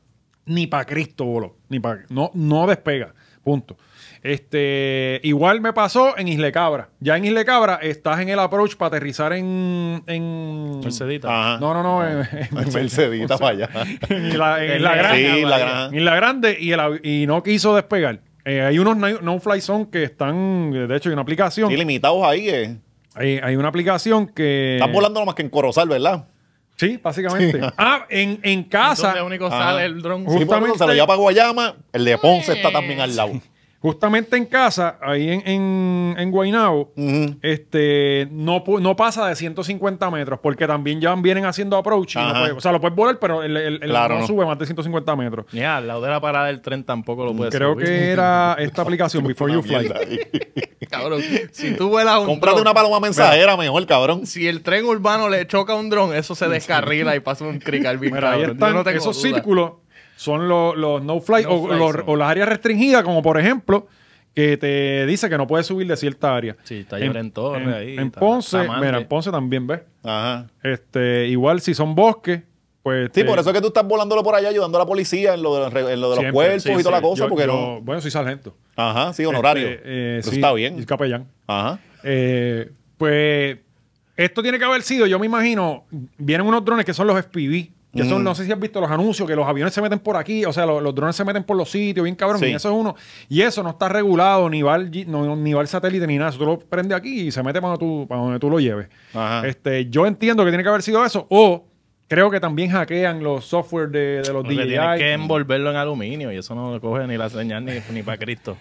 S1: ni para Cristo voló. Ni pa, no, no despega. Punto. Este, igual me pasó en Isle Cabra. Ya en Isle Cabra estás en el approach para aterrizar en. en
S3: Mercedita.
S2: Ajá.
S1: No, no, no. En, en-
S2: Mercedita
S1: [LAUGHS]
S2: para allá.
S1: en la, en
S3: En
S1: la
S3: la-
S1: granja.
S2: Ah. sí, ah. la
S1: vaya.
S2: granja.
S1: En la grande y, el avi- y no quiso despegar. Eh, hay unos no- no-fly zone que están. De hecho, hay una aplicación.
S2: Sí, limitados ahí, eh.
S1: Hay, hay una aplicación que.
S2: Están volando más que en Corozal, ¿verdad?
S1: Sí, básicamente. Ah, en, en casa.
S3: Donde único
S2: Ajá.
S3: sale el dron.
S1: Ju-
S2: Sí, por lo menos se lo lleva para Guayama. El de
S5: Eh.
S2: Ponce está también al lado.
S1: Justamente en casa, ahí en, en, en Guaynabo,
S2: Ujú.
S1: este, no, pu- no pasa de 150 metros, porque también ya vienen haciendo approach. y no
S2: Ajá.
S1: puede- o sea, lo puedes volar, pero el, el- el
S2: Claro,
S1: no,
S2: no.
S1: sube más de 150 metros.
S3: Ya, al lado de la parada del tren tampoco lo puedes
S1: Creo
S3: subir.
S1: que
S2: [LAUGHS]
S1: era esta aplicación, Before You Fly.
S2: Mierda ahí.
S3: [LAUGHS] Cabrón, si tú vuelas un
S2: Cómprate
S3: dron,
S2: una paloma mensajera mejor, cabrón.
S3: si el tren urbano le choca a un dron, eso se descarrila y pasa un crical bien
S1: Mira, ahí
S3: cabrón. Yo
S1: están
S3: no tengo
S1: esos
S3: duda.
S1: círculos, son los, los no-fly
S3: No
S1: o,
S3: fly
S1: los-
S3: zone.
S1: o las áreas restringidas, como por ejemplo, que te dice que no puedes subir de cierta área.
S3: Sí, está Lloren Torres
S1: en-
S3: ahí,
S1: En
S3: está-
S1: Ponce,
S3: está Mante.
S1: mira, en Ponce también, ¿ves?
S2: Ajá.
S1: Este, igual si son bosques, pues...
S2: Sí,
S1: este,
S2: por eso es que tú estás volándolo por allá ayudando a la policía en lo de, los- en lo de los
S1: siempre,
S2: cuerpos
S1: sí,
S2: y toda
S1: sí.
S2: la cosa,
S1: Yo-
S2: porque
S1: yo-
S2: no.
S1: Bueno, soy sargento.
S2: Ajá, sí, honorario.
S1: Este, eh,
S2: Eso
S1: sí,
S2: está
S1: Y
S2: bien.
S1: capellán.
S2: Ajá.
S1: Eh, pues esto tiene que haber sido, yo me imagino, vienen unos drones que son los FPV. Que
S2: Mm.
S1: son, no sé si has visto los anuncios, que los aviones se meten por aquí, o sea, lo- los, drones se meten por los sitios, bien cabrón,
S2: Sí.
S1: y eso es uno. Y eso no está regulado, ni va al, G- no- ni va al satélite, ni nada. Eso tú lo prendes aquí y se mete para donde tú, para donde tú lo lleves.
S2: Ajá.
S1: Este, yo entiendo que tiene que haber sido eso, o creo que también hackean los software de, de los
S3: Porque
S1: DJI.
S3: tienes que envolverlo en aluminio y eso no lo coge ni la señal ni, ni para Cristo.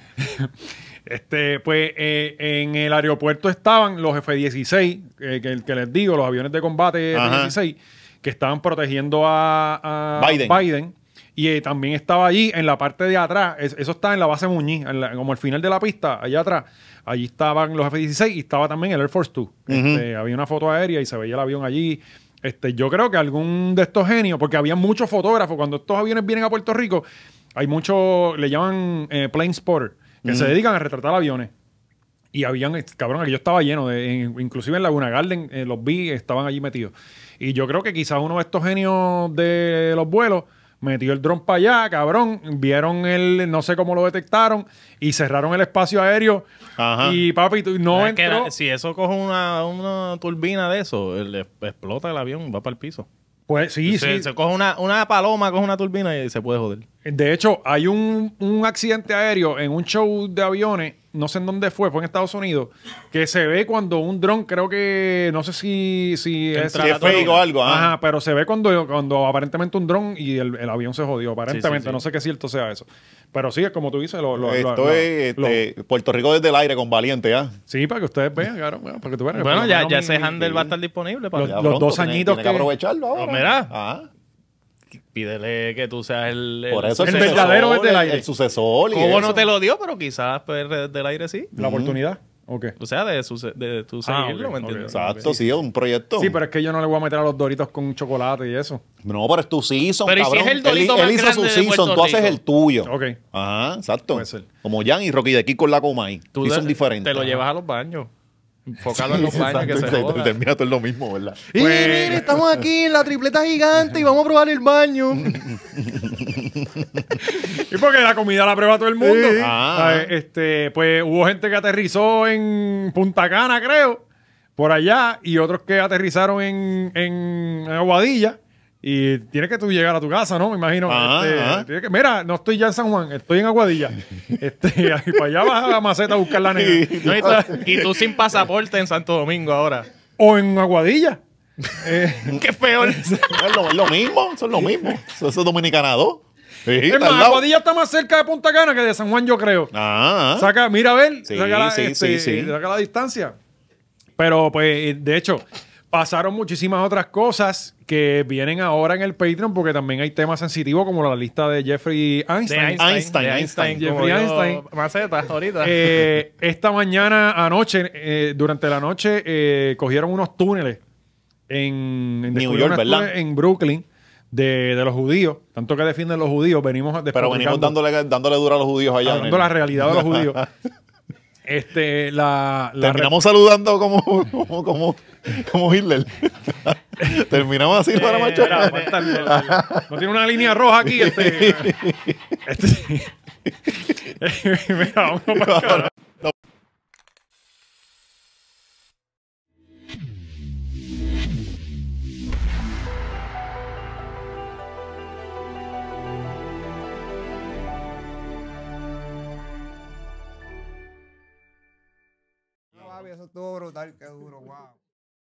S1: Este, pues eh, en el aeropuerto estaban los F-16, eh, que, que les digo, los aviones de combate
S2: Ajá.
S1: F-16, que estaban protegiendo a, a
S2: Biden.
S1: Y eh, también estaba allí en la parte de atrás, es- eso está en la base Muñiz, en la- como al final de la pista, allá atrás. Allí estaban los F-16 y estaba también el Air Force Two. Este, había una foto aérea y se veía el avión allí. Este, yo creo que algún de estos genios, porque había muchos fotógrafos, cuando estos aviones vienen a Puerto Rico, hay muchos, le llaman eh, plane spotter, que se dedican a retratar aviones. Y habían, cabrón, aquí yo estaba lleno, de, en- inclusive en Laguna Garden eh, los vi, estaban allí metidos. Y yo creo que quizás uno de estos genios de los vuelos metió el dron para allá, cabrón, vieron el, no sé cómo lo detectaron, y cerraron el espacio aéreo.
S2: Ajá.
S1: Y papi, tú- [LAUGHS] no
S3: Es que
S1: entró.
S3: la- si eso coge una, una turbina de eso, el- explota el avión y va para el piso.
S1: Pues sí,
S3: se,
S1: sí.
S3: se coge una, una paloma, coge una turbina y se puede joder.
S1: De hecho, hay un, un accidente aéreo en un show de aviones, no sé en dónde fue, fue en Estados Unidos, que se ve cuando un dron, creo que, no sé si, si es...
S2: Si es fake o algo, ajá.
S1: Ajá, pero se ve cuando, cuando aparentemente un dron y el, el avión se jodió, aparentemente,
S3: sí.
S1: no sé qué cierto sea eso. Pero sí, es como tú dices, lo... lo- lo-
S2: Esto
S1: lo-
S2: es
S1: lo-
S2: este, Puerto Rico desde el aire con valiente, ¿ah?
S1: Sí, para que ustedes vean, claro, bueno, para que tú veas. que por
S3: Bueno,
S1: lo
S3: ya,
S1: menos
S3: ya
S1: mi-
S3: ese handle va a estar disponible para
S1: Los-
S2: Ya
S1: los dos
S2: tiene-
S1: añitos
S2: tiene que,
S1: que-
S2: aprovecharlo ahora.
S3: No, mira.
S2: Ajá.
S3: Pídele que tú seas el. el-
S2: Por eso
S1: El verdadero es del
S2: el-
S1: aire.
S2: El sucesor. y
S3: Cobo no
S2: eso.
S3: te lo dio, pero quizás PR del aire sí.
S1: La oportunidad, ¿o qué?
S3: O sea, de, su, de tu
S1: Ah,
S3: seguirlo,
S1: ok,
S3: ¿me entiendes?
S1: ok, ok.
S2: Exacto, sí, es un proyecto.
S1: Sí, pero es que yo no le voy a meter a los doritos con chocolate y eso.
S2: No, pero es tu season,
S5: Pero ¿y si
S2: cabrón.
S5: es el dorito
S2: él
S5: más
S2: él hizo
S5: grande
S2: su
S5: de
S2: season,
S5: Puerto
S2: tú haces
S5: Rico?
S2: el tuyo.
S1: Ok.
S2: Ajá, exacto.
S1: Puede ser.
S2: Como Jan y Rocky de aquí con la Comay.
S3: Tú
S2: Sí, son
S3: de-
S2: diferentes.
S3: Te lo llevas a los baños. Enfócalo en los
S2: [LAUGHS]
S3: baños
S2: Exacto,
S3: que se
S2: exacto,
S3: joda.
S2: Termina todo en lo mismo, ¿verdad?
S3: Y miren, estamos aquí en la tripleta gigante y vamos a probar el baño.
S1: Y porque la comida la prueba todo el mundo.
S2: Sí. Ah.
S1: Ay, este, pues hubo gente que aterrizó en Punta Cana, creo, por allá, y otros que aterrizaron en, en Aguadilla. Y tienes que tú llegar a tu casa, ¿no? Me imagino.
S2: Ajá,
S1: este,
S2: ajá.
S1: tienes que- mira, no estoy ya en San Juan, estoy en
S2: [LAUGHS]
S1: Aguadilla. Este, [LAUGHS] y para allá vas a la maceta a buscar la negra.
S2: [LAUGHS]
S3: No, y, tú, [LAUGHS] y tú sin pasaporte en Santo Domingo ahora.
S1: O en Aguadilla. Eh,
S3: Qué peor.
S2: Es lo, es lo mismo, son lo mismo. Eso eso es Dominicana 2. Sí,
S1: es
S2: está
S1: más,
S2: al lado.
S1: Aguadilla está más cerca de Punta Cana que de San Juan, yo creo.
S2: Ah, ah.
S1: Saca, mira a ver,
S2: Sí,
S1: saca, la,
S2: sí,
S1: este,
S2: sí, sí.
S1: saca la distancia. Pero, pues, eh, de hecho, pasaron muchísimas otras cosas que vienen ahora en el Patreon, porque también hay temas sensitivos como la lista de Jeffrey
S3: De
S1: Einstein.
S2: Einstein,
S3: de
S2: Einstein.
S3: como
S1: Jeffrey
S3: yo,
S1: Einstein.
S3: Maceta, ahorita.
S1: Eh, esta mañana, anoche, eh, durante la noche, eh, cogieron unos túneles en, en-
S2: New
S1: descubrieron
S2: York,
S1: unos
S2: ¿verdad?
S1: túneles En Brooklyn, de, de los judíos. Tanto que defienden los judíos, venimos
S2: Pero venimos dándole, dándole duro a los judíos allá.
S1: hablando
S2: nene.
S1: la realidad de los
S2: [LAUGHS]
S1: judíos. Este, la, la
S2: Terminamos saludando como, como, como, como
S1: [LAUGHS]
S2: Hitler. Terminamos así para macho.
S1: Espera, aguanta el- el- el- no tiene una línea roja aquí. Este, Este- [LAUGHS] Mira, vamos para el carajo.
S6: Eso estuvo brutal, qué duro, wow.